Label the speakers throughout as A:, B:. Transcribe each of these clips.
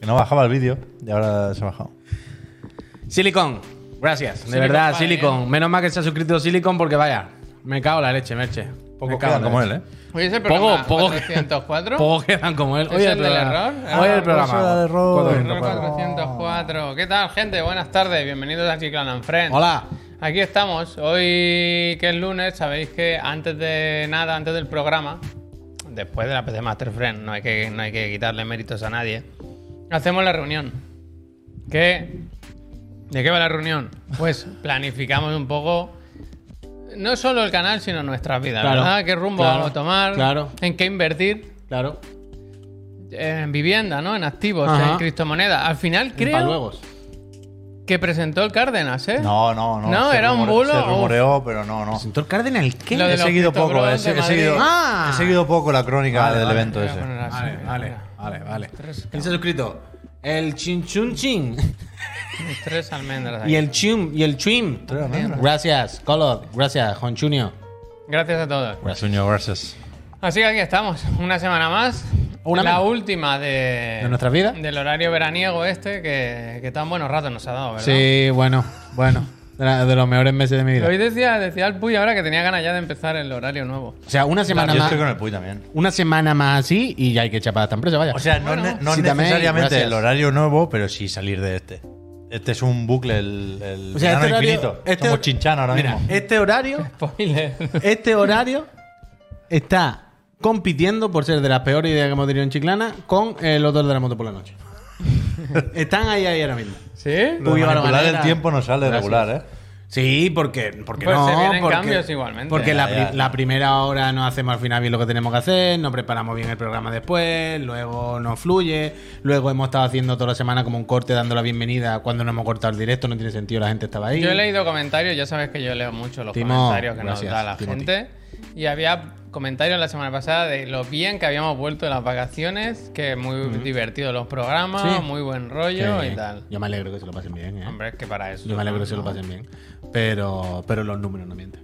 A: Que no bajaba el vídeo y ahora se ha bajado.
B: Silicon, gracias. De
C: Silicon
B: verdad,
C: Valley,
B: Silicon. Menos mal que se ha suscrito Silicon porque vaya, me cago en la leche, Merche.
A: Poco
B: Me cago en
A: quedan
B: la
A: como
B: leche.
A: él, ¿eh?
C: Hoy es el
B: Poco,
C: programa
B: poco.
C: 404.
B: Pocos quedan como él.
C: ¿Es
B: Hoy
C: el
B: el
C: del
B: programa.
C: error?
B: Hoy
C: Ah,
B: el programa.
A: eso del error.
B: 404.
C: Error 404. ¿Qué tal, gente? Buenas tardes. Bienvenidos a Chiclan and Friends.
B: Hola.
C: Aquí estamos. Hoy, que es lunes, sabéis que antes de nada, antes del programa, después de la PC Master Friend, no hay que, no hay que quitarle méritos a nadie, hacemos la reunión. ¿Qué? ¿De qué va la reunión? Pues planificamos un poco... No solo el canal, sino nuestras vidas,
B: Claro,
C: ¿verdad? ¿Qué rumbo
B: claro,
C: vamos a tomar?
B: claro.
C: ¿En qué invertir?
B: Claro.
C: en vivienda, ¿no? En activos,
B: Ajá.
C: en criptomonedas. Al final creo
B: Paluegos.
C: que presentó el Cárdenas, ¿eh?
A: No, no, no.
C: No,
A: se
C: era un
A: rumore-
C: bulo,
A: Se
C: uf.
A: rumoreó, pero no, no.
B: ¿Sentor Cárdenas el qué?
C: Lo de
A: He
C: los
A: seguido poco, he,
C: criptobros de
A: he seguido,
C: Madrid.
B: Ah.
A: he seguido poco la crónica
B: Vale,
A: del
B: vale,
A: evento
C: Voy a
A: ese.
C: poner así,
B: Vale,
C: mira.
B: vale, vale, vale.
C: Tres,
B: ¿Quién se ha suscrito? El Chin Chun Chin.
C: Mis Tres almendras ahí.
B: Y el Chum. Y el Chim.
A: Tres almendras.
B: Gracias, Colod. Gracias, Honchunio.
C: Gracias a todos.
A: Sueño, gracias.
C: Así que aquí estamos, una semana más.
B: Una
C: la
B: menos.
C: última de,
B: ¿De nuestra vida?
C: Del horario veraniego este que, que tan buenos ratos nos ha dado, ¿verdad?
B: Sí, bueno, bueno. De, la- de los mejores meses de mi vida.
C: Hoy decía, decía el Puy ahora que tenía ganas ya de empezar el horario nuevo.
B: O sea, una semana
A: Yo
B: más.
A: estoy con el Puy también.
B: Una semana más así y ya hay que echar para esta empresa, vaya.
A: O sea, no, ne- no
B: sí, también,
A: necesariamente
B: gracias.
A: el horario nuevo, pero sí salir de este. Este es un bucle, el, el
B: O sea,
A: verano
B: horario-
A: infinito.
B: este-
A: Somos chinchana ahora
B: Mira,
A: mismo.
B: Este horario,
C: Spoiler.
B: este horario está compitiendo por ser de las peores ideas que hemos tenido en Chiclana con el odor de la moto por la noche. Están ahí, ahí ahora mismo.
C: ¿Sí?
A: Lo de
B: Uy,
A: manipular
B: Barbanera.
A: el tiempo no sale
B: Gracias.
A: regular, ¿eh?
B: Sí, porque, porque
C: Pues
B: no.
C: se vienen
B: porque,
C: cambios igualmente.
B: Porque
A: Ya,
B: la,
A: ya.
B: pri- la primera hora no hacemos al final bien lo que tenemos que hacer, no preparamos bien el programa después, luego no fluye, luego hemos estado haciendo toda la semana como un corte dando la bienvenida cuando no hemos cortado el directo, no tiene sentido, la gente estaba ahí.
C: Yo he leído comentarios, ya sabes que yo leo mucho los
B: Timo,
C: comentarios que
B: gracias,
C: nos da la
B: Timothy.
C: gente. Y había comentarios la semana pasada de lo bien que habíamos vuelto de las vacaciones, que muy divertidos los programas,
B: Sí.
C: muy buen rollo
B: Que-
C: y tal.
B: Yo me alegro que se lo pasen bien, ¿eh?
C: Hombre, es que para eso.
B: Yo me alegro que se lo pasen bien. Pero, pero los números no mienten.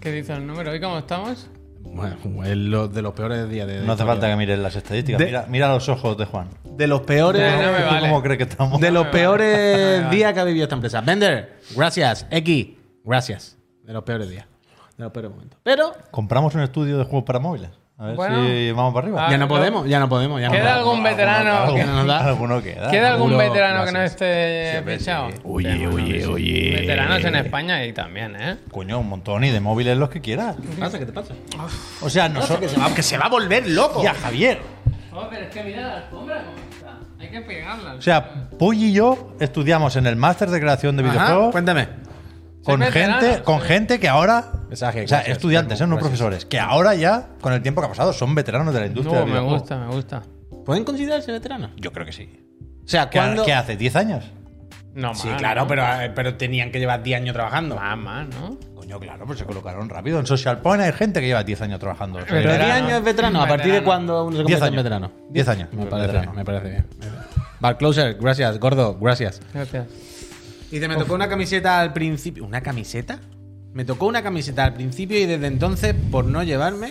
C: ¿Qué dice el número? ¿Y cómo estamos?
B: Bueno, es lo- de los peores días de.
A: No hace falta que mires las estadísticas.
B: De-
A: Mira, mira los ojos de Juan. ¿Tú
B: De los peores.
C: No, no me vale.
A: cómo crees que estamos?
B: De los
C: vale. No me
B: peores
C: vale.
B: días que ha vivido esta empresa. Bender, gracias. X, gracias. De los peores días. De los peores momentos. Pero
A: Compramos un estudio de juegos para móviles. A ver
C: Bueno.
A: si vamos para arriba.
C: Ah,
B: ya no
C: no.
B: podemos, ya no podemos. Ya no
C: Queda
B: podemos.
C: algún veterano
A: Alguno-
C: que
B: nos da.
A: Alguno queda.
C: ¿Queda algún
B: Seguro,
C: veterano que no
B: gracias.
C: esté
A: Siempre
C: fichado?
A: Ah, sí.
B: Oye, oye, oye.
C: Veteranos en España y también, ¿eh?
A: Coño, un montón y de móviles los que quieras.
B: ¿Qué te pasa? ¿Qué te pasa?
A: O sea, nosotros.
B: que se va a volver loco.
A: Ya, Javier.
C: Oh, pero es que mira la alfombra cómo está. Hay que pegarla.
A: O sea, Puy y yo estudiamos en el máster de creación de
B: Ajá,
A: videojuegos
B: cuéntame.
A: con
C: Soy veterano,
A: gente, con
C: sí.
A: gente que ahora.
B: Mensaje,
A: o sea,
B: gracias,
A: estudiantes,
B: Paco,
A: ¿eh? no
B: gracias.
A: profesores, que ahora ya, con el tiempo que ha pasado, son veteranos de la industria. del
C: me
A: videojuego.
C: gusta, me gusta.
B: ¿Pueden considerarse veteranos?
A: Yo creo que sí.
B: O sea,
A: ¿Qué,
B: cuando.
A: qué hace? ¿10 años?
C: No,
B: Sí,
C: más,
B: claro,
C: ¿no?
B: pero, eh, pero tenían que llevar 10 años trabajando.
C: Más, más, ¿no?
A: Coño, claro, pues se colocaron rápido. En Social Point hay gente que lleva 10 años trabajando. O sea,
B: Pero
C: Veterano.
B: 10 años es veterano, a partir de
C: Veterano.
B: cuando uno se convierte
A: 10
B: en
A: años.
B: veterano.
A: 10 años.
B: Me parece,
A: Veterano.
B: bien, me parece bien. Bar Closer, gracias, gordo, gracias.
C: Gracias.
B: Y me tocó una camiseta al principio. ¿Una camiseta? Me tocó una camiseta al principio y desde entonces, por no llevarme,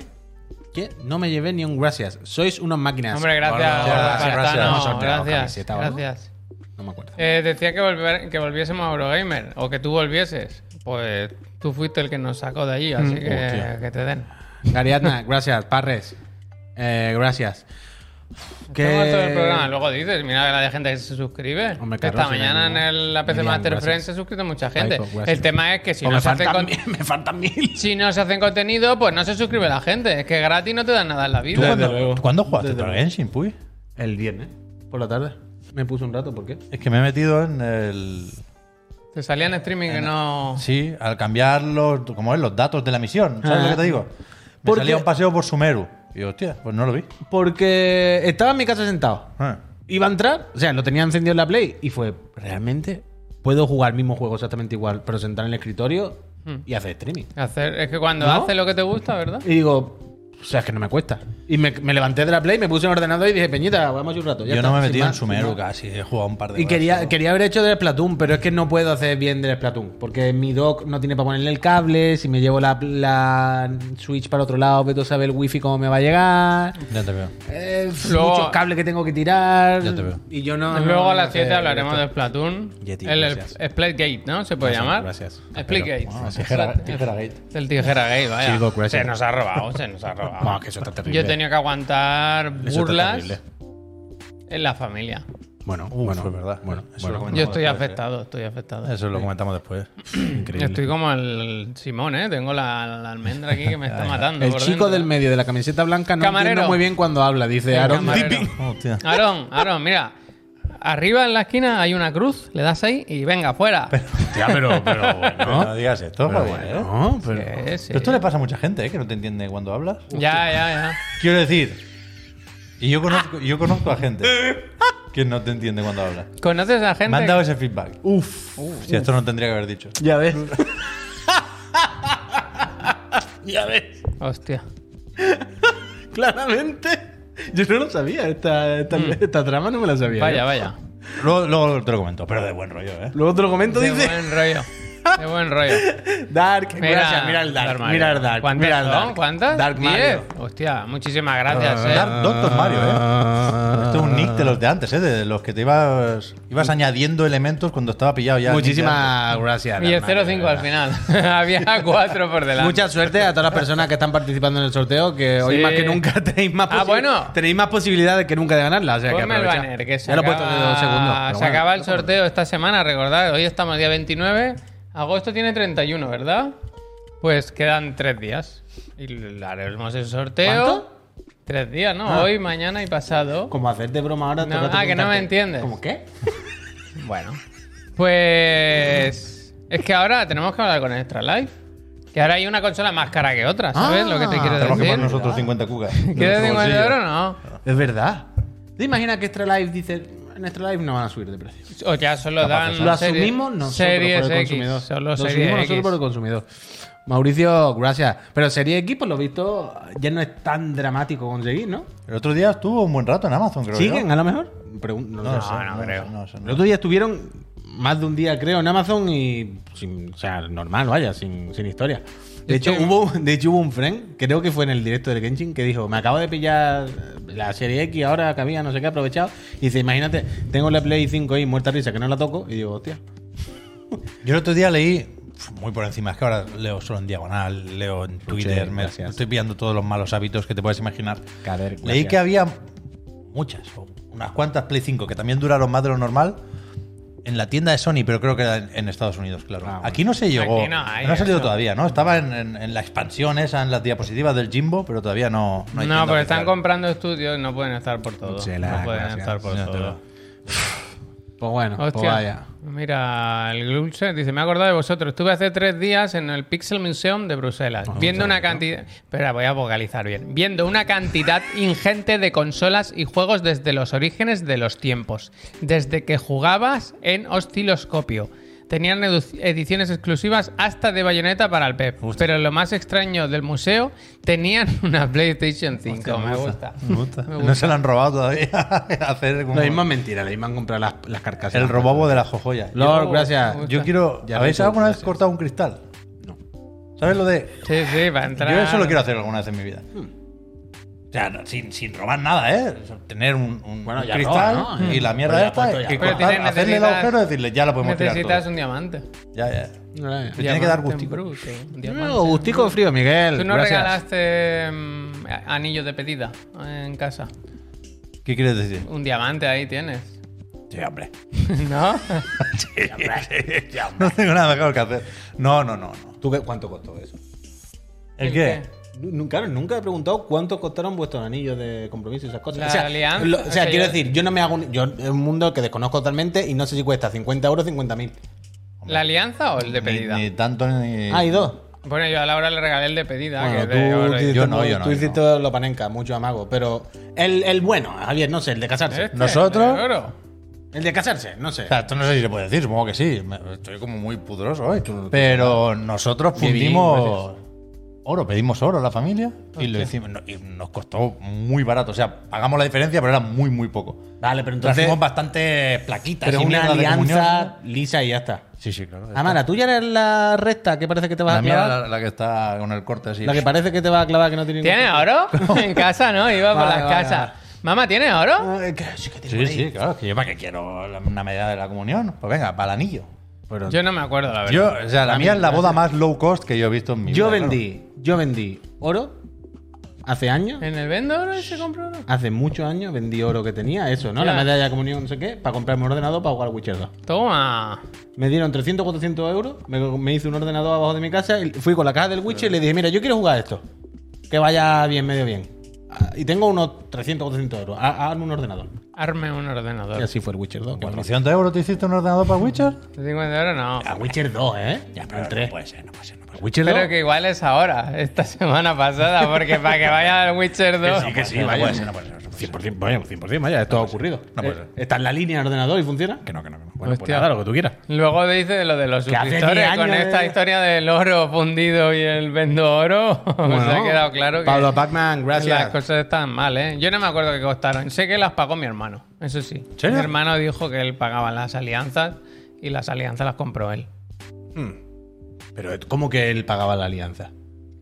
B: que no me llevé ni un gracias. Sois unos máquinas.
C: Hombre, gracias.
A: Gordo,
C: Gordo
A: gracias,
C: Cartano,
A: gracias.
B: Hemos sorteado
C: Gracias.
B: camiseta, ¿no?
C: gracias.
B: No me acuerdo.
C: Eh, decía que, volver- que volviésemos a Eurogamer o que tú volvieses. Pues tú fuiste el que nos sacó de allí, así que,
B: Mm. Hostia.
C: que te den.
B: Gariatna, gracias. Parres, eh, gracias.
C: Estamos todo el programa. Luego dices, mira la de gente que se suscribe.
B: Hombre,
C: Que
B: claro,
C: esta
B: si no
C: mañana
B: hay
C: en
B: ningún-
C: el APC
B: Miriam,
C: Master
B: gracias.
C: Friends se ha suscrito mucha gente.
B: Paipo, gracias.
C: el tema es que si
B: O
C: no
B: Pues me,
C: se hacen
B: faltan,
C: con-
B: mil- me faltan mil.
C: si no se hacen contenido, pues no se suscribe la gente. Es que gratis no te dan nada en la
A: ¿Tú
C: vida.
A: cuándo, ¿tú cuándo jugaste tú al Genshin, Puy?
B: El viernes, por la tarde. Me puse un rato, ¿por qué?
A: Es que me he metido en el.
C: Te salían streaming que no.
A: Sí, al cambiar los, como es, los datos de la misión. ¿Sabes
B: Ah.
A: lo que te digo? Me
B: Porque-
A: salía un paseo por Sumeru. Y yo, hostia, pues no lo vi.
B: Porque estaba en mi casa sentado.
A: Ah.
B: Iba a entrar, o sea, lo tenía encendido en la Play y fue, realmente puedo jugar el mismo juego exactamente igual, pero sentar en el escritorio y hacer streaming.
C: Hacer, es que cuando
B: ¿No?
C: haces lo que te gusta, ¿verdad?
B: Y digo, o sea, es que no me cuesta. Y me, me levanté de la play, me puse en el ordenador y dije, Peñita, vamos a un rato. Pues Ya
A: Yo
B: está,
A: no me he
B: sin
A: metido en
B: más, sin
A: Sumeru
B: más.
A: casi, he jugado un par de
B: Y
A: horas
B: quería,
A: solo.
B: quería haber hecho del Splatoon, pero es que no puedo hacer bien del Splatoon. Porque mi dock no tiene para ponerle el cable. Si me llevo la, la Switch para otro lado, veto a saber el wifi cómo me va a llegar.
A: Ya te veo.
B: Eh,
C: Luego-
B: muchos cables que tengo que tirar.
A: Ya te veo.
B: Y yo no.
C: Luego
B: no- eh,
C: a las
B: no
C: 7
B: sé,
C: hablaremos
B: esto.
C: de Splatoon.
A: Yeti,
C: el el
A: gracias.
C: Splitgate, ¿no? ¿Se puede
A: Gracias,
C: llamar?
A: gracias.
C: Splitgate.
A: Bueno, tijera- tijeragate.
C: Es El tijera gay, vaya.
B: Chico, gracias.
C: se nos ha robado, se nos ha robado.
B: Vamos, Ah, que eso está terrible.
C: Yo he tenido que aguantar
A: está
C: burlas
A: terrible.
C: en la familia.
B: Bueno,
A: Uh,
B: bueno,
A: fue verdad.
B: Bueno,
A: Eso
B: bueno.
A: lo comentamos
C: Yo estoy
A: después,
C: afectado, estoy afectado.
A: ¿eh? Eso lo comentamos después.
B: Increíble.
C: Estoy como el Simón, ¿eh? Tengo la, la almendra aquí que me está matando.
B: El
C: por
B: chico
C: dentro.
B: del medio de la camiseta blanca no
C: Camarero.
B: entiendo muy bien cuando habla, dice
C: El
B: Aaron.
C: camarero.
B: Dipping.
A: Hostia.
C: Aaron, Aaron, mira. Arriba en la esquina hay una cruz, le das ahí y venga, fuera.
B: Hostia, pero, pero
A: No,
B: bueno.
A: digas esto,
B: Pero
A: joder, ¿eh?
B: bueno, pero-
C: Sí, sí.
A: Pero esto le pasa a mucha gente, ¿eh? Que no te entiende cuando hablas.
C: Ya, ya, ya.
A: Quiero decir, y yo conozco, yo conozco a gente que no te entiende cuando hablas.
C: ¿Conoces a gente?
A: Me han dado ese feedback.
B: Uf.
A: Si esto no tendría que haber dicho.
B: Ya ves. ya ves.
C: Hostia.
B: Claramente. Yo no lo sabía. Esta, esta, esta trama no me la sabía.
C: Mm. Vaya,
B: ¿eh?
C: vaya.
A: Luego, luego te lo comento, pero de buen rollo, ¿eh?
B: Luego te lo comento,
C: De
B: dice.
C: buen rollo. De buen rollo.
B: Dark.
C: Mira,
B: gracias. Mira el Dark.
C: Mario.
B: mira el Dark.
C: ¿Cuántas
B: Mira el
C: son?
B: Dark.
C: ¿Cuántas?
B: Dark Mario.
C: Diez. Hostia, muchísimas gracias, eh.
A: Dark Doctor Mario, ¿eh? Esto es un nick de los de antes, ¿eh? De los que te ibas, ibas añadiendo elementos cuando estaba pillado ya. el nick de antes.
B: Muchísimas gracias.
C: Y el
B: Dark Mario, de
C: 0-5
B: verdad.
C: al final. Había cuatro por delante.
B: Mucha suerte a todas las personas que están participando en el sorteo, que hoy
C: Sí.
B: más que nunca tenéis más,
C: Ah,
B: posi-
C: bueno.
B: tenéis más posibilidades que nunca de ganarla. O sea, que
C: Ponme el
B: aprovechad.
C: banner, que se
B: ya lo he puesto de
C: acaba-
B: dos segundos. pero
C: se
B: bueno.
C: acaba el sorteo esta semana, recordad. Hoy estamos día 29. Agosto tiene 31, ¿verdad? Pues quedan tres días. Y le haremos el sorteo.
B: ¿Cuánto?
C: Tres días, ¿no?
B: Ah.
C: Hoy, mañana y pasado.
B: Como hacerte broma ahora.
C: No,
B: todo el rato
C: ah, que no
B: preguntarte,
C: me entiendes.
B: ¿Cómo qué?
C: Bueno. Pues. Es que ahora tenemos que hablar con Extra Life. Que ahora hay una consola más cara que otra, ¿sabes?
B: Ah,
C: Lo que te quiero
A: Tenemos que
C: decir.
A: poner nosotros 50 cucas.
C: ¿Quieres 50 euros o no?
B: Es verdad. ¿Te imaginas que Extra Live dice. En Extra Live no van a subir de precio.
C: O ya solo dan.
B: Lo
C: serie-
B: asumimos nosotros
C: series
B: por el
C: X,
B: consumidor.
C: Solo
B: lo
C: series
B: asumimos
C: X.
B: nosotros por el consumidor. Mauricio, gracias. Pero Serie X, por lo visto, ya no es tan dramático conseguir, ¿no?
A: El otro día estuvo un buen rato en Amazon, creo
B: ¿Siguen
A: yo.
B: a lo mejor? Pregun- no lo
A: No,
B: sé.
A: no, no
C: creo.
A: creo. No, sé, no.
B: El otro día estuvieron más de un día, creo, en Amazon y. sin- o sea, normal, vaya, sin, sin historia. De
C: Es
B: hecho,
C: que-
B: hubo, de hecho, hubo un friend, creo que fue en el directo del Genshin, que dijo: Me acabo de pillar la serie X ahora que había, no sé qué, aprovechado. Y dice: Imagínate, tengo la Play 5 ahí, muerta risa, que no la toco. Y digo: Hostia.
A: Yo el otro día leí, pf, muy por encima, es que ahora leo solo en diagonal, leo en Twitter, me
B: gracias.
A: estoy pillando todos los malos hábitos que te puedes imaginar.
B: Cader,
A: Leí
B: gracias.
A: que había muchas, o unas cuantas Play 5 que también duraron más de lo normal en la tienda de Sony, pero creo que era en, en Estados Unidos, claro.
B: Ah, bueno.
A: Aquí no se llegó,
C: Aquí no hay
A: ha salido
C: eso.
A: todavía, ¿no? Estaba en, en- en la expansión esa, en las diapositivas del Jimbo, pero todavía no.
C: No,
A: hay tienda
C: pero están
A: oficial.
C: comprando estudios y no pueden estar por todo.
B: Chela,
C: no pueden
B: gracias.
C: estar por
A: Ya te
C: todo.
B: Pues bueno, pues
C: Hostia.
B: vaya.
C: Mira, el Glulser dice: Me he acordado de vosotros. Estuve hace tres días en el Pixel Museum de
A: Ah,
C: Bruselas, viendo una cantidad. Espera, voy a vocalizar bien. Viendo una cantidad ingente de consolas y juegos desde los orígenes de los tiempos. Desde que jugabas en osciloscopio. Tenían edu- ediciones exclusivas hasta de bayoneta para el PEP. Pero lo más extraño del museo, tenían una PlayStation 5. me gusta.
A: Me gusta. No se la han robado todavía. Hacer como
B: Lo mismo es mentira, lo mismo han comprado las, las carcasas.
A: el robobo de la jojoya.
B: Lord, gracias.
A: Yo quiero.
B: Ya
A: ¿Habéis
B: lo he hecho,
A: alguna
B: gracias.
A: vez cortado un cristal?
B: No.
A: ¿Sabes lo de.?
C: Sí, sí, va a entrar.
A: Yo eso lo quiero hacer alguna vez en mi vida.
B: Hmm.
A: O sea, no- sin, sin robar nada, ¿eh? Tener un, un-
B: Bueno,
A: un
B: ya
A: cristal
B: roba, ¿no?
A: y la
B: Mm.
A: mierda
B: Pero ya
A: esta.
B: puesto, ya
A: y
C: puesto.
A: cortar,
C: Pero tiene-
A: hacerle el
C: necesitas-
A: agua y decirle, ya lo podemos tirar.
C: Necesitas
A: todo.
C: un diamante.
A: Ya, ya.
B: Gracias.
A: Te tiene que dar
C: Diamante en
A: gustico.
C: bruto, un diamante.
B: Luego, gustico de frío, Miguel.
C: Tú no
B: gracias.
C: regalaste mm, a- anillo de pedida en casa.
A: ¿Qué quieres decir?
C: Un diamante ahí tienes.
A: Sí, hombre.
C: ¿No?
A: No tengo nada mejor que hacer. No, no, no. no.
B: ¿Tú qué- cuánto costó eso?
A: ¿El
C: ¿El
A: qué?
C: qué?
B: Nu- Claro, nunca he preguntado cuánto costaron vuestros anillos de compromiso y esas cosas.
C: La
B: o sea,
C: alianza,
B: lo- o sea,
C: o sea,
B: quiero
C: yo-
B: decir, yo no me hago. un- Yo es un mundo que desconozco totalmente y no sé si cuesta 50 euros o 50 mil.
C: ¿La alianza o el de
A: Ni,
C: pedida?
A: ni tanto ni.
B: Ah, y dos.
C: Bueno, yo a Laura le regalé el de pedida. que
B: Bueno,
C: es de oro
A: Yo
B: tú,
C: y-
A: no,
B: hiciste-
A: yo no,
B: tú
A: yo
B: hiciste lo panenca, mucho amago. Pero el, el bueno, Javier, no sé, el de casarse.
A: ¿Eh?
C: Este,
A: nosotros-
C: de oro.
B: El de casarse, no sé.
A: O sea, esto no sé si se puede decir, supongo que sí. Me- Estoy como muy pudroso hoy. Pero nosotros
B: Bien,
A: fundimos Oro, pedimos oro a la familia y lo hicimos. no- y nos costó muy barato. O sea, pagamos la diferencia, pero era muy, muy poco.
B: Vale,
A: Entonces,
B: pero entonces.
A: Trajimos bastantes plaquitas.
B: Pero
A: y
B: una
A: mierda de
B: alianza Ah,
A: comunión.
B: lisa y ya está.
A: Sí, sí, claro.
B: Además, la tuya era la recta que parece que te vas
A: La
B: a
A: mía
B: clavar.
A: era la, la que está con el corte así.
B: La que parece que te vas a clavar que no tiene
C: ¿Tiene
B: ningún-
C: oro? en casa, ¿no? Iba por
B: Vale,
C: las
B: vale,
C: casas.
B: vale.
C: Mamá, ¿tiene oro?
B: Ah, es que- sí que tiene
A: Sí,
B: por ahí.
A: sí, claro. Es que yo para qué quiero la- una medalla de la comunión. Pues venga, para el anillo.
B: Pero-
C: Yo no me acuerdo, la verdad.
A: Yo, o sea, la mía es la boda más low cost que yo he visto en mi
B: Yo
A: vida. claro.
B: vendí, yo vendí oro hace años.
A: Eh.
C: ¿En el vendo oro y se compra oro?
B: Hace muchos años vendí oro que tenía, eso, ¿no? La
C: Ya.
B: medalla de comunión, no sé qué, para comprarme un ordenador para jugar al Witcher 2.
C: Toma.
B: Me dieron 300, 400 euros, me, me hice un ordenador abajo de mi casa, y fui con la caja del Witcher y le dije, mira, yo quiero jugar a esto. Que vaya bien, medio bien. Ah, Y tengo unos 300, 400 euros. ha- Hazme un ordenador.
C: Arme un
B: Y
C: ordenador.
B: así fue el Witcher 2. que me lo hice.
A: 400 euros te hiciste un ordenador para Witcher.
C: ¿De 50 euros no.
B: A Witcher 2, ¿eh?
A: Ya,
B: El
A: pero
B: 3.
A: no puede ser, no puede ser. No puede ser.
B: Witcher 2.
C: Pero que igual es ahora, esta semana pasada, porque para que vaya al Witcher 2.
A: Sí, que sí,
B: vaya.
A: no puede ser, no puede ser. no puede ser.
B: 100%, vaya, 100%, vaya, esto ha ocurrido.
A: No puede ser.
B: Eh, Está en la línea del ordenador y funciona.
A: Que no, que no, que no.
B: Bueno, pues
C: Hostia.
B: nada, lo que tú quieras.
C: Luego dice lo de los
B: Que hace
C: suscriptores
B: 10
C: con
B: años,
C: esta
B: eh.
C: historia del oro fundido y el vendo oro. se Pues ha
B: Bueno,
C: quedado claro que
B: Pablo Pacman, gracias.
C: las cosas están mal, ¿eh? Yo no me acuerdo qué costaron. Sé que las pagó mi hermano, eso sí.
A: serio?
C: Mi hermano dijo que él pagaba las alianzas y las alianzas las compró él.
B: Pero ¿cómo que él pagaba la alianza?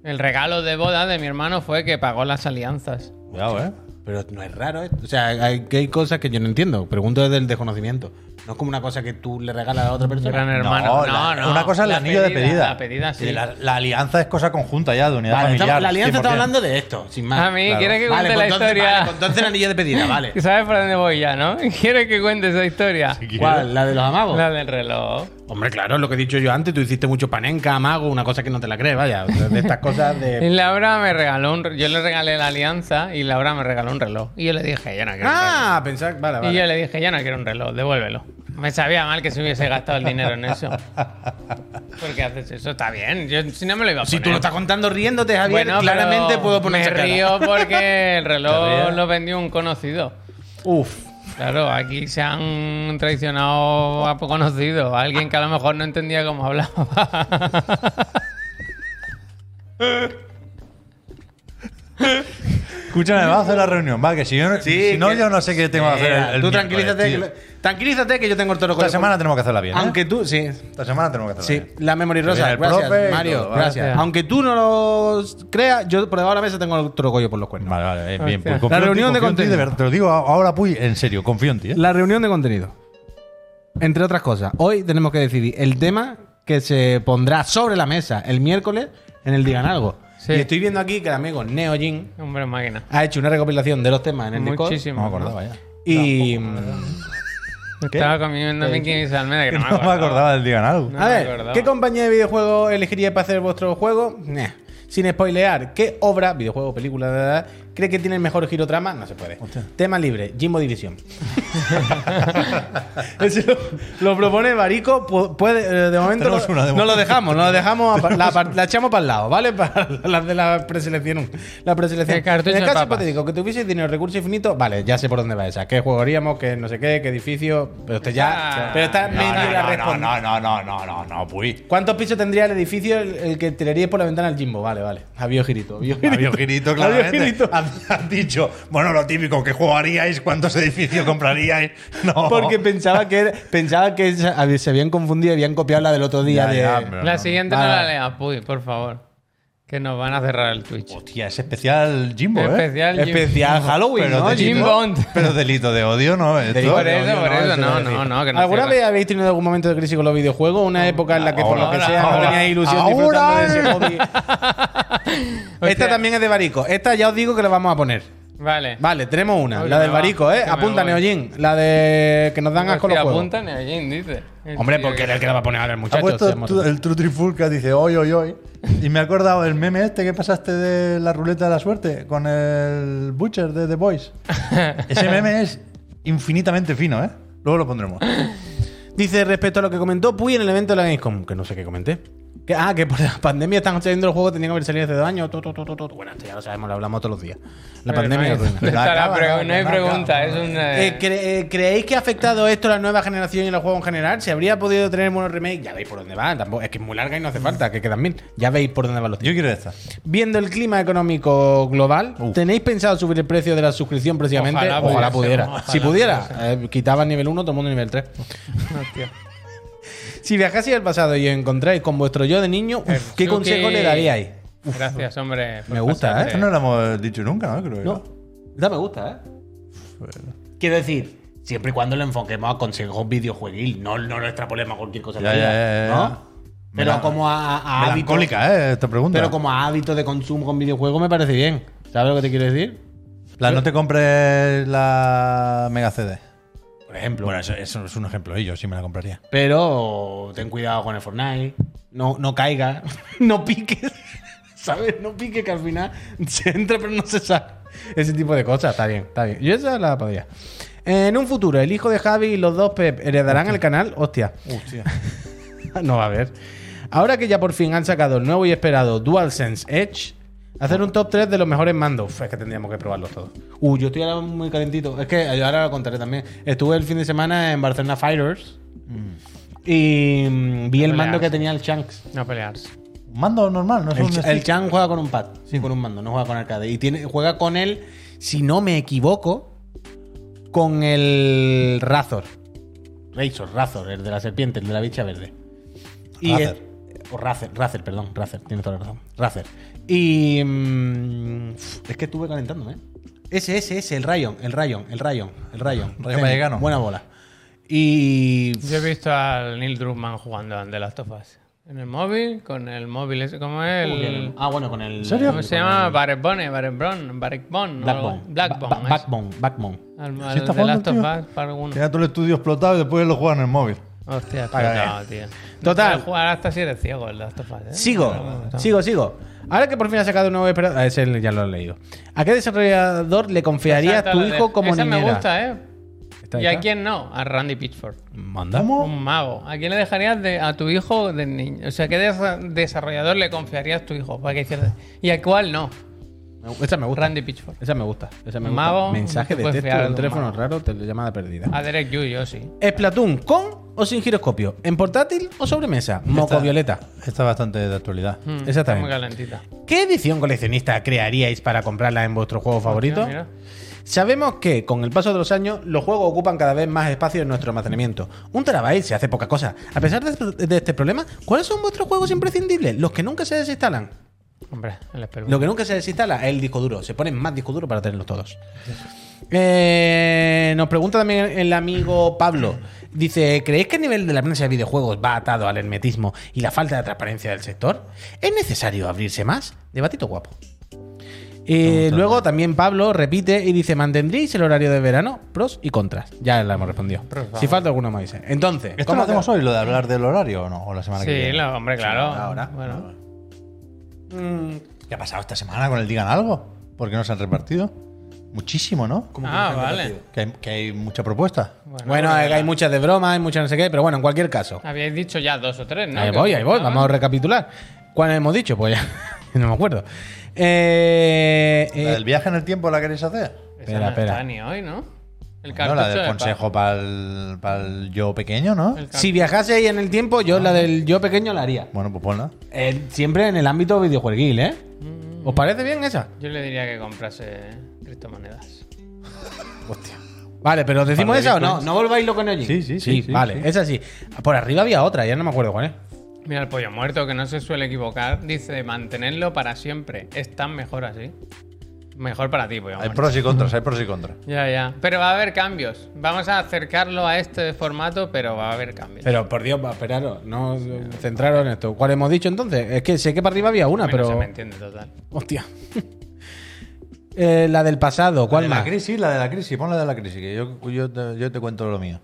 C: El regalo de boda de mi hermano fue que pagó las alianzas.
A: Cuidado, eh.
B: Pero no es raro esto. O sea, hay, que hay cosas que yo no entiendo. Pregunto desde el desconocimiento. No es como una cosa que tú le regalas a otra
C: Gran
B: persona.
C: hermano. No,
A: la-
C: no.
A: Una cosa es el
C: La
A: anillo de pedida.
C: La pedida, sí.
A: Y La, la alianza es cosa conjunta ya, de unidad
B: Vale,
A: familiar.
B: estamos- la alianza está
A: 100%.
B: hablando de esto, sin más.
C: A mí,
A: claro.
C: ¿quieres que cuente
B: Vale, pues
C: la
B: entonces,
C: historia?
B: vale, pues entonces el anillo de pedida, vale.
C: ¿Sabes por dónde voy ya, no? ¿Quieres que cuente esa historia?
B: ¿Cuál? ¿La de los amagos?
C: La del reloj.
B: Hombre, claro, lo que he dicho yo antes. Tú hiciste mucho panenca, amago, una cosa que no te la crees, vaya. De estas cosas
C: Y
B: de...
C: Laura me regaló un re- Yo le regalé la alianza y Laura me regaló un reloj. Y yo le dije, yo no quiero un
B: ah, pensar... Vale,
C: reloj.
B: vale.
C: Y yo le dije, yo no quiero un reloj, devuélvelo. Me sabía mal que se hubiese gastado el dinero en eso. Porque haces eso, está bien. Yo si no me lo iba a poner.
B: Si tú lo estás contando riéndote, Javier,
C: Bueno,
B: claramente
C: pero
B: puedo poner
C: Me
B: esa cara.
C: río porque el
A: ¿Te
C: reloj
A: ríes?
C: lo vendió un conocido.
B: Uf.
C: Claro, aquí se han traicionado a conocidos, a alguien que a lo mejor no entendía cómo hablaba.
A: Escúchame, vamos a hacer la reunión, va, que si, yo, si no,
B: que-
A: yo no sé qué tengo que hacer el,
B: Mira,
A: el
B: Tú
A: miércoles,
B: tranquilízate,
A: tío.
B: que lo- tranquilízate que yo tengo el toro
A: Esta
B: colgado.
A: semana tenemos que hacerla bien. ¿eh?
B: Aunque tú, sí,
A: Esta semana tenemos que hacerla
B: sí,
A: bien.
B: la memoria
A: Que viene
B: rosa,
A: el
B: gracias,
A: profe y
B: Mario,
A: todo, ¿vale?
B: gracias.
C: Gracias.
B: Aunque tú no lo creas, yo por debajo de la mesa tengo el toro collo por los cuernos.
A: Vale, vale, bien, bien.
C: Hostia.
A: Pues confío
B: La
A: en ti,
B: reunión
A: confío
B: de
A: en ti,
B: contenido.
A: verdad, Te lo digo ahora, Puy, en serio, confío en ti. ¿eh?
B: La reunión de contenido. Entre otras cosas, hoy tenemos que decidir el tema que se pondrá sobre la mesa el miércoles en el Digan Algo.
C: Sí.
B: Y estoy viendo aquí que el amigo Neojin
C: Hombre, máquina.
B: ha hecho una recopilación de los temas en el Discord.
A: No
C: Muchísimo.
A: me acordaba ya.
B: Ah, Y.
A: ¿Qué?
C: Estaba comiendo pinkies de almendra, que no,
A: No me acordaba del Digan Algo.
C: No.
B: A
C: me
B: ver,
C: acordaba.
B: ¿qué compañía de videojuegos elegiríais para hacer vuestro juego? Nah. Sin spoilear, ¿qué obra, videojuego, película, da, da, da, cree que tiene el mejor giro trama? No se puede. Tema libre, Jimbo División. Eso lo, lo propone Barico, pu- puede, eh, de momento
A: Tenemos
B: no-
A: una, de
B: no lo
A: momento.
B: dejamos, no lo dejamos, a pa- la, par- la echamos para el lado, ¿vale? Para las de la preselección. La preselección.
C: El cartucho
B: en el
C: de
B: caso
C: papas.
B: hipotético que tuviese dinero, recursos infinitos, vale, ya sé por dónde va esa. ¿Qué jugaríamos? ¿Qué no sé qué? ¿Qué edificio? Pero usted ya...
C: Ah.
B: Pero está
A: No,
B: medio la
A: no,
B: respuesta.
A: no, no, no, no, no, no, Puy.
B: ¿Cuántos pisos tendría el edificio el, el que tiraríais por la ventana al Jimbo? Vale, vale. Había girito. Había girito.
A: Había girito,
B: Había
A: claramente. Ah,
B: girito.
A: Has has dicho, bueno, lo típico, que jugaríais? ¿Cuántos edificios compraríais? No.
B: Porque pensaba que, era- pensaba que se hab- se habían confundido y habían copiado la del otro día.
A: Ya,
B: de-
A: ya, pero
C: La
A: no.
C: siguiente no
B: Vale.
C: la leas, Puy, por favor. Que nos van a cerrar el Twitch.
A: Hostia, es especial Jimbo, ¿eh?
C: Especial. Jim-
B: Especial Halloween,
A: Pero,
B: ¿no?
A: delito-
C: Jim Bond.
A: pero delito de odio, ¿no? Esto-
B: Delito
C: Por
B: de
C: eso,
B: odio,
C: por
B: no,
C: eso.
B: eso
C: No,
B: es
C: no,
B: decir.
C: no. que nos
B: ¿Alguna
C: cierran.
B: vez habéis tenido algún momento de crisis con los videojuegos? ¿Una época en la que por lo que
C: Ahora,
B: sea no
C: ahora,
B: teníais ilusión
A: ahora.
B: disfrutando de ese hobby? Esta
C: Hostia.
B: también es de Barico. Esta ya os digo que la vamos a poner.
C: Vale.
B: Vale, tenemos una.
C: Uy,
B: la
C: que
B: del
C: me va,
B: Barico, ¿eh?
C: que me
B: Apunta,
C: voy.
B: Neojin. La de que nos dan asco los
C: Hostia,
B: juegos.
C: Pues apunta ni a Jim, dice. El
B: Hombre,
C: tío
B: porque
C: que-
B: era el que la va a poner ahora el
A: Ha
B: muchacho.
A: puesto
B: seamos
A: tu- el Trutrifulca, dice, hoy, hoy, hoy. Y me he acordado el meme este que pasaste de la ruleta de la suerte con el Butcher de The Boys. Ese meme es infinitamente fino, ¿eh? Luego lo pondremos.
B: Dice respecto a lo que comentó Puy en el evento de la Gamescom, que no sé qué comenté. Que- ah, que por la pandemia están saliendo los juegos, tenían que haber salido hace dos años. tu, tu, tu, tu, tu. Bueno, esto ya lo sabemos, lo hablamos todos los días. La
C: Pero
B: pandemia
C: no hay,
B: arruina.
A: Pero
C: está la
A: acaba,
C: pre-
A: acaba,
C: no hay
A: acaba,
C: pregunta,
A: acaba.
C: es un.
B: Eh, cre- eh, ¿Creéis que ha afectado esto a la nueva generación y el juego en general? ¿Se habría podido tener buenos remakes? Ya veis por dónde va. Tampoco, es que es muy larga y no hace falta, que quedan mil. Ya veis por dónde van los tiros.
A: Yo quiero esta.
B: Viendo el clima económico global,
A: Uf.
B: ¿tenéis pensado subir el precio de la suscripción próximamente?
C: Ojalá
B: Ojalá,
C: pudiese,
B: pudiera.
C: ojalá
B: si pudiera, eh, quitaba el nivel 1, todo el mundo nivel 3. si viajaseis al pasado y os encontráis con vuestro yo de niño, uf, ¿qué
C: Suki.
B: consejo le daríais?
C: Gracias, hombre. por
B: Me gusta,
C: pasarte.
A: ¿eh? Esto no lo hemos dicho nunca, ¿no? Creo
B: No,
A: yo.
B: esta me gusta, ¿eh?
D: Quiero decir, siempre y cuando lo enfoquemos a consejos videojueguil, no, no lo extrapolemos a cualquier cosa.
A: Ya,
D: de la
A: ya,
D: vida,
A: ya, ya.
D: ¿no? Pero
A: Melan-
D: como a, a- a hábitos-
A: Melancólica, ¿eh? Esta pregunta.
B: Pero como hábito de consumo con videojuegos me parece bien. ¿Sabes lo que te quiero decir?
A: La, no te compres la Mega CD.
B: Por ejemplo.
A: Bueno, eso, eso es un ejemplo. Y yo sí me la compraría.
B: Pero ten cuidado con el Fortnite. No, no caiga. No piques. ¿Sabes? No piques que al final se entra pero no se sale. Ese tipo de cosas. Está bien, está bien. Yo esa la podía. En un futuro, el hijo de Javi y los dos Pep heredarán el canal. Hostia.
A: Hostia.
B: no va a haber. Ahora que ya por fin han sacado el nuevo y esperado DualSense Edge, hacer un top 3 de los mejores mandos. Uf, es que tendríamos que probarlos todos. Uh, yo estoy ahora muy calentito. Es que yo ahora lo contaré también. Estuve el fin de semana en Barcelona Fighters y mm, vi el mando que tenía el Shanks.
C: No pelearse.
A: Un mando normal, no es
B: El,
A: un
B: Ch-
A: stick.
B: el Chan juega con un pad, sí, con un mando, no juega con arcade. Y tiene, juega con él, si no me equivoco, con el Razor. Razor, Razor, el de la serpiente, el de la bicha verde.
A: Razer.
B: el- o Razer, Razer, perdón, Razer, tiene toda la razón. Razer. Y. mm, es que estuve calentándome. ¿eh? Ese, ese, ese, el Rayon, el Rayon, el Rayon, el Rayon.
A: Rayo Vallecano.
B: Buena bola. Y.
C: Yo he visto al Neil Druckmann jugando al de las tofas. En el móvil, con el móvil ese, ¿cómo es? El,
B: Ah, bueno, con el.
C: ¿Cómo se llama? Barekbone, Barekbone, Barekbone.
B: Blackbone. Ba-
C: Blackbone.
B: ba-
C: Blackbone.
B: Backbone, Backbone.
C: Al,
A: ¿Sí
C: al
A: está
C: de Last
A: jugando,
C: of
A: tío?
C: Us, para alguno.
A: Tenía todo el estudio explotado y después lo juegan en el móvil.
C: Hostia,
A: Para
C: explotado, tío.
B: Total.
C: No puedes jugar hasta si eres ciego el Last of Us, ¿eh? No,
B: Sigo,
C: no, no.
B: sigo, sigo. Ahora que por fin ha sacado un nuevo esperado. Ah, ese ya lo he leído. ¿A qué desarrollador le confiarías
C: Exacto,
B: tu
C: la de-
B: hijo como
C: esa
B: niñera?
C: me gusta, ¿eh?
B: Está,
C: ¿Y a
B: está.
C: quién no? A Randy Pitchford.
B: Manda.
C: Un mago. ¿A quién le dejarías de- a tu hijo de niño? O sea, ¿qué desa- desarrollador le confiarías tu hijo? Para que hiciera- ¿Y a cuál no?
B: Me- Esa me gusta.
C: Randy Pitchford.
B: Esa me gusta. Esa me gusta.
C: Mago,
B: Mensaje
C: no te
B: de
C: puedes
B: texto,
C: fiar de
B: un
C: un
B: teléfono
C: mago.
B: raro, telellamada perdida.
C: A Derek Yu, yo sí.
B: ¿Splatoon con o sin giroscopio? ¿En portátil o sobremesa? Moco
A: Esta-
B: violeta.
A: Está bastante de actualidad.
C: Mm,
B: Exactamente.
C: está Muy calentita.
B: ¿Qué edición coleccionista crearíais para comprarla en vuestro juego favorito?
C: Mira, mira.
B: Sabemos que con el paso de los años los juegos ocupan cada vez más espacio en nuestro almacenamiento. Un terabyte se hace poca cosa. A pesar de, de este problema, ¿cuáles son vuestros juegos imprescindibles? Los que nunca se desinstalan.
C: Hombre, el esperma.
B: Lo que nunca se desinstala es el disco duro. Se ponen más disco duro para tenerlos todos. Eh, nos pregunta también el amigo Pablo. Dice, ¿creéis que el nivel de la prensa de videojuegos va atado al hermetismo y la falta de transparencia del sector? ¿Es necesario abrirse más? Debatito guapo. Eh, luego también Pablo repite y dice, ¿mantendríais el horario de verano? Pros y contras. Ya le hemos respondido.
C: Pros, vamos.
B: si falta alguno me dice. Entonces,
A: ¿Esto
B: ¿cómo
A: lo hacemos
B: queda?
A: hoy, lo de hablar del horario o no? ¿O la semana que
C: Sí,
A: viene?
C: lo- hombre, claro.
B: ahora.
C: Bueno.
B: Mm,
A: ¿Qué ha pasado esta semana con el Digan Algo? ¿Por qué no se han repartido? Muchísimo, ¿no?
C: Ah, vale.
A: Que hay, que hay mucha propuesta.
B: Bueno, hay- hay muchas de broma, hay muchas no sé qué, pero bueno, en cualquier caso.
C: Habíais dicho ya dos o tres, ¿no?
B: Ahí
C: Que
B: voy, ahí voy.
C: faltaban.
B: Vamos a recapitular. ¿Cuál hemos dicho? Pues ya no me acuerdo. Eh, eh,
A: ¿La del viaje en el tiempo la queréis hacer?
C: Esa
B: Espera,
C: no
B: espera.
C: está ni hoy, ¿no?
A: No,
C: El
A: la
C: cartucho
A: del
C: de
A: consejo para el, yo pequeño, ¿no?
C: pa- el car-
B: si viajase ahí en el tiempo, yo la del yo pequeño la haría.
A: Bueno, pues ponla.
B: Eh, siempre en el ámbito videojueguil, ¿eh?
A: Mm.
B: ¿Os parece bien esa?
C: Yo le diría que comprase criptomonedas.
B: Hostia. Vale, pero ¿os decimos
A: Para
B: esa o no?
A: bitcoins.
B: No volváis loco en allí.
A: Sí, sí, sí, sí,
B: vale,
A: sí.
B: esa sí. Por arriba había otra, ya no me acuerdo cuál es.
C: Mira, el pollo muerto, que no se suele equivocar, dice mantenerlo para siempre. Es tan mejor así. Mejor para ti, pollo
A: Hay
C: muerto.
A: pros y contras, hay pros y contras.
C: Ya, ya. Pero va a haber cambios. Vamos a acercarlo a este formato, pero va a haber cambios.
B: Pero por Dios, va, esperaros, no eh, centraros en esto. ¿Cuál hemos dicho entonces? Es que sé que para arriba había
C: A
B: una,
C: mí
B: pero.
C: No se me entiende total.
B: Hostia. Eh, la del pasado, ¿cuál
A: la
B: más?
A: de la crisis, la de la crisis, pon la de la crisis, que yo, yo, te, yo te cuento lo mío.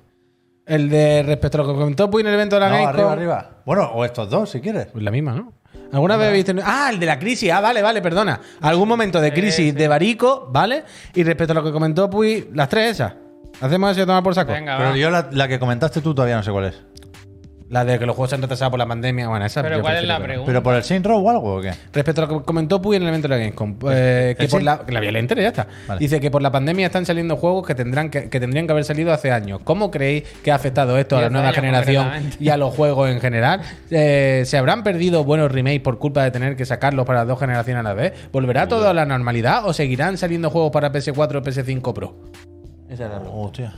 B: El de respecto a lo que comentó Puy en el evento de la
A: No, arriba,
B: Gamescom.
A: arriba. Bueno, o estos dos, si quieres.
B: Pues la misma, ¿no? ¿Alguna vez habéis tenido- Ah, el de la crisis. Ah, vale, vale, perdona. Algún momento de crisis de Barico, ¿vale? Y respecto a lo que comentó Puy, las tres esas. Hacemos eso y a tomar por saco.
C: Venga,
A: Pero
C: va.
A: yo la, la que comentaste tú todavía no sé cuál es.
B: La de que los juegos se han retrasado por la pandemia. Bueno, esa
C: Pero
B: yo
C: ¿cuál es
B: prefiero
C: la
B: que no.
C: pregunta?
A: ¿Pero por el Saints Row o algo o qué?
B: Respecto a lo que comentó Puy en el evento de la Gamescom, eh, que
A: ¿El
B: por
A: sí?
B: la, que la violenta ya está.
A: Vale.
B: Dice que por la pandemia están saliendo juegos que tendrán que, que tendrían que haber salido hace años. ¿Cómo creéis que ha afectado esto a la
C: Diez
B: nueva
C: años,
B: generación
C: concretamente.
B: y a los juegos en general? Eh, ¿Se habrán perdido buenos remakes por culpa de tener que sacarlos para dos generaciones a la vez? ¿Volverá todo a la normalidad o seguirán saliendo juegos para PS4 o PS5 Pro? Esa es la pregunta.
A: Hostia.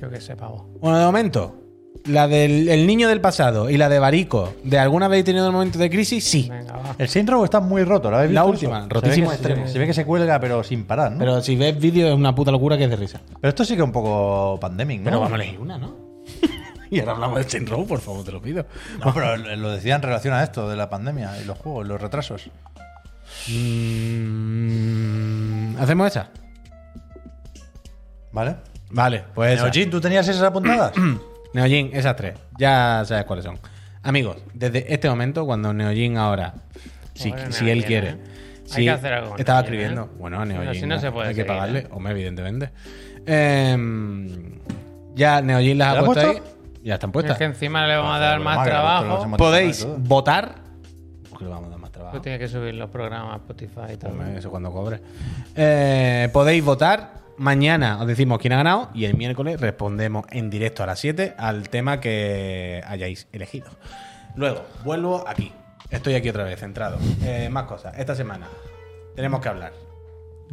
C: Yo qué sé, pavo.
B: Bueno, de momento, la del el niño del pasado y la de Barico, ¿de alguna vez tenido un momento de crisis? Sí.
C: Venga, va.
A: El Saints Row está muy roto, ¿lo habéis
B: La
A: visto
B: última,
A: eso?
B: rotísimo
A: Se ve, que,
B: extremo.
A: se ve que se cuelga, pero sin parar, ¿no? Pero,
B: Pero si ves vídeo es una puta locura que es de risa.
A: esto sí que es un poco pandemic, ¿no?
B: Pero vamos a elegir una, ¿no? y ahora hablamos de Saints Row, por favor, te lo pido.
A: No, pero lo decía en relación a esto de la pandemia y los juegos, los retrasos.
B: Mm, ¿Hacemos esa?
A: ¿Vale?
B: Vale, pues esa.
A: Neojin, ¿tú tenías esas apuntadas?
B: Neojin, esas tres. Ya sabes cuáles son. Amigos, desde este momento, cuando Neojin ahora, si,
C: Pobre
B: si él
C: Neojin,
B: quiere,
C: ¿eh?
B: si
C: Hay que hacer algo con
B: estaba
C: Neojin,
B: escribiendo.
C: ¿eh?
B: Bueno, Neojin,
C: Pero si no se puede
B: hay que
C: seguir,
B: pagarle,
C: ¿eh?
B: hombre, evidentemente. Em, ya Neojin las
A: ¿Ya
B: ha
A: las
B: puesto
A: has
B: ahí.
A: puesto?
B: Ya están
C: Es
B: puestas.
C: que encima le
B: Ah,
C: vamos a dar más
A: Magra,
C: trabajo.
A: porque los
B: Podéis
A: hemos-
B: votar. Porque le vamos a dar más trabajo.
C: Tú tienes que subir los programas a Spotify y tal.
B: Hombre, Eso cuando cobre. Eh, podéis votar. Mañana os decimos quién ha ganado y el miércoles respondemos en directo a las 7 al tema que hayáis elegido. Luego, vuelvo aquí. Estoy aquí otra vez, centrado. Eh, más cosas. Esta semana tenemos que hablar.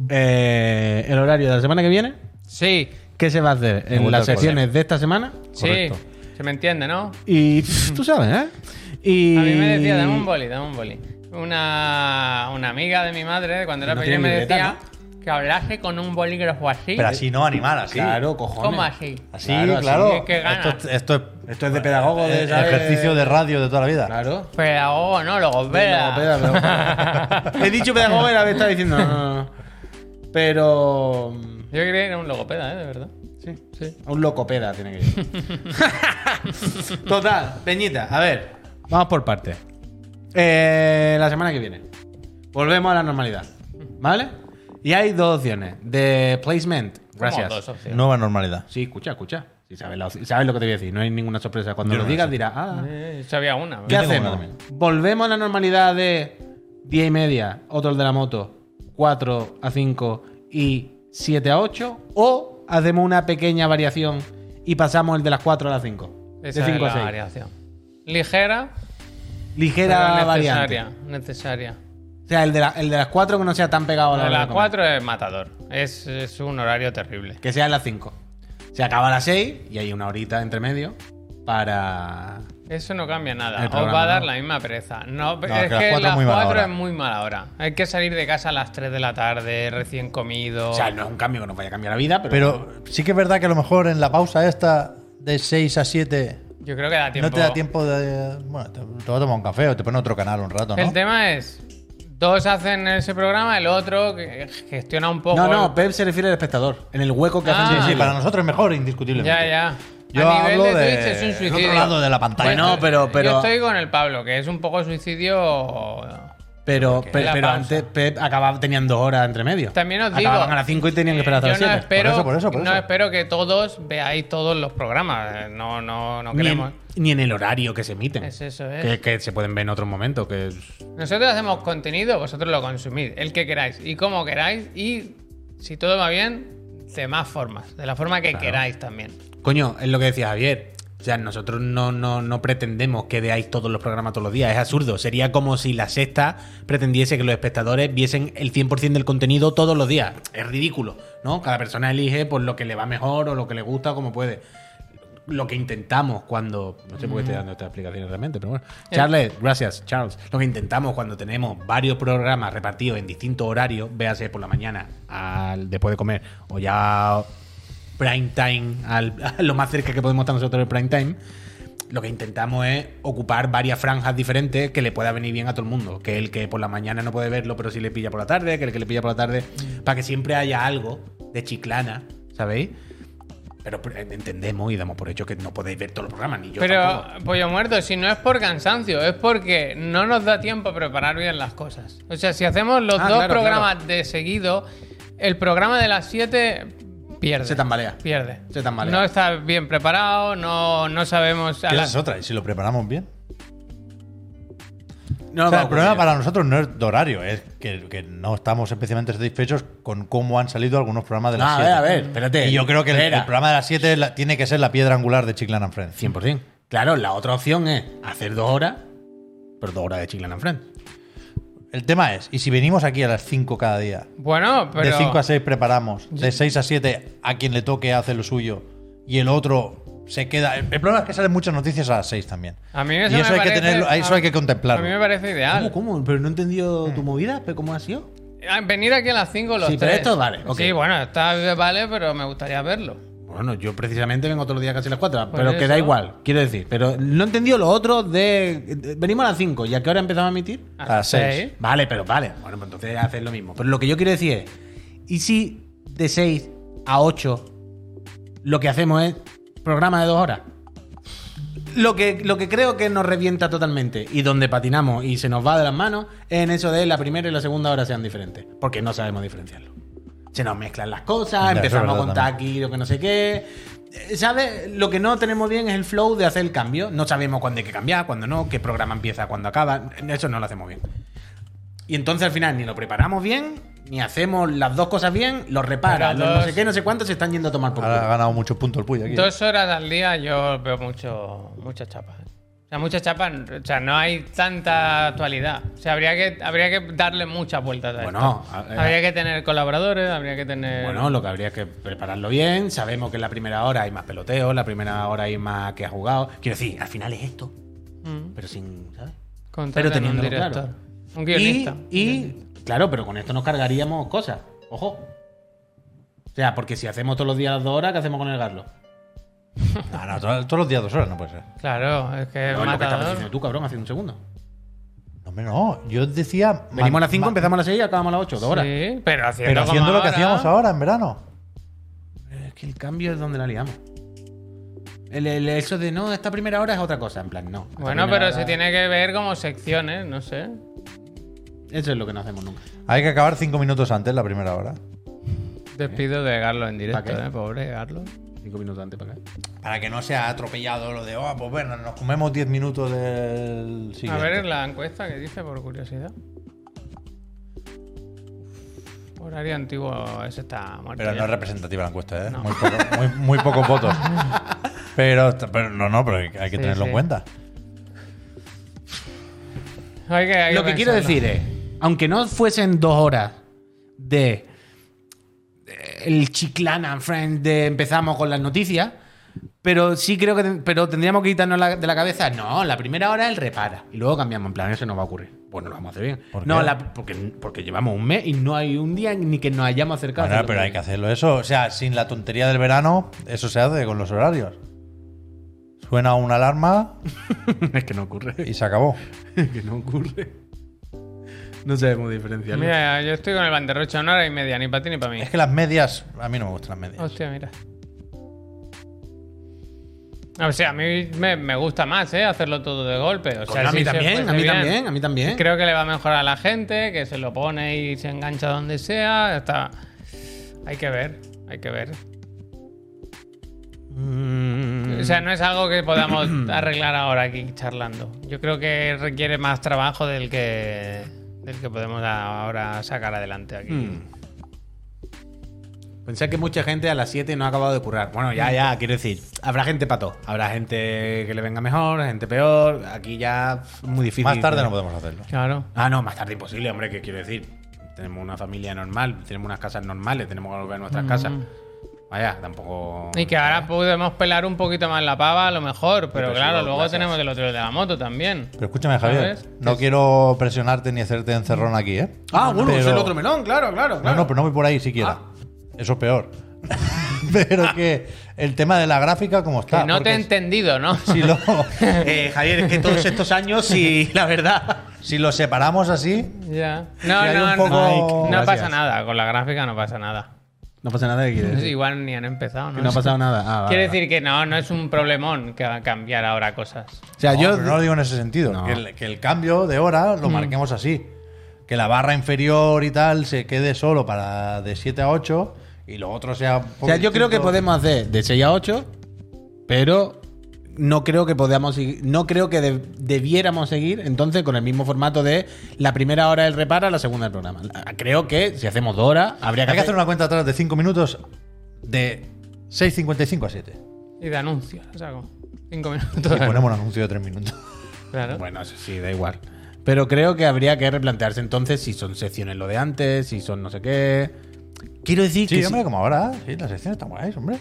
B: Eh, el horario de la semana que viene.
C: Sí,
B: ¿Qué se va a hacer en
A: vuelto
B: las
A: al cole.
B: sesiones de esta semana?
C: sí. Se me entiende, ¿no?
B: Y pff, tú sabes, ¿eh? Y...
C: A mí me decía, dame un boli, dame un boli. Una, una amiga de mi madre, cuando era
B: No
C: pequeña,
B: tiene
C: me
B: libreta,
C: decía que hablase con un bolígrafo así.
A: Pero así no, animal, así.
B: Claro, cojones.
C: ¿Cómo así?
A: Así,
B: Claro,
A: claro.
B: así
C: es que gana.
A: Esto, es- esto es,
B: Esto es de pedagogo, de
A: eh,
B: ¿sabes?
A: ejercicio de radio de toda la vida.
B: Claro.
C: Pero oh, no, luego vea.
B: Logopeda, pero- He dicho pedagogo y la vez está diciendo. No, no, no. Pero. mm,
C: Yo creía que era un logopeda, ¿eh? De verdad.
B: Sí.
C: Sí.
B: A un locopeda tiene que ir. Total, Peñita, a ver. Vamos por partes. Eh, la semana que viene. Volvemos a la normalidad. ¿Vale? Y hay dos opciones. De placement. Gracias.
C: Como dos opciones.
A: Nueva normalidad.
B: Sí, escucha, escucha. Si sabes, la opci- sabes lo que te voy a decir. No hay ninguna sorpresa. Cuando lo digas, dirás, ah,
C: Eh, sabía una.
B: ¿Qué
A: Yo tengo
B: hacemos?
A: una también.
B: ¿Volvemos a la normalidad de 10 y media, otro el de la moto, 4 a 5 y 7 a 8? ¿O hacemos una pequeña variación y pasamos el de las 4 a las 5?
C: Esa
B: de 5
C: es la
B: a 6.
C: variación. Ligera,
B: Ligera
C: pero
B: variante.
C: necesaria. Necesaria.
B: O sea, el de, la- el de las 4 que no sea tan pegado a la
C: De
B: hora de
C: las
B: comer.
C: 4 es matador. Es, es un horario terrible.
B: Que sea a las 5. Se acaba a las 6 y hay una horita entre medio para...
C: Eso no cambia nada.
B: El
C: Os
B: programa,
C: va a dar
B: ¿no?
C: la misma pereza. No,
A: que
C: es
A: las
C: que
A: cuatro es
C: las
A: muy mala
C: 4
A: hora.
C: es muy mala hora. Hay que salir de casa a las 3 de la tarde, recién comido.
B: O sea, no es un cambio que nos vaya a cambiar la vida, pero...
A: Pero sí que es verdad que a lo mejor en la pausa esta de 6 a 7
C: Yo creo que da tiempo.
A: no te da tiempo de. Bueno, te, te vas a tomar un café o te pones otro canal un rato, ¿no?
C: El tema es: dos hacen ese programa, el otro que gestiona un poco.
B: No, no, Pep se refiere al espectador. En el hueco que
C: Ah.
B: hacen...
A: Sí, sí,
B: ellos.
A: para nosotros es mejor, indiscutiblemente.
C: Ya, ya.
A: Yo
C: a nivel
A: hablo
C: de
A: de-
C: Twitch es un
A: del
C: suicidio.
A: otro lado de la pantalla.
B: Bueno, pero- pero-
C: Yo estoy con el Pablo, que es un poco suicidio.
B: Pero, pe-
C: la
B: pero
C: pausa.
B: antes Pep acababa, tenían dos horas entre medio.
C: También os digo.
B: Acababan a las 5 y tenían que esperar hasta
C: Yo
B: las
C: no
B: 7.
C: espero,
A: Por eso, por eso, por
C: no
A: eso.
C: espero que todos veáis todos los programas. Eh, No, no, no
B: ni, en-
C: queremos.
B: ni en el horario que se emiten.
C: Es eso, ¿eh? es.
B: Que, que se pueden ver en otro momento. Que es-
C: Nosotros hacemos contenido, vosotros lo consumid, el que queráis y como queráis y si todo va bien, de más formas, de la forma que queráis también.
B: Coño, es lo que decía Javier. O sea, nosotros no, no, no pretendemos que veáis todos los programas todos los días. Es absurdo. Sería como si la sexta pretendiese que los espectadores viesen el 100% del contenido todos los días. Es ridículo, ¿no? Cada persona elige por lo que le va mejor o lo que le gusta o como puede. lo que intentamos cuando. No sé por qué estoy dando esta explicación realmente, pero bueno. Charles, gracias, Charles. Lo que intentamos cuando tenemos varios programas repartidos en distintos horarios, véase por la mañana, al, después de comer, o ya prime time, al, a lo más cerca que podemos estar nosotros del prime time. Lo que intentamos es ocupar varias franjas diferentes que le pueda venir bien a todo el mundo. Que el que por la mañana no puede verlo, pero sí le pilla por la tarde, que el que le pilla por la tarde,
A: Mm.
B: para que siempre haya algo de chiclana, ¿sabéis? Pero pero, entendemos y damos por hecho que no podéis ver todos los programas, ni yo
C: Pero,
B: tampoco.
C: pollo muerto, si no es por cansancio, es porque no nos da tiempo a preparar bien las cosas. O sea, si hacemos los
B: Ah,
C: dos
B: claro,
C: programas de seguido, el programa de las 7 Pierde.
B: Se tambalea.
C: Pierde.
B: Se tambalea.
C: No está bien preparado, no, no sabemos. a
A: Que
C: la-
A: esa es otra, y si lo preparamos bien.
B: No pues
A: O sea, el
B: ocurrir.
A: problema para nosotros no es de horario, es que, que no estamos especialmente satisfechos con cómo han salido algunos programas de
B: No,
A: las
B: Ah, a
A: 7.
B: ver, a ver, espérate.
A: Y yo creo que el,
B: Espera.
A: el programa de las 7 tiene que ser la piedra angular de Chiclan and Friends.
B: 100%. Claro, la otra opción es hacer dos horas, pero dos horas de Chiclan and Friends.
A: El tema es, ¿y si venimos aquí a las 5 cada día?
C: Bueno, pero.
A: De 5 a 6 preparamos, de 6 a 7 a quien le toque hace lo suyo y el otro se queda... El el problema es que salen muchas noticias a las 6 también.
C: A mí
A: y eso,
C: eso me
A: hay,
C: parece-
A: que tenerlo,
C: a-
A: eso hay que
C: A
A: contemplarlo.
C: mí me parece ideal.
B: ¿Cómo, cómo? Pero no he entendido tu movida, pero ¿cómo ha sido?
C: Ah, Venir aquí a las 5 los
B: Sí, pero
C: tres.
B: esto vale, ok.
C: Sí, bueno, está vale, pero me gustaría verlo.
B: Bueno, yo precisamente vengo todos los días casi a las 4,
C: Por
B: pero que da
C: eso.
B: igual, quiero decir. Pero no he entendido lo otro de. de- Venimos a las 5, ¿y a qué hora empezamos a emitir?
A: A las seis.
B: Vale, pero vale. Bueno, pues entonces haces lo mismo. Pero lo que yo quiero decir es: ¿y si de 6 a 8 lo que hacemos es programa de dos horas? Lo que, lo que creo que nos revienta totalmente y donde patinamos y se nos va de las manos es en eso de la primera y la segunda hora sean diferentes, porque no sabemos diferenciarlo. Se nos mezclan las cosas,
A: Ya, eso
B: empezamos
A: es
B: a
A: verdad
B: contar aquí lo que no sé qué. Eh, ¿Sabes? Lo que no tenemos bien es el flow de hacer el cambio. No sabemos cuándo hay que cambiar, cuándo no, qué programa empieza, cuándo acaba. Eso no lo hacemos bien. Y entonces al final ni lo preparamos bien, ni hacemos las dos cosas bien, los repara,
C: Pero
B: los no
C: dos-
B: sé qué, no sé cuánto se están yendo a tomar por
A: Ahora ha
B: culo.
A: ganado muchos puntos el Puy aquí.
C: Dos horas al día yo veo mucho, muchas chapas. ¿eh? O sea, muchas chapas, o sea, no hay tanta actualidad. O sea, habría que, habría que darle muchas vueltas a
B: Bueno,
C: esto.
B: a- a-
C: habría que tener colaboradores, habría que tener...
B: Bueno, lo que habría es que prepararlo bien. Sabemos que en la primera hora hay más peloteo, la primera hora hay más que ha jugado. Quiero decir, al final es esto,
C: Mm,
B: pero sin. ¿sabes?
C: contraten
B: Pero teniéndolo
C: un director.
B: claro.
C: Un
B: Y,
C: guionista.
B: y claro, pero con esto nos cargaríamos cosas. Ojo. O sea, porque si hacemos todos los días las dos horas, ¿qué hacemos con el Garlo?
A: No, no, to- todos los días dos horas no puede ser.
C: Claro, es que es
B: No, es lo que estabas
C: matador.
B: diciendo tú, cabrón, hace un segundo.
A: No, hombre, no, yo decía...
B: Venimos a las 5,
A: ma-
B: empezamos a las 6 y acabamos a las 8, dos horas.
C: Sí, pero haciendo,
A: Pero haciendo
C: como
A: lo que hacíamos ahora en verano.
B: Es que el cambio es donde la liamos. El, el- eso de no, esta primera hora es otra cosa, en plan, no. Esta
C: Bueno,
B: primera
C: pero
B: hora-
C: se tiene que ver como secciones, no sé.
B: Eso es lo que no hacemos nunca.
A: Hay que acabar cinco minutos antes la primera hora.
C: Despido de Garlo en directo,
B: ¿Para qué?
C: ¿eh? Pobre Garlo.
B: Cinco minutos antes para acá.
A: Para que no sea atropellado lo de, oh, pues bueno, nos comemos 10 minutos del
C: A
A: siguiente.
C: ver la encuesta que dice, por curiosidad. Horario antiguo, ese está muerto.
A: pero
C: ya.
A: no es representativa la encuesta, ¿eh? Muy, poco- muy- muy pocos votos. Pero, pero no, no, pero hay que tenerlo
C: sí.
A: en cuenta.
C: Hay que- hay
B: Lo que quiero
C: pensarlo.
B: decir es, aunque no fuesen dos horas de de el chiclana friend de empezamos con las noticias, pero sí creo que ten- pero tendríamos que quitarnos la- de la cabeza, no, la primera hora él repara y luego cambiamos en plan, eso no va a ocurrir. Bueno, lo vamos a hacer bien.
A: ¿Por
B: no,
A: qué?
B: la- porque, porque llevamos un mes y no hay un día ni que nos hayamos acercado. a
A: Bueno,
B: hacerlo
A: pero hay
B: bien.
A: que hacerlo eso. O sea, sin la tontería del verano, eso se hace con los horarios. Suena una alarma
B: es que no ocurre,
A: y se acabó.
B: es que no ocurre. No sabemos diferenciarlo.
C: Mira, yo estoy con el banderrocho una hora y media, ni para ti ni para mí.
A: Es que las medias, a mí no me gustan las medias.
C: Hostia, mira. O sea, a mí me, me gusta más, ¿eh? Hacerlo todo de golpe. O sea,
B: Coño, a
C: si
B: mí
C: se
B: también,
C: fuese
B: a mí
C: bien,
B: también, a mí también.
C: Creo que le va a mejorar a la gente, que se lo pone y se engancha donde sea. Está... Hay que ver, hay que ver. O sea, no es algo que podamos arreglar ahora aquí charlando. Yo creo que requiere más trabajo del que, del que podemos a- ahora sacar adelante aquí.
B: Pensé que mucha gente a las 7 no ha acabado de currar. Bueno, ya, ya, quiero decir, habrá gente para todo. Habrá gente que le venga mejor, gente peor. Aquí ya es muy difícil.
A: Más tarde no podemos hacerlo.
C: Claro.
B: Ah, no, más tarde imposible, hombre, ¿qué quiero decir? Tenemos una familia normal, tenemos unas casas normales, tenemos que volver a nuestras casas. Vaya, tampoco.
C: Y Mm. que ahora podemos pelar un poquito más la pava, a lo mejor. Pero
B: Entonces,
C: claro,
B: luego,
C: luego
B: gracias.
C: tenemos el otro de la moto también.
A: Pero escúchame, Javier,
C: ¿Sabes?
A: no quiero presionarte ni hacerte encerrón aquí, ¿eh?
B: Ah, bueno,
A: Pero-
B: es el otro Ah. melón, claro, claro.
A: No,
B: claro.
A: no, pero no voy por ahí siquiera. Eso es peor. pero que el tema de la gráfica, como
C: Que
A: está?
C: no te he
A: Porque
C: entendido, ¿no?
A: si lo,
B: Eh, Javier, es que todos estos años, y la verdad.
A: si lo separamos así,
C: ya. No,
A: Si hay
C: no,
A: un poco-
C: no.
A: Mike,
C: No pasa
B: gracias.
C: nada. Con la gráfica no pasa nada. Pues
B: No pasa nada, ¿qué quieres decir?
C: Igual ni han empezado, ¿no?
B: Que No ha pasado nada. Ah, vale,
C: Quiere
B: vale.
C: decir que no, no es un problemón que va a cambiar ahora cosas.
B: O sea,
A: No,
B: yo.
A: pero no lo digo en ese sentido.
B: No. Mm.
A: Que, el, que el cambio de hora lo marquemos así. Que la barra inferior y tal se quede solo para de 7 a 8
B: Y lo otro sea. O sea, yo creo que podemos hacer de 6 a 8, pero no creo que podamos seguir- no creo que deb- debiéramos seguir entonces con el mismo formato de la primera hora del repara, la segunda del programa. La- Creo que si hacemos dos horas, habría que,
A: Hay que hacer una cuenta atrás de 5 minutos de 6.55 a 7.
C: Y de anuncios, o sea, como cinco minutos.
A: Y ponemos un anuncio de 3 minutos.
C: Claro.
B: Bueno, eso sí, da igual. Pero creo que habría que replantearse entonces si son secciones lo de antes, si son no sé qué. Quiero decir
A: Sí,
B: que. si-
A: hombre, como ahora. Sí, las secciones están guays, hombre.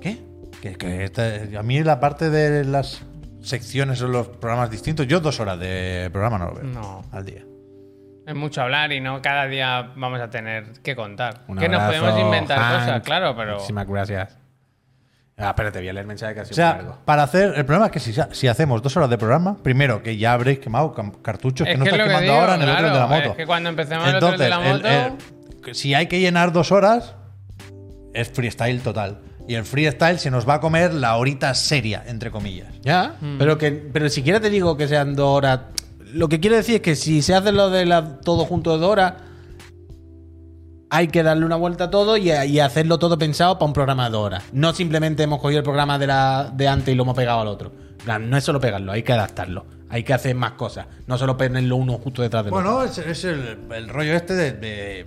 B: ¿Qué?
A: Que, que esta- a mí la parte de las secciones o los programas distintos, yo dos horas de programa no lo veo.
C: No.
A: Al día.
C: Es mucho hablar y no cada día vamos a tener que contar.
B: Un
C: que nos
B: abrazo,
C: podemos inventar
B: Hank.
C: cosas, claro, pero.
B: Muchísimas gracias. Ah, espérate, voy a leer el mensaje que ha
A: O
B: sido muy largo.
A: sea, para hacer. El problema es que si, si hacemos dos horas de programa, primero que ya habréis quemado cam- cartuchos que no
C: es
A: estáis
C: lo
A: quemando
C: digo,
A: ahora en el otro
C: claro,
A: de la moto.
C: Es que cuando empecemos el otro de la
A: el-
C: moto.
A: el- que si hay que llenar dos horas, es freestyle total. Y el freestyle se nos va a comer la horita seria, entre comillas.
B: Ya,
A: Mm.
B: pero que pero siquiera te digo que sean dos horas. Lo que quiero decir es que si se hace lo de la, todo junto de dos horas, hay que darle una vuelta a todo y, y hacerlo todo pensado para un programa de dos horas. No simplemente hemos cogido el programa de, la, de antes y lo hemos pegado al otro. En plan, No es solo pegarlo, hay que adaptarlo. Hay que hacer más cosas. No solo ponerlo uno justo detrás del otro.
A: Bueno, es, es el, el rollo este de, de-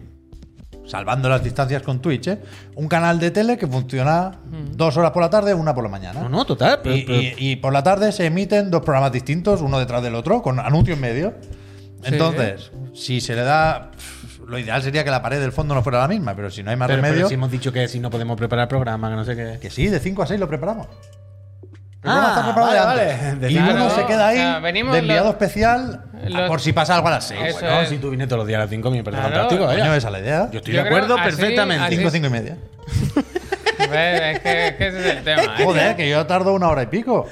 A: Salvando las distancias con Twitch, ¿eh? Un canal de tele que funciona
C: Mm.
A: dos horas por la tarde, una por la mañana.
B: No, no, total. pero-
A: Y,
B: pero-
A: y- y por la tarde se emiten dos programas distintos, uno detrás del otro, con anuncios en medio. Entonces, si se le da. pff, Lo ideal sería que la pared del fondo no fuera la misma, pero si no hay más
B: pero- pero
A: remedio.
B: si hemos dicho que si no podemos preparar programa, que no sé qué.
A: Que sí, de 5 a 6 lo preparamos. El
B: Ah,
A: programa está preparado de
B: vale,
A: antes.
B: vale.
A: Y
B: Claro,
A: uno se queda ahí
C: o sea, venimos
A: de enviado
C: los-
A: especial a
C: los-
A: por si pasa algo a las 6.
C: Eso
B: Bueno,
C: es.
B: si tú vienes todos los días a las 5, me parece
C: Claro,
B: fantástico. vaya.
A: Coño, esa es la idea.
B: Yo estoy
C: Yo
B: de
C: creo
B: acuerdo
C: así-
B: perfectamente.
C: así-
A: 5 5 y media.
C: Ves, es, que, es que ese es el tema. ¿eh?
A: Joder, que yo tardo una hora y pico.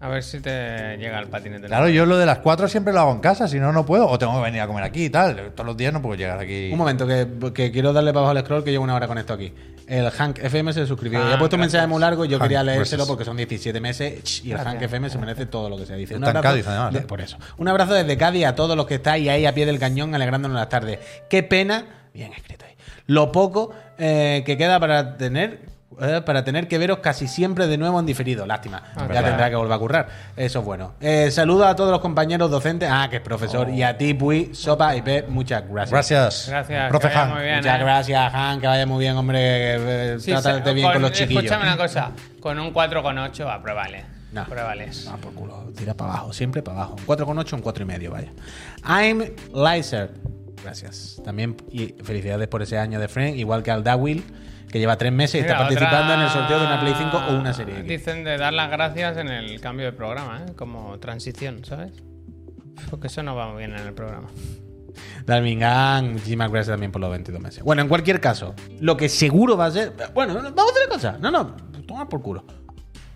C: A ver si te llega el patinete.
A: Claro, yo lo de las 4 siempre lo hago en casa, si no, no puedo. O tengo que venir a comer aquí y tal. Todos los días no puedo llegar aquí.
B: Un momento, que, que quiero darle para abajo al scroll que llevo una hora con esto aquí. El Hank FM se suscribió.
C: Ah,
B: y ha puesto un
C: gracias.
B: mensaje muy largo y yo
A: Hank,
B: quería leérselo
A: gracias.
B: porque son 17 meses ch, y el Hank FM se merece todo lo que se dice.
A: Está en Cádiz, además,
B: de-
A: ¿eh?
B: por eso. Un abrazo desde Cádiz a todos los que estáis ahí a pie del cañón alegrándonos las tardes. Qué pena, bien escrito ahí, lo poco eh, que queda para tener... eh, para tener que veros casi siempre de nuevo en diferido. Lástima.
C: Ah,
B: ya
C: claro.
B: tendrá que volver a currar. Eso es bueno. Eh, saludo a todos los compañeros docentes. Ah, que es profesor. Y a ti, Puy, Sopa y Pep. Muchas
A: Oh.
B: gracias.
A: Gracias.
C: Gracias,
A: Profe
C: que vaya
A: Han.
C: muy bien.
B: Muchas
C: ¿eh?
B: gracias, Han, que vaya muy bien, hombre. que, eh,
C: Sí,
B: Trátate
C: sí,
B: bien con los chiquillos.
C: Escúchame una cosa. Con un 4,8, apruébales.
B: No.
C: Apruébales.
B: Ah, por culo, tira para abajo, siempre para abajo. Un 4,8, un 4,5, vaya. I'm Lizer. Gracias. También y felicidades por ese año de Friend, igual que al Dawil, que lleva tres meses y está
C: Mira,
B: participando
C: otra-
B: en el sorteo de una Play 5 o una serie. X.
C: Dicen de dar las gracias en el cambio de programa, ¿eh? como transición, ¿sabes? Porque eso no va muy bien en el programa.
B: Darmingham, muchísimas gracias también por los 22 meses. Bueno, en cualquier caso, lo que seguro va a ser. Bueno, no, vamos a hacer una cosa. No, no, toma por culo.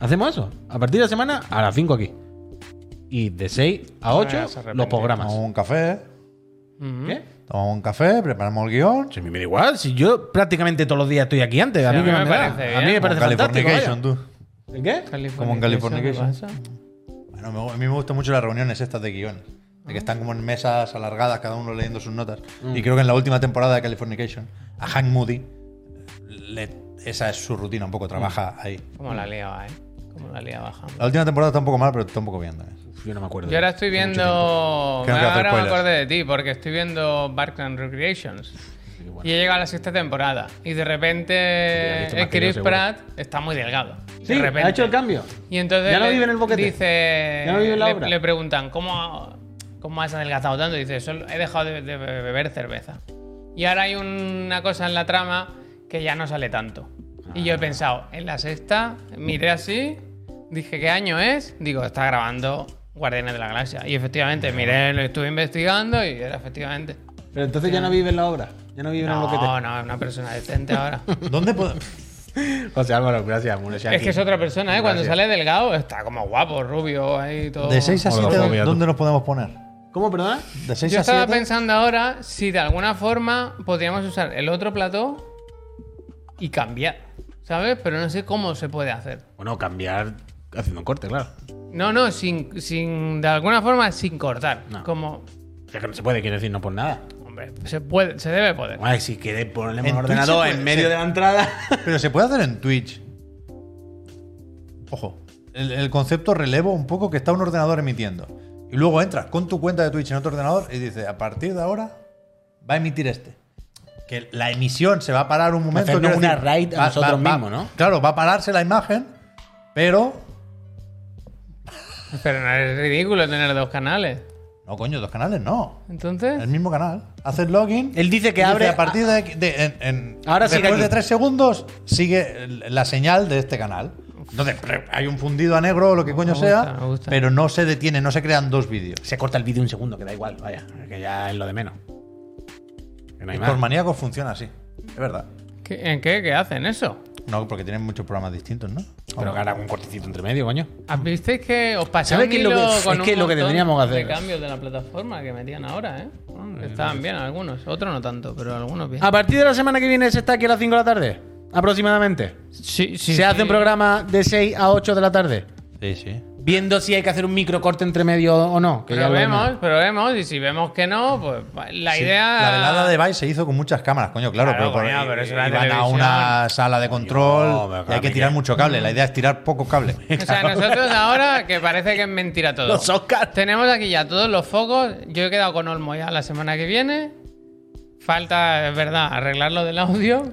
B: Hacemos eso. A partir de la semana, a las 5 aquí. Y de 6 a
C: No me
B: 8,
C: vas a arrepentir.
B: los programas.
A: Tomamos
C: Oh.
A: un café,
C: Ujú.
B: ¿Qué?
A: tomamos un café, preparamos el guión.
B: Si a mí me da igual, si yo prácticamente todos los días estoy aquí antes. a,
C: Sí,
B: mí que me da.
C: parece
B: A mí
C: bien.
B: me
A: Como
B: parece fantástico.
A: Californication,
B: vaya.
A: tú.
B: ¿El qué?
A: Como en Californication. Bueno, me- a mí me gustan mucho las reuniones estas de guiones. De que están como en mesas alargadas, cada uno leyendo sus notas.
B: Mm.
A: Y creo que en la última temporada de Californication, a Hank Moody, le- esa es su rutina, un poco
B: Mm.
A: trabaja ahí.
C: Como la liaba, ¿eh? Como la liaba, baja.
B: Ah,
A: La última temporada está un poco mal, pero está un poco bien también.
B: Uf, Yo no me acuerdo.
C: Yo ahora estoy viendo.
A: Que no quiero hacer
C: Ahora me
A: spoilers.
C: acordé de ti, porque estoy viendo Barks and Recreations. Y he llegado a la sexta temporada. Y de
B: has visto
C: repente.
B: más
C: eh,
B: que yo,
C: Chris
B: seguro.
C: Pratt está muy delgado.
B: Sí,
C: de repente.
B: ha hecho el cambio.
C: Y entonces.
B: Ya no
C: le-
B: vive en el boquete.
C: Dice.
B: Ya no vive en la
C: le-
B: obra.
C: le, preguntan, ¿cómo, ¿cómo has adelgazado tanto? Y dice, solo he dejado de, de beber cerveza. Y ahora hay una cosa en la trama que ya no sale tanto. Y
B: Ah.
C: yo he pensado, en la sexta, miré así, dije, ¿qué año es? Digo, está grabando Guardianes de la Galaxia. Y efectivamente, miré, lo estuve investigando y era efectivamente.
B: Pero entonces ya no vive en la obra. Ya no vive en el
C: No,
B: boquete.
C: no, es una persona decente ahora.
A: ¿Dónde puedo.?
B: José Álvaro, gracias. Mulo
C: es
B: Shaki.
C: que es otra persona, ¿eh? Cuando
B: Gracias.
C: sale delgado, está como guapo, rubio, ahí todo.
A: De 6 a
B: Oh. Hola,
A: 7,
B: Fobia, tú.
A: ¿dónde nos podemos poner?
B: ¿Cómo, perdón?
A: De 6
C: Yo
A: a
C: estaba
A: 7.
C: pensando ahora si de alguna forma podríamos usar el otro plató y cambiar, ¿sabes? Pero no sé cómo se puede hacer.
B: Bueno, cambiar haciendo un corte, claro.
C: No, no, sin, sin de alguna forma sin cortar.
B: No.
C: Como,
B: O sea, que no se puede, quiere decir, no por nada.
C: Hombre, se puede, se debe poder.
E: Ay, si quieres ponerle
A: En
E: un
A: Twitch
E: ordenador
A: se puede-
E: en medio
A: se-
E: de la entrada.
A: Pero se puede hacer en Twitch. Ojo, el, el concepto relevo un poco que está un ordenador emitiendo. Y luego entras con tu cuenta de Twitch en otro ordenador y dices, a partir de ahora va a emitir este. Que la emisión se va a parar un momento.
B: Hacernos
A: quiero
B: una raid a nosotros mismos, ¿no?
A: Claro, va a pararse la imagen, pero...
C: Pero no es ridículo tener dos canales.
A: No, coño, dos canales, no.
C: Entonces,
A: El mismo canal. Haces login.
B: Él dice que
A: y
B: abre-
A: A partir de. de- en- en-
B: Ahora sigue
A: después
B: aquí.
A: de tres segundos, sigue la señal de este canal. Entonces, pre- hay un fundido a negro o lo que coño
C: gusta,
A: sea,
C: me gusta.
A: pero no se detiene, no se crean dos vídeos.
B: Se corta el vídeo un segundo, que da igual, vaya. Que ya es lo de menos. Que no hay
A: Y
B: más.
A: por maníacos funciona así. Es verdad.
C: ¿qué- ¿en qué? ¿Qué hacen eso?
A: No, porque tienen muchos programas distintos, ¿no?
B: Pero que ahora un cortecito entre medio, coño.
C: ¿Ah, ¿Visteis que os pasé
B: ¿Sabes
C: un
B: qué es lo que-
C: hilo
B: es
C: con un
B: que es lo que
C: montón
B: tendríamos que hacer?
C: de cambios de la plataforma que metían ahora, eh? Estaban bien algunos, otros no tanto, pero algunos bien.
B: A partir de la semana que viene se está aquí a las 5 de la tarde, aproximadamente.
C: sí,
B: se hace un programa de 6 a 8 de la tarde.
A: Sí, sí.
B: Viendo si hay que hacer un microcorte entre medio o no. Que ya lo
C: Probemos, probemos, y si vemos que no, pues la
A: Sí.
C: idea.
A: La velada de Vice se hizo con muchas cámaras, coño, claro,
C: Claro,
A: pero, por-
C: coño, pero eso era
A: iban a
C: televisión.
A: una sala de control
B: pero
A: y hay
B: claro,
A: que tirar
B: Miguel.
A: mucho cable. La idea es tirar poco cable.
C: O sea, nosotros ahora, que parece que es mentira todo.
B: Los Oscars.
C: Tenemos aquí ya todos los focos. Yo he quedado con Olmo ya la semana que viene. Falta, es verdad, arreglar lo del audio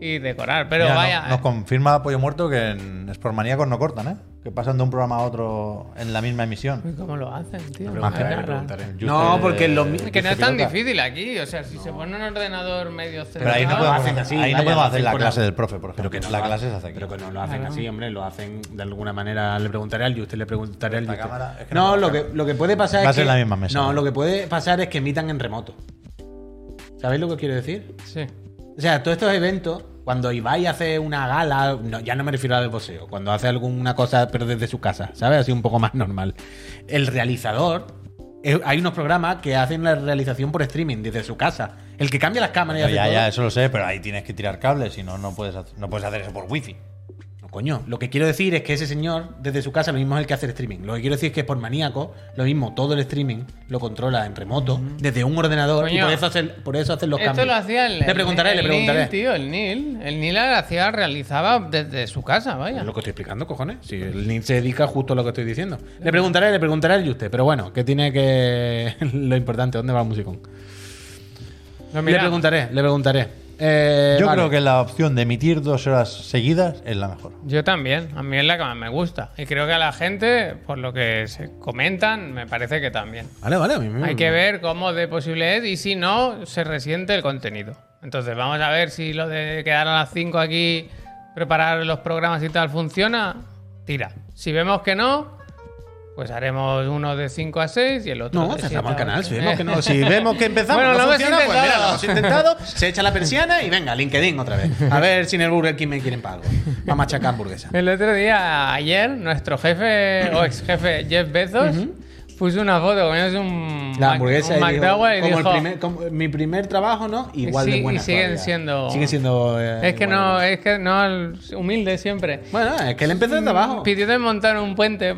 C: y decorar. Pero
A: Mira, no-
C: vaya. eh.
A: nos confirma Apoyo Muerto que en Sportmaníacos no cortan, ¿eh? Que pasan de un programa a otro en la misma emisión.
C: Uy, ¿Cómo lo hacen, tío?
A: preguntaré,
C: Qué
A: le
C: raro.
A: Yuste-
B: No, porque lo mi-
C: que no es tan
A: Pilota.
C: difícil aquí. O sea, si se pone un ordenador medio
A: Pero ahí no
C: centrado-
A: podemos,
B: hacen así,
A: ahí no
B: vaya,
A: podemos hacer
B: hacen
A: la
B: con
A: clase
B: la-
A: del profe, por ejemplo. la clase se hace aquí.
B: Pero que no lo hacen así, hombre. Lo hacen de alguna manera. Le preguntaré al Juste, le preguntaré al
A: Esta
B: Juste.
A: cámara es que no
B: no,
A: me
B: lo,
A: gusta.
B: que, lo que puede pasar
A: Va a
B: es.
A: ser
B: que-
A: la misma mesa.
B: No, lo que puede pasar es que emitan en remoto. ¿Sabéis lo que quiero decir?
C: Sí.
B: O sea, todos estos eventos, cuando Ibai hace una gala, no, ya no me refiero a de poseo, cuando hace alguna cosa, pero desde su casa, ¿sabes? Así un poco más normal. El realizador, eh, hay unos programas que hacen la realización por streaming desde su casa. El que cambia las cámaras y
A: No,
B: hace
A: ya,
B: todo.
A: ya, eso lo sé, pero ahí tienes que tirar cables, si no, no puedes, hacer, no puedes hacer eso por wifi.
B: Eh, No, coño, lo que quiero decir es que ese señor, desde su casa, lo mismo es el que hace el streaming. Lo que quiero decir es que por maníaco, lo mismo, todo el streaming lo controla en remoto,
A: Mm.
B: desde un ordenador, y
C: Coño.
B: por eso hacen, por eso hacen los
C: Esto
B: cambios.
C: lo hacía el.
B: Le preguntaré,
C: el
B: le preguntaré.
C: Neil, tío, el Neil. El Neil hacía, realizaba desde su casa, vaya.
B: Es lo que estoy explicando, cojones. Si el NIN se dedica justo a lo que estoy diciendo. Le preguntaré, le preguntaré al Juste, pero bueno, que tiene que. lo importante, ¿dónde va el musicón?
C: Pues Lo
B: Le
C: miramos.
B: preguntaré, le preguntaré. Eh,
A: Yo
B: vale.
A: creo que la opción de emitir dos horas seguidas es la mejor.
C: Yo también, a mí es la que más me gusta. Y creo que a la gente, por lo que se comentan, me parece que también.
B: Vale, vale, a mí me-
C: Hay que ver cómo de posible es y si no, se resiente el contenido. Entonces, vamos a ver si lo de quedar a las 5 aquí, preparar los programas y tal, funciona. Tira. Si vemos que no, pues haremos uno de 5 a 6 y el otro.
B: No,
C: de siete
B: cerramos el
C: a
B: canal.
C: ocho.
B: Si vemos que, no, si vemos que empezamos,
C: Bueno,
B: no
C: lo hemos
B: funciona, pues mira, lo
C: intentado.
B: hemos intentado, se echa la persiana y venga, LinkedIn otra vez. A ver si en el Burger King me quieren pago. Vamos a machacar hamburguesa.
C: El otro día, ayer, nuestro jefe o ex jefe Jeff Bezos puso una foto comiéndose un,
B: La
C: Mac-
B: hamburguesa
C: un
B: y dijo,
C: McDowell y
B: como el
C: dijo,
B: primer- como mi primer trabajo, ¿no? Igual
C: Y sí-
B: de
C: y
B: buena.
C: siguen siendo-
B: Siguen siendo. eh,
C: es que
B: igual de
C: no,
B: buenas.
C: es que no, el- humilde siempre.
B: Bueno, es que él
C: mm,
B: empezó desde abajo.
C: Pidió de montar un puente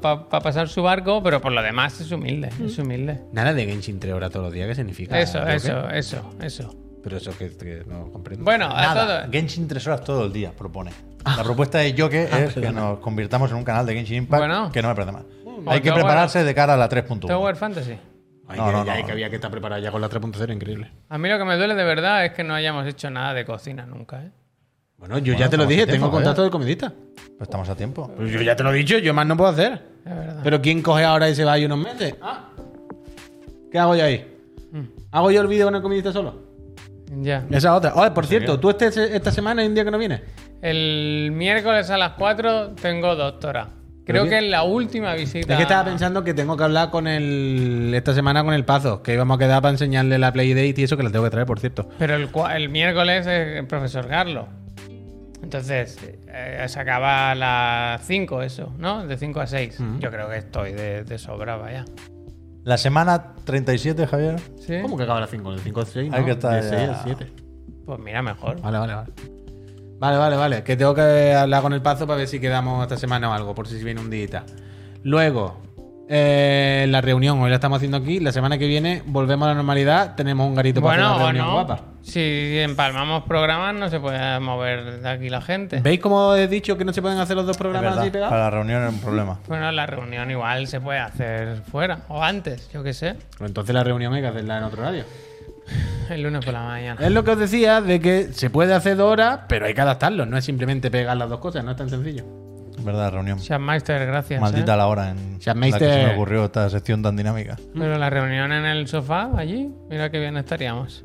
C: para pasar su barco, pero por lo demás es humilde, es humilde.
B: Nada de Genshin 3 horas todos los días, Ah, ¿qué significa?
C: eso,
B: Roque?
C: eso, eso, eso.
B: Pero eso que, que no comprendo.
C: Bueno, a
A: Nada,
C: todo.
A: Genshin tres horas todo el día propone.
B: Ah.
A: La propuesta de Yoke es que nos convirtamos en un canal de Genshin Impact,
C: Bueno. Mm,
A: que no me parece mal.
C: Bueno,
A: Hay que
C: Tower-
A: prepararse de cara a la 3.1.
C: Tower Fantasy.
B: Ay,
A: No,
B: que,
A: no, no.
B: ya hay que había que estar preparado ya con la 3.0, increíble.
C: A mí lo que me duele de verdad es que no hayamos hecho nada de cocina nunca, ¿eh?
B: Bueno, yo
A: Bueno,
B: ya te lo
A: estamos a
B: dije,
A: tiempo,
B: tengo
A: joder.
B: contacto del comedista.
A: Pues estamos a tiempo.
B: Pues yo ya te lo he dicho, yo más no puedo hacer.
C: Es verdad.
B: Pero ¿quién coge ahora y se va ahí unos meses? Ah. ¿Qué hago yo ahí? ¿Hago yo el vídeo con el comedista solo?
C: Ya.
B: Esa otra. Oye, por cierto, tú este, esta semana hay un día que no vienes.
C: El miércoles a las 4 tengo doctora.
B: ¿Pero
C: Creo
B: qué?
C: que es la última visita.
B: Es que estaba pensando que tengo que hablar con el. Esta semana con el Pazo, que íbamos a quedar para enseñarle la Play Date y eso que la tengo que traer, por cierto.
C: Pero el, cua- el miércoles es el profesor Garlo. Entonces, eh, se acaba a las 5 eso, ¿no? De 5 a 6.
B: Mm.
C: Yo creo que estoy de, de sobra, vaya.
A: La semana 37, Javier.
C: ¿Sí?
B: ¿Cómo que acaba la 5? El 5 6, ¿no?
A: Hay que estar
B: De seis
A: ya.
B: a 7.
C: Pues mira, mejor.
B: Vale, vale, vale. Vale, vale, vale. Que tengo que hablar con el Pazo para ver si quedamos esta semana o algo, por si viene un día. Luego, eh, la reunión. Hoy la estamos haciendo aquí. La semana que viene volvemos a la normalidad. Tenemos un garito para hacer
C: Bueno,
B: una
C: o
B: reunión
C: no.
B: guapa.
C: Si empalmamos programas, no se puede mover de aquí la gente.
B: ¿Veis cómo he dicho que no se pueden hacer los dos
A: Es
B: programas
A: verdad,
B: así pegados?
A: para la reunión era un problema.
C: Bueno, la reunión igual se puede hacer fuera o antes, yo qué sé.
B: Pero entonces la reunión hay que hacerla en otro horario.
C: El lunes por la mañana.
B: Es lo que os decía de que se puede hacer dos horas, pero hay que adaptarlo. No es simplemente pegar las dos cosas, no es tan sencillo.
A: Es verdad, la reunión.
C: Meister, gracias.
A: Maldita
C: ¿eh?
A: la hora en
B: Sean
A: la que se me
B: Meister.
A: ocurrió esta sección tan dinámica.
C: Pero la reunión en el sofá, allí, mira qué bien estaríamos.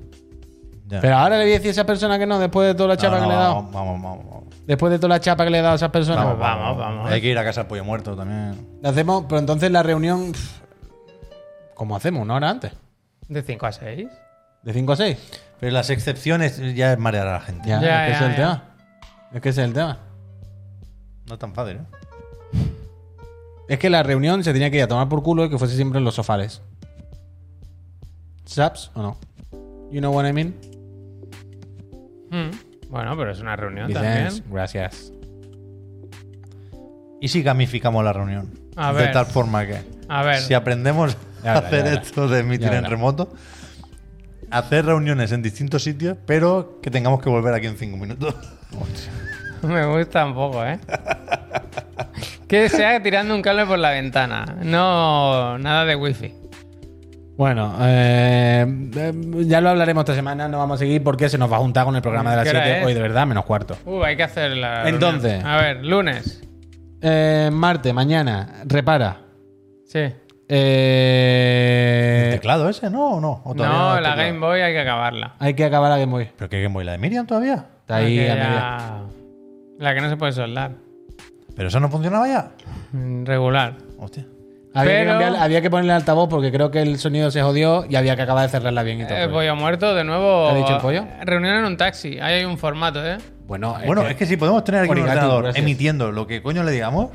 A: Ya.
B: Pero ahora le voy a decir a esa persona que no, después de toda la
A: No,
B: chapa
A: no,
B: que le he dado.
A: vamos, vamos, vamos, vamos.
B: Después de toda la chapa que le he dado a esas personas.
C: Vamos, vamos, vamos.
A: Hay que ir a casa al pollo muerto también.
B: Le hacemos, pero entonces la reunión. pff, ¿Cómo hacemos? ¿Una hora antes?
C: De 5 a 6.
B: ¿De 5 a 6?
A: Pero las excepciones ya es marear a la gente.
B: Ya, es
C: Ya,
B: que
C: ya,
B: ese es el
C: ya.
B: tema. Es que ese es el tema.
A: No es tan fácil, ¿eh?
B: Es que la reunión se tenía que ir a tomar por culo y que fuese siempre en los sofales. ¿Saps o no? You know what I mean?
C: Mm. Bueno, pero es una reunión
B: Vicens,
C: también.
B: gracias.
A: ¿Y si gamificamos la reunión?
C: A
A: de
C: ver.
A: tal forma que
C: A ver.
A: si aprendemos
B: Ya
A: a
B: verá,
A: hacer
B: ya verá.
A: esto de
B: Ya
A: emitir en
B: verá.
A: remoto, hacer reuniones en distintos sitios, pero que tengamos que volver aquí en cinco minutos.
C: Me gusta un poco, ¿eh? que sea tirando un cable por la ventana. No, nada de wifi.
B: Bueno, eh, eh, ya lo hablaremos esta semana, no vamos a seguir porque se nos va a juntar con el programa de las
C: ¿Qué hora
B: 7
C: es?
B: hoy, de verdad, menos cuarto.
C: Uh, hay que hacer la. reunión.
B: Entonces.
C: A ver, lunes.
B: Eh, Marte, mañana, repara.
C: Sí.
A: ¿El
B: Eh,
A: teclado ese, no? ¿O no? ¿O todavía
C: No,
A: hay
C: la
A: teclado?
C: Game Boy hay que acabarla.
B: hay que acabar la Game Boy.
A: ¿Pero qué Game Boy? ¿La de Miriam todavía?
B: Está ahí
C: Porque
B: a
C: ya-
B: media.
C: La que no se puede soldar.
A: ¿Pero esa no funcionaba ya?
C: Mm, Regular.
A: Hostia.
B: Había, que
C: Pero-
B: cambiar- había que ponerle el altavoz porque creo que el sonido se jodió y había que acabar de cerrarla bien y todo.
C: El pollo muerto, de nuevo.
B: ¿Te ha dicho el pollo?
C: Reunión en un taxi. Ahí hay un formato, ¿eh?
B: Bueno, es
A: Bueno,
B: que- pues,
A: es que si podemos tener aquí un
B: Origatu,
A: ordenador
B: gracias.
A: emitiendo lo que coño le digamos,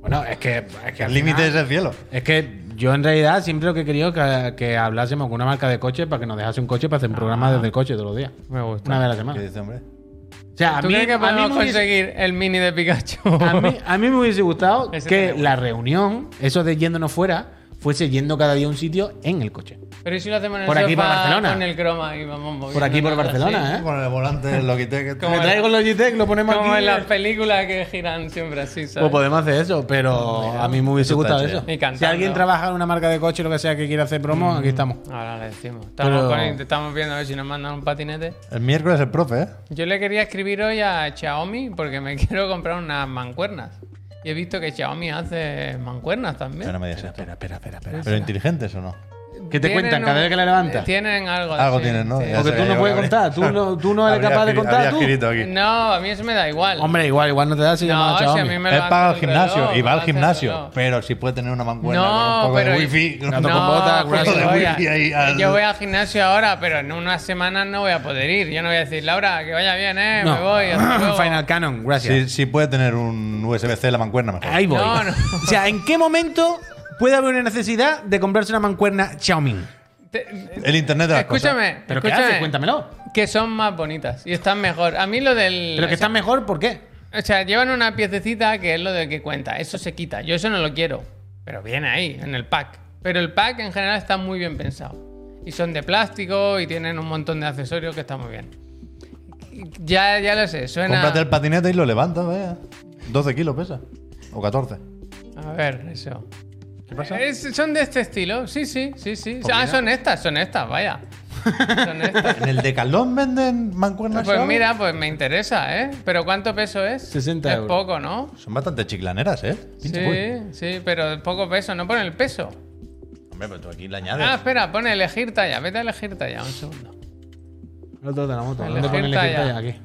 B: Bueno, es que, es que
A: el
B: al
A: límite
B: final-
A: es el cielo.
B: Es que yo en realidad siempre lo que he querido que, que hablásemos con una marca de coche para que nos dejase un coche para hacer un
C: Ah.
B: programa desde el coche todos los días.
C: Me gusta.
B: Una vez a la
A: ¿Qué
B: semana.
A: dice, hombre?
B: O sea, a
C: ¿Tú
B: mí,
C: crees que
B: a mí
C: podemos
B: me hubiese,
C: conseguir el mini de Pikachu?
B: a mí- a mí me hubiese gustado
C: Ese
B: que
C: estaría bueno.
B: la reunión, eso de yéndonos fuera, fuese yendo cada día a un sitio en el coche.
C: Pero ¿y si lo hacemos en el
B: Por aquí, por
C: sofá
B: Barcelona.
C: Con el croma y vamos moviendo
B: Por aquí, por
C: cosas
B: Barcelona,
C: así?
B: ¿Eh?
A: Con el este. volante, lo quité que
C: Como-
B: Me traigo los G-Tech, lo ponemos
C: Como
B: aquí.
C: en las películas que giran siempre así,
B: Pues
C: ¿sabes?
B: podemos hacer eso, pero a mí me hubiese
A: Eso está
B: gustado
A: chido.
B: eso.
C: Y cantando.
B: Si alguien trabaja en una marca de coche, lo que sea que quiera hacer promo, aquí estamos.
C: Ahora le decimos. Estamos,
B: pues. Pero-
C: con- estamos viendo a ver si nos mandan un patinete.
A: El miércoles el profe, ¿eh?
C: Yo le quería escribir hoy a Xiaomi porque me quiero comprar unas mancuernas. Y he visto que Xiaomi hace mancuernas también.
A: Pero no me digas esto.
B: Espera, espera, espera, espera.
A: ¿Pero inteligentes o no?
B: ¿Qué te
C: Tienen
B: cuentan cada
C: un-
B: vez que la levantas?
C: Tienen algo.
A: Algo
C: sí,
A: tienen, ¿no?
C: sí.
A: Ya
B: Porque
A: sé
B: tú
A: que
B: no
A: yo-
B: puedes contar, tú no- tú no eres
A: Habría
B: capaz de
A: escri-
B: contar,
A: habría
B: tú.
A: escrito aquí.
C: No, a mí eso me da igual.
B: Hombre, igual, igual no te da si llamas
C: no,
B: a
C: si
B: Xiaomi.
C: a mí me lo
A: Él
C: hace
A: paga el
C: el
A: gimnasio y va
C: reloj, me
A: al
C: lo hace el
A: gimnasio,
C: reloj.
A: pero si puede tener una mancuerna
C: No,
A: con un poco
C: pero
A: de wifi.
C: no,
B: Gato con botas,
C: pero
B: brazo
C: yo
A: de
C: voy a-
A: wifi ahí al-
C: eh, Yo voy al gimnasio ahora, pero en unas semanas no voy a poder ir. Yo no voy a decir, Laura, que vaya bien, eh, me voy. hasta luego".
B: Final Canon, gracias.
A: Sí, sí puede tener un USB-C la mancuerna mejor.
B: Ahí voy.
C: No, no.
B: O sea, ¿en qué momento puede haber una necesidad de comprarse una mancuerna Xiaomi?
C: Te-
A: El internet de las
C: Escúchame,
B: ¿Pero qué
C: escúchame,
B: haces? Cuéntamelo.
C: Que son más bonitas y están mejor. A mí lo del.
B: ¿Pero que
C: o sea,
B: estás mejor por qué?
C: O sea, llevan una piececita que es lo de que cuenta. Eso se quita. Yo eso no lo quiero. Pero viene ahí, en el pack. Pero el pack en general está muy bien pensado. Y son de plástico y tienen un montón de accesorios que está muy bien. Ya, ya lo sé,
A: cosas.
C: suena.
A: Cómprate el patinete y lo levantas, vaya. 12 kilos pesa. O 14.
C: A ver, eso. ¿Qué pasa? son de este estilo. Sí, sí, sí, sí. Ah, son estas, son estas, vaya. Son estas.
A: ¿En el Decalón venden mancuernas
C: Pues
A: Xiaomi?
C: mira, pues me interesa, ¿eh? Pero ¿cuánto peso es?
B: 60
C: Es
B: euros.
C: poco, ¿no?
A: Son bastante chiclaneras, ¿eh? Pinche
C: Sí,
A: puy.
C: sí, pero poco peso. No pone el peso.
A: Hombre, pero tú aquí le añades.
C: Ah, espera, pone elegir talla. Vete a elegir talla, un segundo.
B: Otro de la moto.
C: El
B: ¿Dónde pone el
C: Genta
B: Genta
C: ya.
B: ya? Aquí.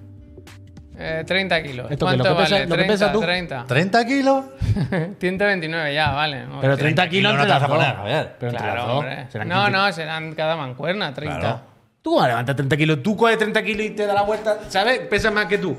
C: Eh, 30 kilos.
B: Esto que
C: ¿Cuánto
B: lo que pesa-
C: vale?
B: lo que pesa tú.
C: 30, 30.
A: 30 kilos.
C: 129 ya, vale. Hostia.
B: Pero 30 kilos
A: no
B: entre
A: te vas
B: las
A: a poner,
B: dos.
A: a ver.
B: Pero entre las
C: Claro,
B: dos,
C: hombre.
B: serán
C: No,
B: 15.
C: no, serán cada mancuerna 30.
A: Claro.
B: Tú vas a levantar 30 kilos, tú coges 30 kilos y te da la vuelta, ¿sabes? Pesa más que tú.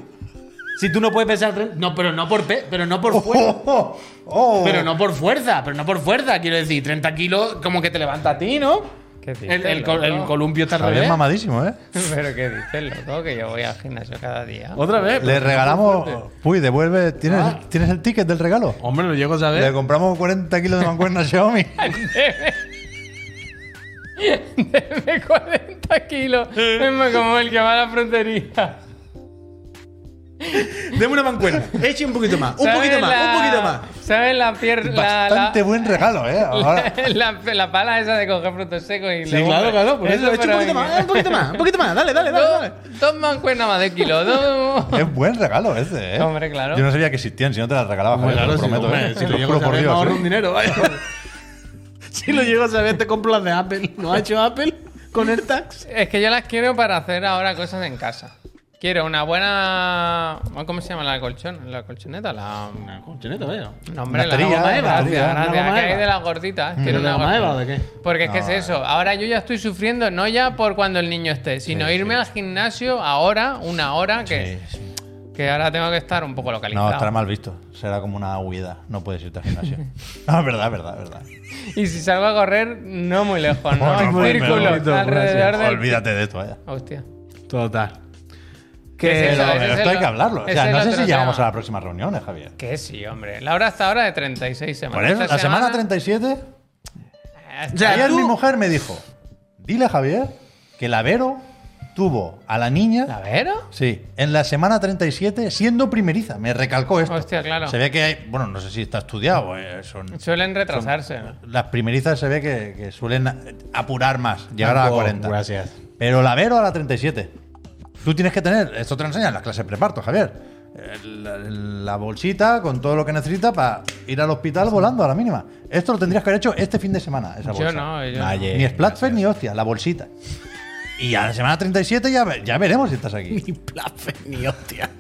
B: Si tú no puedes pesar 30. No, pero no por pe- pero no por fuerza.
A: Oh, oh, oh.
B: Pero no por fuerza, pero no por fuerza, quiero decir, 30 kilos como que te levanta a ti, ¿no?
C: ¿Qué dices,
B: El, el col-
C: loco?
B: el columpio está al
A: Javier
B: revés.
A: mamadísimo, ¿eh?
C: Pero qué dices, loco, que yo voy al gimnasio cada día.
B: Otra vez.
A: Le regalamos. Uy, devuelve. ¿Tienes,
C: Ah.
A: ¿Tienes el ticket del regalo?
B: Hombre, lo llego a
C: ¿Eh?
B: saber.
A: Le compramos 40 kilos de mancuerna Xiaomi.
C: Deme 40 kilos. Es como el que va a la frontería.
B: Deme una mancuerna. Eche un poquito más. Un
C: ¿Sabes
B: poquito más.
C: la-
B: Un poquito más.
C: ¿Sabes la pierna? La,
A: Bastante buen regalo, ¿eh? Ahora,
C: la, la- la pala esa de coger frutos secos y
B: Sí,
C: luego-
B: claro, claro. Por eso, eche un
C: pero
B: poquito
C: venga.
B: más. Un poquito más. Un poquito más. Dale, dale, dale. dale.
C: Dos, dos mancuernas más de kilo. Dos...
A: es buen regalo ese, ¿eh?
C: Hombre, claro.
A: Yo no sabía que existían, si no te las regalaba, Javier, te
B: Claro,
A: lo
B: sí,
A: prometo.
B: hombre,
A: ¿eh?
B: Ah, si
A: Te
B: lo
A: lo
B: llego a
A: juro por
B: saber, me
A: Dios,
B: ahorro
A: ¿eh?
B: un dinero. vaya. si lo llego a saber, te compro las de Apple. ¿No ha hecho Apple con el tax?
C: Es que yo las quiero para hacer ahora cosas en casa. Quiero una buena. ¿Cómo se llama la colchón? La colchoneta, la.
B: Una colchoneta, vaya.
C: No, hombre,
A: Batería,
C: la goma
A: batería,
C: Eva. Gracias,
B: una
C: gracias.
B: goma
C: Que hay
B: Eva.
C: de las gorditas.
B: ¿Pero
C: Quiero
B: de
C: una
B: goma Eva o
C: gordita.
B: de qué?
C: Porque es que es eso. Ahora yo ya estoy sufriendo, no ya por cuando el niño esté, sino irme al gimnasio ahora, una hora,
B: ¿eh?
C: que,
A: Sí, sí.
C: que ahora tengo que estar un poco
A: No,
C: localizado.
A: ¿eh? estará mal visto. Será como una huida. No puedes irte al gimnasio. No, es verdad, es verdad, es verdad.
C: y si salgo a correr, no muy lejos, ¿no?
A: Bueno,
C: En
A: pues,
C: círculo,
A: me voy.
C: alrededor del.
A: Olvídate de esto, vaya.
C: Hostia.
B: Total.
C: ¿Qué
A: Pero,
C: Ese
A: pero
C: es
A: esto
C: el-
A: hay que hablarlo. O
C: ese
A: sea,
C: es
A: no
C: el
A: sé
C: otro
A: si llegamos a
C: tema.
A: la próxima reunión, eh, Javier.
C: Que sí, hombre. La hora hasta ahora de 36 semanas.
A: Por eso,
C: Esta
A: la semana 37,
C: Esta-
B: Ya,
A: ayer
B: tú-
A: mi mujer me dijo: Dile a Javier que la Vero tuvo a la niña.
C: ¿La Vero?
A: Sí, en la semana 37, siendo primeriza, me recalcó esto.
C: Hostia, claro.
A: Se ve que hay, bueno, no sé si está estudiado, eh, son,
C: Suelen retrasarse. ¿no?
A: las primerizas se ve que, que suelen apurar más, llegar a la
B: Tampoco,
A: 40.
B: gracias.
A: Pero la Vero a la 37. Tú tienes que tener, esto te lo enseñan en las clases de preparto, Javier. eh, La, la bolsita con todo lo que necesitas para ir al hospital volando a la mínima. Esto lo tendrías que haber hecho este fin de semana, esa
C: Yo
A: bolsa.
C: no, yo
A: Vaya,
B: no.
A: Ni Splatfest ni hostia, la bolsita. Y a la semana 37 ya, ve- ya veremos si estás aquí.
B: Ni placer, ni hostia.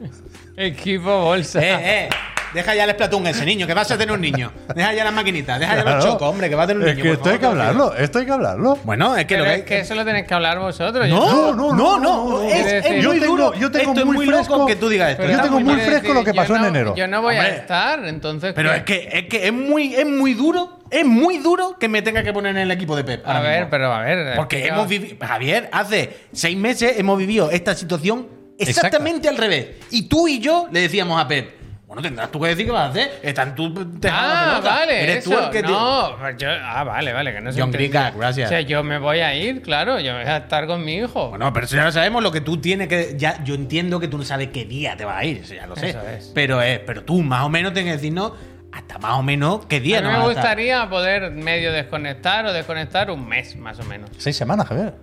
C: Equipo bolsa.
B: Eh, eh. Deja ya el Splatoon ese niño, que vas a tener un niño. Deja ya las maquinitas, deja ya los
A: Claro.
B: chocos, hombre, que va a tener un
A: Es
B: niño.
A: que
B: por
A: esto hay
B: favor,
A: que
B: te lo
A: hablarlo, esto hay que hablarlo.
B: pido. Bueno, es que lo
C: Pero
B: que
C: es que eso lo tenéis que hablar vosotros. yo
B: No,
A: No,
B: no,
A: no,
B: no,
A: no,
B: no.
A: no,
B: Es,
C: no.
B: es
C: Quiere decir-
B: muy
A: Yo
B: duro.
A: tengo- yo tengo
B: Esto es
A: muy
B: muy loco
A: fresco-
B: que tú digas esto.
C: Pero
A: Yo
C: no,
A: tengo
C: quiero
A: muy fresco lo que
C: yo
A: pasó en
C: no-
A: enero.
C: Yo no voy a
B: Hombre.
C: estar, entonces.
B: Pero
C: ¿qué?
B: es que es que es muy es muy duro, es muy duro que me tenga que poner en el equipo de Pep.
C: A
B: ahora
C: ver,
B: mismo.
C: pero a ver. eh,
B: Porque
C: explica.
B: hemos vivido, Javier, hace seis meses hemos vivido esta situación exactamente al revés. Y tú y yo le decíamos a Pep, bueno, tendrás tú que decir qué vas a hacer. Está en tu tejado la
C: Ah,
B: este pelota.
C: vale.
B: Eres tú
C: eso,
B: el que te-
C: no, pues yo- ah, vale, vale, que no se
B: John
C: entendía.
B: Grica, gracias.
C: O sea, yo me voy a ir, claro, yo voy a estar con mi hijo.
B: Bueno, pero si ya lo sabemos, lo que tú tienes que. Ya, yo entiendo que tú no sabes qué día te vas a ir, eso ya lo sé.
C: Eso es.
B: Pero es, pero tú más o menos tienes que decirnos hasta más o menos qué día
C: a mí
B: nos
C: me
B: vas a estar.
C: gustaría poder medio desconectar o desconectar un mes, más o menos.
A: Seis semanas, Javier.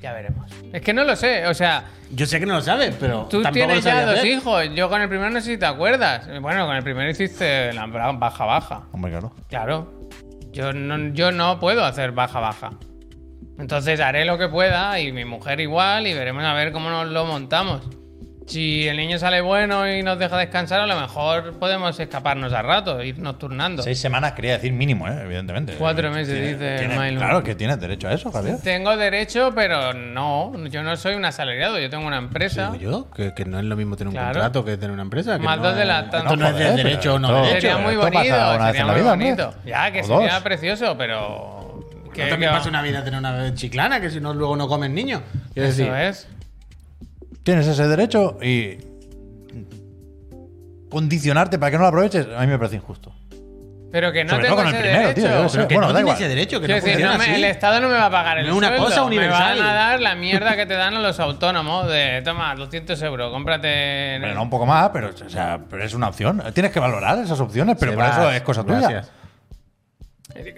C: Ya veremos. Es que no lo sé, o sea,
B: Yo sé que no lo sabes, pero.
C: Tú
B: tampoco lo
C: tienes ya
B: sabías
C: dos
B: hacer.
C: hijos. Yo con el primero no sé si te acuerdas. Bueno, con el primero hiciste la baja baja.
A: Hombre, claro.
C: Claro. Yo no, yo no puedo hacer baja baja. Entonces haré lo que pueda y mi mujer igual y veremos a ver cómo nos lo montamos. Si el niño sale bueno y nos deja descansar, a lo mejor podemos escaparnos a rato, irnos turnando.
A: Seis semanas quería decir mínimo, ¿eh? evidentemente.
C: Cuatro meses, dice
A: tienes-
C: Milo.
A: Claro que tienes derecho a eso, Javier.
C: Tengo derecho, pero no. Yo no soy un asalariado, yo tengo una empresa.
B: Digo yo, que, que no es lo mismo tener un
C: Claro.
B: contrato que tener una empresa. que
C: Más
B: no
C: dos de
B: es-
C: la- tanto
B: Esto no es de
A: joder, pero
B: derecho o no
A: esto-
B: derecho.
C: Sería muy
A: esto pasa
C: bonito,
A: una vez
C: sería
A: en la
C: muy
A: vida, hombre.
C: bonito. Ya, que
A: O
C: sería
A: dos.
C: precioso, pero...
B: Que
C: que-
B: también
C: que-
B: pasa una vida tener una chiclana, que si no luego no comen niños. Quiero
C: Eso
B: decir,
C: es.
A: Tienes ese derecho y condicionarte para que no lo aproveches, a mí me parece injusto.
C: Pero que no
A: Sobre todo
C: tengo
A: con el
C: ese
A: primero, tío, yo
C: derecho.
A: no sé.
B: pero que
A: Bueno,
B: no
A: da
B: tiene
A: igual.
B: ese derecho, que
C: Quiero
B: no
C: decir,
B: funciona
C: no me-
B: así.
C: el Estado no me va a pagar el
B: No es una
C: sueldo,
B: cosa universal.
C: Me van a dar la mierda que te dan a los autónomos de, toma, 200 euros, cómprate...
A: Pero no un poco más, pero, o sea, pero es una opción. Tienes que valorar esas opciones, pero
B: Se
A: por
B: va.
A: eso es cosa tuya.
B: Gracias.
C: eh,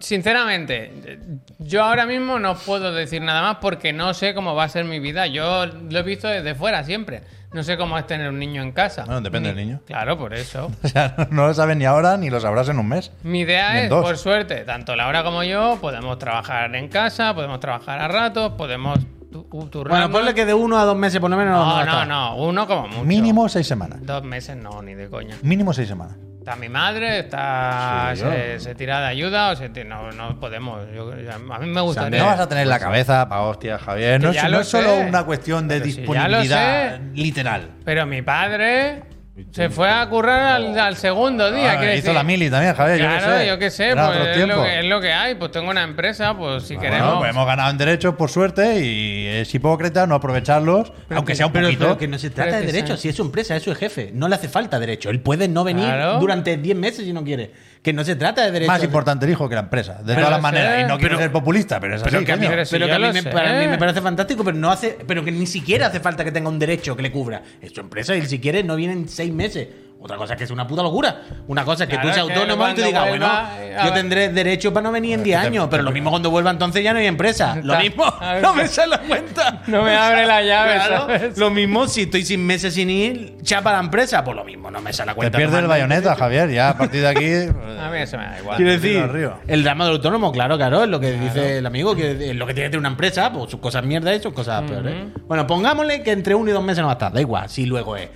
C: Sinceramente, yo ahora mismo no puedo decir nada más porque no sé cómo va a ser mi vida. Yo lo he visto desde fuera siempre. No sé cómo es tener un niño en casa.
A: Bueno, depende
C: Ni-
A: del niño.
C: Claro, por eso.
A: O sea, no lo sabes ni ahora ni lo sabrás en un mes.
C: Mi idea
A: Ni en
C: es,
A: dos.
C: por suerte, tanto Laura como yo podemos trabajar en casa, podemos trabajar a ratos, podemos tu- u- turnarnos.
B: Bueno, pues ponle que de uno a dos meses por lo menos nos
C: No,
B: vamos a
C: no,
B: gastar.
C: no, uno como mucho.
A: Mínimo seis semanas.
C: Dos meses no, ni de coña.
A: Mínimo seis semanas.
C: Está mi madre, está
A: Sí,
C: se,
A: yo.
C: se tira de ayuda o se ti- no, no podemos. Yo- a mí me
A: No
C: gustaría.
A: vas a tener la cabeza para hostia, Javier. No,
C: Pues Que ya
A: es,
C: lo
A: no es solo
C: sé.
A: una cuestión de
C: Pero si ya lo
A: disponibilidad literal.
C: Pero mi padre Se fue a currar al, al segundo día.
A: Ah,
C: quiero
A: hizo
C: decir.
A: la mili también, Javier.
C: Claro, yo qué sé,
A: Eran
C: pues
A: otros
C: es lo,
A: tiempos.
C: que, es lo que hay. Pues tengo una empresa, pues si
A: Bueno,
C: queremos.
A: pues hemos ganado en derechos, por suerte, y es hipócrita no aprovecharlos, aunque
B: que-
A: sea un
B: pero-
A: poquito.
B: Pero que no se trata
C: Pero
B: de
C: que
B: derechos.
C: sea-
B: Si es su empresa, es su jefe. No le hace falta derecho. Él puede no venir
C: Claro.
B: durante 10 meses si no quiere. Que no se trata de derechos.
A: Más importante el hijo que la empresa, de todas las
C: sé,
A: maneras. Y no quiero
C: pero-
A: ser populista, pero es así.
C: que a mí
A: coño.
C: eres-
B: Pero
C: Sí,
B: que a
C: yo
B: mí
C: lo
B: me,
C: sé.
B: para mí me parece fantástico, pero no hace, pero que ni siquiera hace falta que tenga un derecho que le cubra. Es su empresa y él, si quiere no viene en seis meses. Otra cosa es que es una puta locura. Una cosa es que
C: Claro,
B: tú seas
C: es que
B: autónomo y tú
C: cuando
B: digas,
C: vuelva, eh,
B: bueno, yo
C: a ver.
B: tendré derecho para no venir en 10 años, pero lo mismo cuando vuelva entonces ya no hay empresa. Lo
C: Está.
B: mismo,
C: A ver,
B: no
C: sí.
B: me sale la cuenta.
C: No me abre la llave,
B: Claro,
C: ¿sabes?
B: Lo mismo si estoy sin meses sin ir, chapa la empresa, pues lo mismo, no me sale la
A: Te
B: cuenta.
A: pierde el
B: normalmente.
A: bayoneta, Javier. Ya a partir de aquí. pues,
C: A mí eso me da igual.
B: Quiero
A: Al río,
B: decir,
A: al río.
B: el drama del autónomo, claro, claro, es lo que dice el amigo, que es lo que tiene que tener una empresa, pues sus cosas mierda y sus cosas peores. Bueno, pongámosle que entre uno y dos meses no va a estar, da igual, si luego es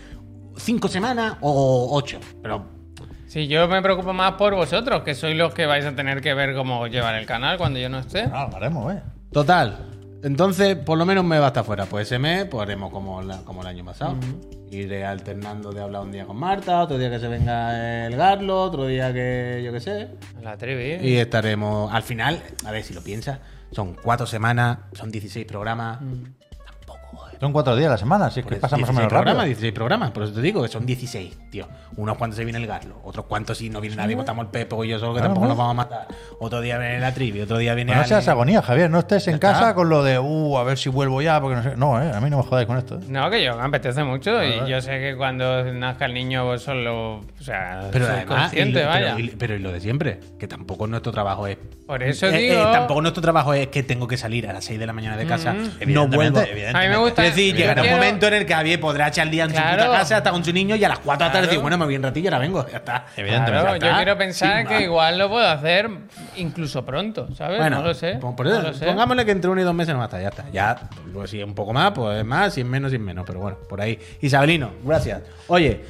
B: cinco semanas o ocho, pero
C: Si yo me preocupo más por vosotros, que sois los que vais a tener que ver cómo llevar el canal cuando yo no esté.
A: No, lo haremos, eh.
B: total. Entonces, por lo menos me va a estar fuera, pues ese mes, pues haremos como, la- como el año pasado. Iré alternando de hablar un día con Marta, otro día que se venga el Garlo, otro día que yo qué sé.
C: La trivi.
B: Y estaremos. Al final, a ver si lo piensas, son cuatro semanas, son 16 programas. Tampoco. eh.
A: Son cuatro días a la semana, así es que
C: Pues
A: pasa más o
B: 16
A: menos
B: Pues programas,
A: rápido.
B: 16 programas, por eso te digo que son 16, tío. Unos cuantos se viene el Garlo, otros cuantos si no viene nadie, votamos el Pepo y yo solo que
A: Claro,
B: tampoco
A: ¿no?
B: nos vamos a matar. Otro día viene la trivi, otro día viene.
A: Pero No
B: alguien.
A: seas agonía, Javier. No estés en
B: está.
A: casa con lo de, uh, a ver si vuelvo ya, porque no sé. No, eh, a mí no me jodáis con esto. eh.
C: No, que yo me apetece mucho y yo sé que cuando nazca el niño vos solo, o sea,
B: pero
C: sois
B: además, y lo-
C: consciente,
B: pero-
C: vaya.
B: y- pero y lo de siempre, que tampoco nuestro trabajo es
C: Por eso
B: Eh, eh,
C: digo. Mm.
B: tampoco nuestro trabajo es que tengo que salir a las 6 de la mañana de casa. No
A: Evidentemente,
B: vuelvo.
A: evidentemente.
C: A mí me gusta-
B: Es decir,
C: yo
B: llegará un
C: quiero-
B: momento en el que Javier podrá echar el día en
C: Claro.
B: su puta casa hasta con su niño y a las 4 de la tarde
C: Claro.
B: decir, bueno, me voy un ratillo y ahora vengo. Ya está.
A: Evidentemente.
C: Claro,
A: Ya
C: yo quiero pensar que igual lo puedo hacer incluso pronto, ¿sabes?
B: Bueno,
C: Pues, no lo sé.
B: pon- por eso,
C: no lo sé.
B: pongámosle que entre uno y dos meses no basta, ya está. Ya, pues, si es un poco más, pues es más, si es menos, si es menos. Pero bueno, por ahí. Isabelino, gracias. Oye,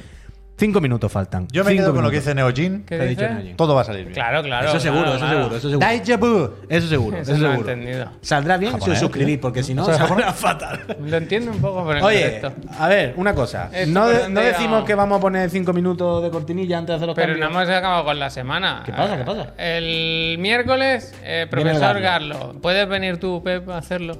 B: cinco minutos faltan.
A: Yo me
B: Cinco
A: quedo con lo que
B: minutos.
A: dice Neojin.
C: ¿Qué
B: Te he dicho
C: dice?
B: en el-
A: Todo va a salir bien.
C: Claro, claro.
B: Eso seguro,
C: claro,
B: eso
C: claro.
B: seguro, eso seguro.
A: Deja vu.
B: Eso seguro,
C: Eso
B: eso
C: no lo he
B: seguro.
C: entendido.
B: Saldrá bien si os
A: Japonés, ¿eh?
B: suscribís,
A: tío.
B: porque si no,
A: ¿No sabes
B: saldrá fatal.
C: Lo entiendo un poco, pero
B: Oye,
C: correcto.
B: a ver, una cosa.
C: Esto
B: No, de-
C: pero
B: no
C: te
B: decimos
C: da-
B: que vamos a poner cinco minutos de cortinilla antes de hacer los
C: Pero no
B: cambios.
C: hemos acabado con la semana. Eh,
B: ¿Qué pasa? ¿Qué pasa?
C: El miércoles, eh, profesor Garlo. ¿puedes venir tú, Pep, a hacerlo?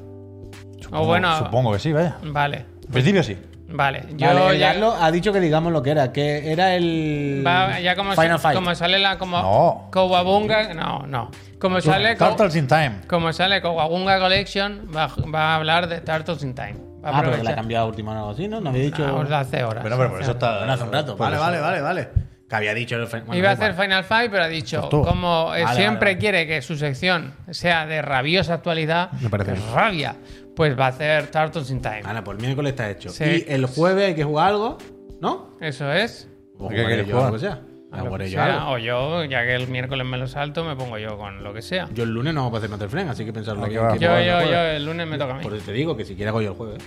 C: o bueno,
A: Supongo que sí, vaya.
C: vale,
B: pues
A: En principio sí.
C: vale. Yo
B: Vale, el
C: ya,
B: Garlo ha dicho que digamos lo que era, que era el
C: va- ya como,
B: Final
C: sa-
B: Fight.
C: como sale la como
A: No.
C: Cowabunga, no, no. Como sale co-
A: Turtles in Time.
C: como sale Cowabunga Collection, va, va a hablar de Turtles in Time. Va
B: ah, pero que la
C: a
B: ha
C: aprovechar.
B: cambiado a última hora o algo así, ¿no? No había dicho.
C: Ah, os da hace horas.
A: Bueno, pero por eso está.
B: Bueno, hace un rato.
A: por
B: Vale,
A: eso.
B: vale, vale, vale. Que había dicho el bueno,
C: Iba
B: da
C: a hacer
B: igual.
C: Final Fight, pero ha dicho,
A: Pues tú.
C: como eh,
B: Vale,
C: siempre
B: vale, vale.
C: quiere que su sección sea de rabiosa actualidad,
B: Me parece
C: de
B: bien.
C: rabia, pues va a hacer Turtles in Time.
B: Ana, por el miércoles está hecho.
C: Sí.
B: Y el jueves hay que jugar algo, ¿no?
C: Eso es.
B: O
A: ¿Qué
B: jugaré
A: queréis
B: yo
A: jugar?
B: algo que sea.
C: a Ah, lo
B: Jugaré
C: que
B: yo
C: sea.
B: algo.
C: O yo, ya que el miércoles me lo salto, me pongo yo con lo que sea.
B: Yo el lunes no vamos a hacer Master Friend, así que pensarlo
A: Ah,
B: que
A: que va.
C: Yo, yo, yo, el lunes me toca a mí.
B: Por eso te digo que si quieres hago yo el jueves.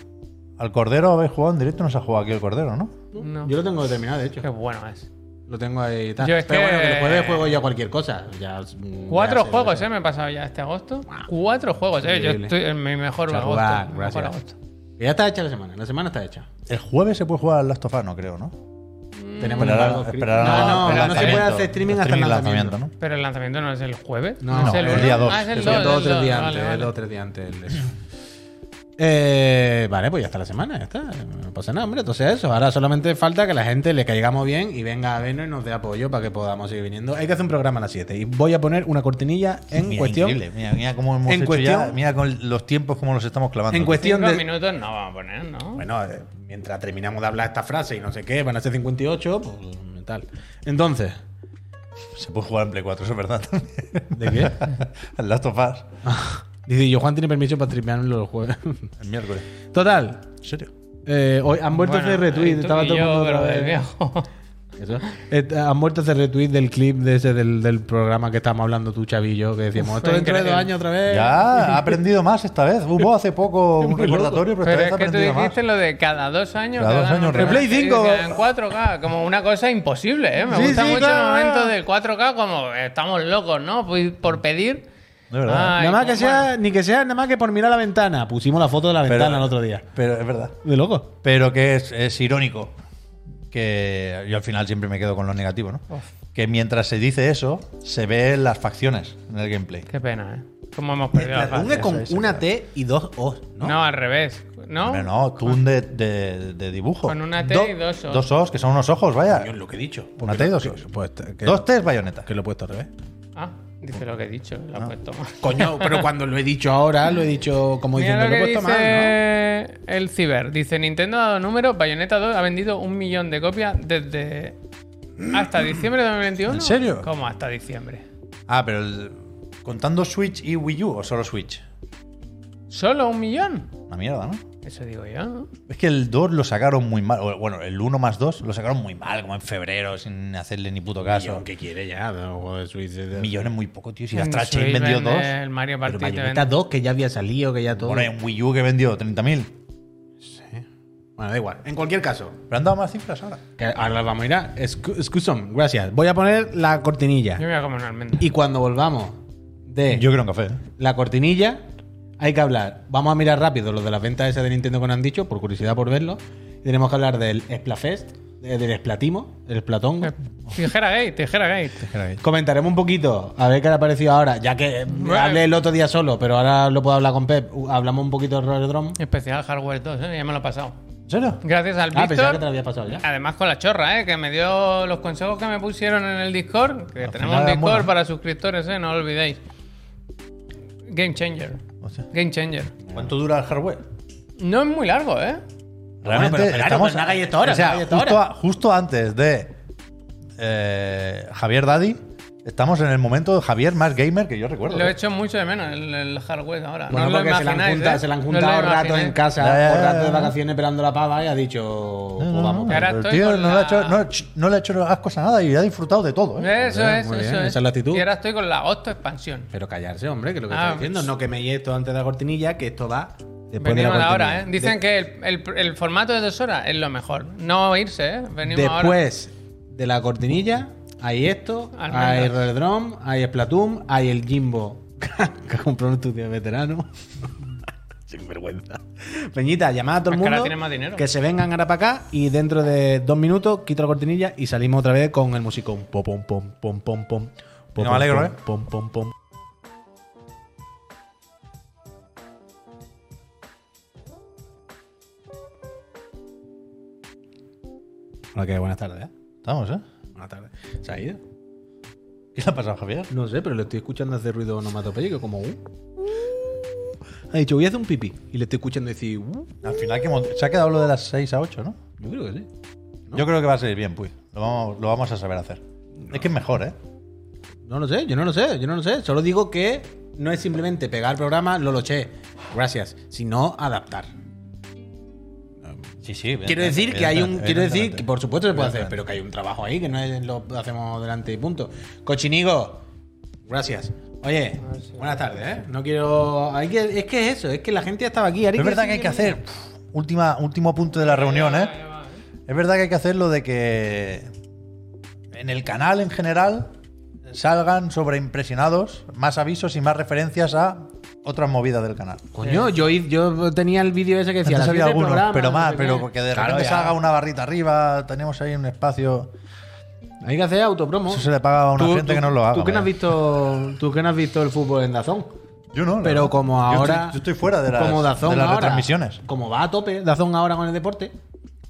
A: Al Cordero habéis jugado en directo, no se ha jugado aquí el Cordero, ¿no?
C: No.
B: Yo lo tengo determinado, de hecho.
C: Qué bueno es.
B: Lo tengo ahí. Tal.
C: Yo es
B: Pero
C: que-
B: bueno, que el jueves juego ya cualquier cosa. Ya, mm,
C: Cuatro
B: ya sé,
C: juegos,
B: ya sé.
C: eh, me he pasado ya este agosto. Cuatro juegos, eh. Yo
B: Increíble.
C: estoy en mi mejor
B: Muchas
C: agosto.
B: jugadas,
C: mi
B: gracias.
C: mejor agosto.
B: Que Ya está hecha la semana. La semana está hecha.
A: El jueves se puede jugar al Last of Us, no creo, ¿no?
C: Mm.
A: Esperará-
B: Tenemos embargo escrito.
A: esperará
B: Mm, no,
A: al
B: no, pero no se
A: lanzamiento.
B: puede hacer streaming hasta el lanzamiento.
A: ¿no?
C: Pero el lanzamiento no es el jueves.
B: No,
C: es
A: no, el
C: uno?
A: día dos.
C: Ah, es el
A: El
B: Sería
C: dos,
B: dos o
C: el
B: tres
C: dos.
B: días
C: Vale,
B: antes.
C: vale.
B: Dos o tres días antes. el eso. Eh, vale, pues ya está la semana, ya está. No pasa nada, hombre. Entonces eso. Ahora solamente falta que la gente le caigamos bien y venga a vernos y nos dé apoyo para que podamos seguir viniendo. Hay que hacer un programa a las 7 y voy a poner una cortinilla en
A: Mira,
B: cuestión.
A: increíble. Mira, mira cómo hemos
B: En
A: hecho
B: cuestión-
A: ya. Mira con los tiempos como los estamos clavando.
B: En cuestión
C: Cinco
B: de,
C: minutos no vamos a poner, ¿no?
B: Bueno, eh, mientras terminamos de hablar esta frase y no sé qué, van a ser 58, pues tal. Entonces,
A: Se puede jugar en Play 4, eso es verdad.
B: ¿de qué?
A: Al Last of Us,
B: Dice, yo Juan tiene permiso para tripearlo los jueves.
A: el miércoles.
B: Total,
A: ¿En serio?
B: eh, hoy han vuelto a hacer
C: Bueno,
B: retweet,
C: tú
B: estaba
C: y
B: todo el
C: yo,
B: mundo otra
C: pero
B: vez.
C: del viejo.
B: Eso. Eh, han vuelto a hacer retweet del clip de ese del, del programa que estábamos hablando tú, Chavillo, que decíamos, esto
C: fue
B: dentro de dos
C: increíble.
B: años otra vez.
A: Ya, ha aprendido más esta vez. Hubo hace poco un recordatorio, pero,
C: Pero
A: esta vez
C: es
A: ha
C: que tú
A: aprendido más.
C: dijiste lo de cada dos años.
A: Cada dos años,
C: un
A: Replay
C: remate.
B: 5.
C: Y decía, En 4K, como una cosa imposible, ¿eh? Me
B: Sí,
C: gusta
B: sí,
C: mucho
B: claro.
C: el momento del 4K, como eh, estamos locos, ¿no? Por- Por pedir.
A: De verdad.
C: Ay,
B: nada más que
C: pues,
B: sea,
C: bueno.
B: ni que sea nada más que por mirar la ventana. Pusimos la foto de la
A: ¿eh? Pero-
B: ventana el otro día.
A: Pero es verdad.
B: De loco.
A: Pero que es, es irónico. que yo al final siempre me quedo con lo negativo, ¿no? Que mientras se dice eso, se ven las facciones en el gameplay.
C: Qué pena, ¿eh? Cómo hemos perdido la
B: La
C: fase.
B: une con
A: eso,
B: una
A: claro.
B: T y dos O's, ¿no?
C: ¿no? al revés. ¿No?
A: Hombre, no, Toon de, de- de dibujo.
C: Con una T y dos os.
A: Dos os, que son unos ojos, vaya.
B: Coño, lo que he dicho.
A: Una T y dos
B: Que-
A: os.
B: pues, que-
A: Dos T's bayoneta.
B: Que lo he puesto al revés.
C: Ah, dice lo que he dicho. Lo he puesto mal.
B: Coño, pero cuando lo he dicho ahora, lo he dicho como
C: Mira
B: diciendo,
C: lo
B: lo he
C: que
B: puesto mal,
C: dice el Ciber. Dice, Nintendo ha dado números, Bayonetta 2 ha vendido un millón de copias desde hasta diciembre de 2021.
A: ¿En serio?
C: ¿Cómo hasta diciembre?
A: Ah, pero el- contando Switch y Wii U o solo Switch.
C: ¿Solo un millón?
A: Una mierda, ¿no?
C: Eso digo yo. ¿no?
A: Es que el 2 lo sacaron muy mal. o, Bueno, el 1 más 2 lo sacaron muy mal, como en febrero, sin hacerle ni puto
B: ¿no?
A: caso.
B: Aunque quiere ya, no, juego de Switch. de- de-
A: Millones muy poco, tío. Si
C: En
A: Astral Chain
C: Switch
A: vendió
C: vende
A: 2.
C: El Mario
B: Pero
C: Party te
B: Bayonetta
C: vende-
B: 2, que ya había salido, que ya todo.
A: Bueno, hay un Wii U que vendió 30.000.
B: Bueno, da igual. En cualquier caso,
A: Pero han dado más cifras ahora.
B: que ahora las vamos a ir a. Escu- Excusum, gracias. Voy a poner la
C: Yo me
B: cortinilla.
C: voy a comer una almendra.
B: Y cuando volvamos de
A: Yo quiero un café. ¿eh?
B: la cortinilla, hay que hablar. Vamos a mirar rápido lo de las ventas esas de Nintendo que nos han dicho, por curiosidad por verlo. Y tenemos que hablar del Splafest, eh, del Splatimo, el Platón.
C: Eh, Tijera Gate, Tijera Gate.
B: Comentaremos un poquito, a ver qué le ha parecido ahora, ya que eh, hablé el otro día solo, pero ahora lo puedo hablar con Pep. Uh, Hablamos un poquito de Rollerdrome.
C: Especial Hardware 2, ¿eh? ya me lo he pasado.
A: ¿En serio?
C: Gracias al
B: Ah, pensaba
C: Víctor.
B: que te lo había pasado ya.
C: Además con la chorra, ¿eh? que me dio los consejos que me pusieron en el Discord. Que
A: Al
C: tenemos
A: final
C: un
A: era
C: Discord
A: mono.
C: para suscriptores, ¿eh? no lo olvidéis. Game Changer.
A: Hostia.
C: Game Changer.
A: ¿Cuánto dura el hardware?
C: No es muy largo, ¿eh?
A: Realmente
B: pero claro,
A: estamos.
B: pero no hagáis esto ahora,
A: o sea,
B: no hagáis esto
A: justo,
B: ahora.
A: a- justo antes de eh, Javier Daddy, estamos en el momento de Javier más gamer que yo recuerdo.
C: Lo he
A: ¿eh?
C: hecho mucho de menos, el, el hardware ahora.
B: Bueno,
C: no os
B: porque
C: lo
B: se la han
C: imagináis,
B: juntado,
C: ¿eh?
B: se la han
C: No os
B: juntado
C: lo
B: ratos en
C: imagináis.
B: casa,
A: Ya, ya,
B: o
A: ya,
B: ratos de
A: ya.
B: vacaciones esperando la pava y ha dicho, pues vamos.
C: Ahora
A: el
C: estoy
A: tío
C: con
A: no, le
C: la-
A: ha hecho, no, no le ha hecho ascos a nada y ha disfrutado de todo. ¿eh?
C: Eso
B: Muy
C: es,
B: bien,
C: eso
B: esa
C: es.
B: es la actitud.
C: Y ahora estoy con la Osto expansión.
B: Pero callarse, hombre, que es lo que
C: Ah,
B: estoy diciendo. No que me esto antes de la cortinilla, que esto va después
C: Venimos
B: de la cortinilla.
C: ahora, ¿eh? Dicen que el, el- el formato de dos horas es lo mejor. No irse, ¿eh?
B: De-
C: Venimos ahora.
B: después de la cortinilla, hay esto,
C: Almendras.
B: hay Rollerdrome, hay Splatoon, hay el Jimbo, que compró un estudio de veterano. Sin vergüenza. Peñita, llamad a todo el
C: Es que ahora
B: mundo
C: tiene más dinero.
B: que se vengan ahora para acá y dentro de dos minutos quito la cortinilla y salimos otra vez con el musicón. Pom, pom, pom, pom, pom, pom. Pom,
A: me alegro,
B: pom,
A: ¿eh?
B: Pom, pom, pom. Hola, que buenas tardes, ¿eh?
A: Estamos, ¿eh?
B: Buenas tardes. ¿Se ha ido?
A: ¿Qué le ha pasado a Javier?
B: No sé, pero le estoy escuchando hacer ruido onomatopéyico, como uh. Ha dicho, voy a hacer un pipí. Y le estoy escuchando decir, uh.
A: Al final que mon- se ha quedado lo de las 6 a 8, ¿no?
B: Yo creo que sí.
A: Yo creo que va a salir bien, Puy. Lo vamos, lo vamos a saber hacer. Es que es mejor, ¿eh?
B: No lo sé, yo no lo sé, yo no lo sé. Solo digo que no es simplemente pegar programa, lo loché. Gracias. Sino adaptar.
A: Sí, sí.
B: Quiero decir que hay un. Quiero decir que, por supuesto, se puede hacer,
A: Evidentemente.
B: pero que hay un trabajo ahí que no es- lo hacemos delante y punto. Cochinigo, gracias. Oye, buenas tardes, ¿eh? No quiero. hay que- es que es eso, es que la gente ya estaba aquí. ahora
A: Pero es verdad que hay que hacer. pf, última, último punto de la reunión, ¿eh? Es verdad que hay que hacer lo de que. En el canal en general salgan sobreimpresionados más avisos y más referencias a otras movidas del canal.
B: Coño, yo, yo tenía el vídeo ese que decía.
A: Antes
B: las
A: había
B: siete
A: algunos,
B: programas,
A: pero
B: no
A: más,
B: sé qué.
A: pero porque de
B: Claro,
A: repente
B: ya.
A: salga una barrita arriba, tenemos ahí un espacio.
B: Hay que hacer autopromo.
A: Eso se le paga a una
B: Tú-
A: gente
B: tú-
A: que no lo haga.
B: ¿Tú que no has
A: vaya.
B: visto, tú que no has visto el fútbol en Dazón?
A: Yo no. la
B: Pero
A: verdad.
B: como
A: Yo
B: ahora.
A: estoy- Yo estoy, fuera de las,
B: como Dazón
A: de las
B: ahora,
A: retransmisiones.
B: Como va a tope Dazón ahora con el deporte,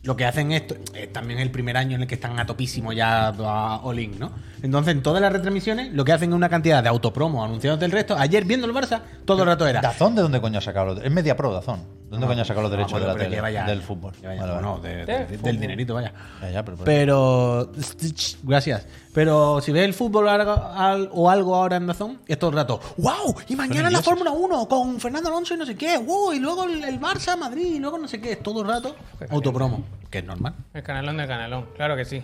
B: lo que hacen esto. eh, también es el primer año en el que están a topísimo ya a All-In, ¿no? Entonces, en todas las retransmisiones, lo que hacen es una cantidad de autopromo anunciados del resto. Ayer viendo el Barça, todo el rato era.
A: ¿Dazón de dónde coño ha sacado? los- Es media pro, Dazón. ¿De dónde coño ha sacado los
B: No,
A: derechos
B: Ah, bueno,
A: de la
B: pero
A: tele?
B: lleva ya-
A: del fútbol.
B: lleva ya-
A: Vale, vale.
B: no, de- de-
C: Del fútbol.
B: del dinerito, vaya.
A: Ya, ya, pero-
B: Pero. Gracias. Pero si ves el fútbol algo- al- o algo ahora en Dazón, es todo el rato. ¡Wow! Y mañana la
A: ingleses.
B: Fórmula 1 con Fernando Alonso y no sé qué. ¡Wow! Y luego el, el Barça, Madrid, y luego no sé qué. Es todo el rato autopromo. Que es normal.
C: El canalón del canalón, claro que sí.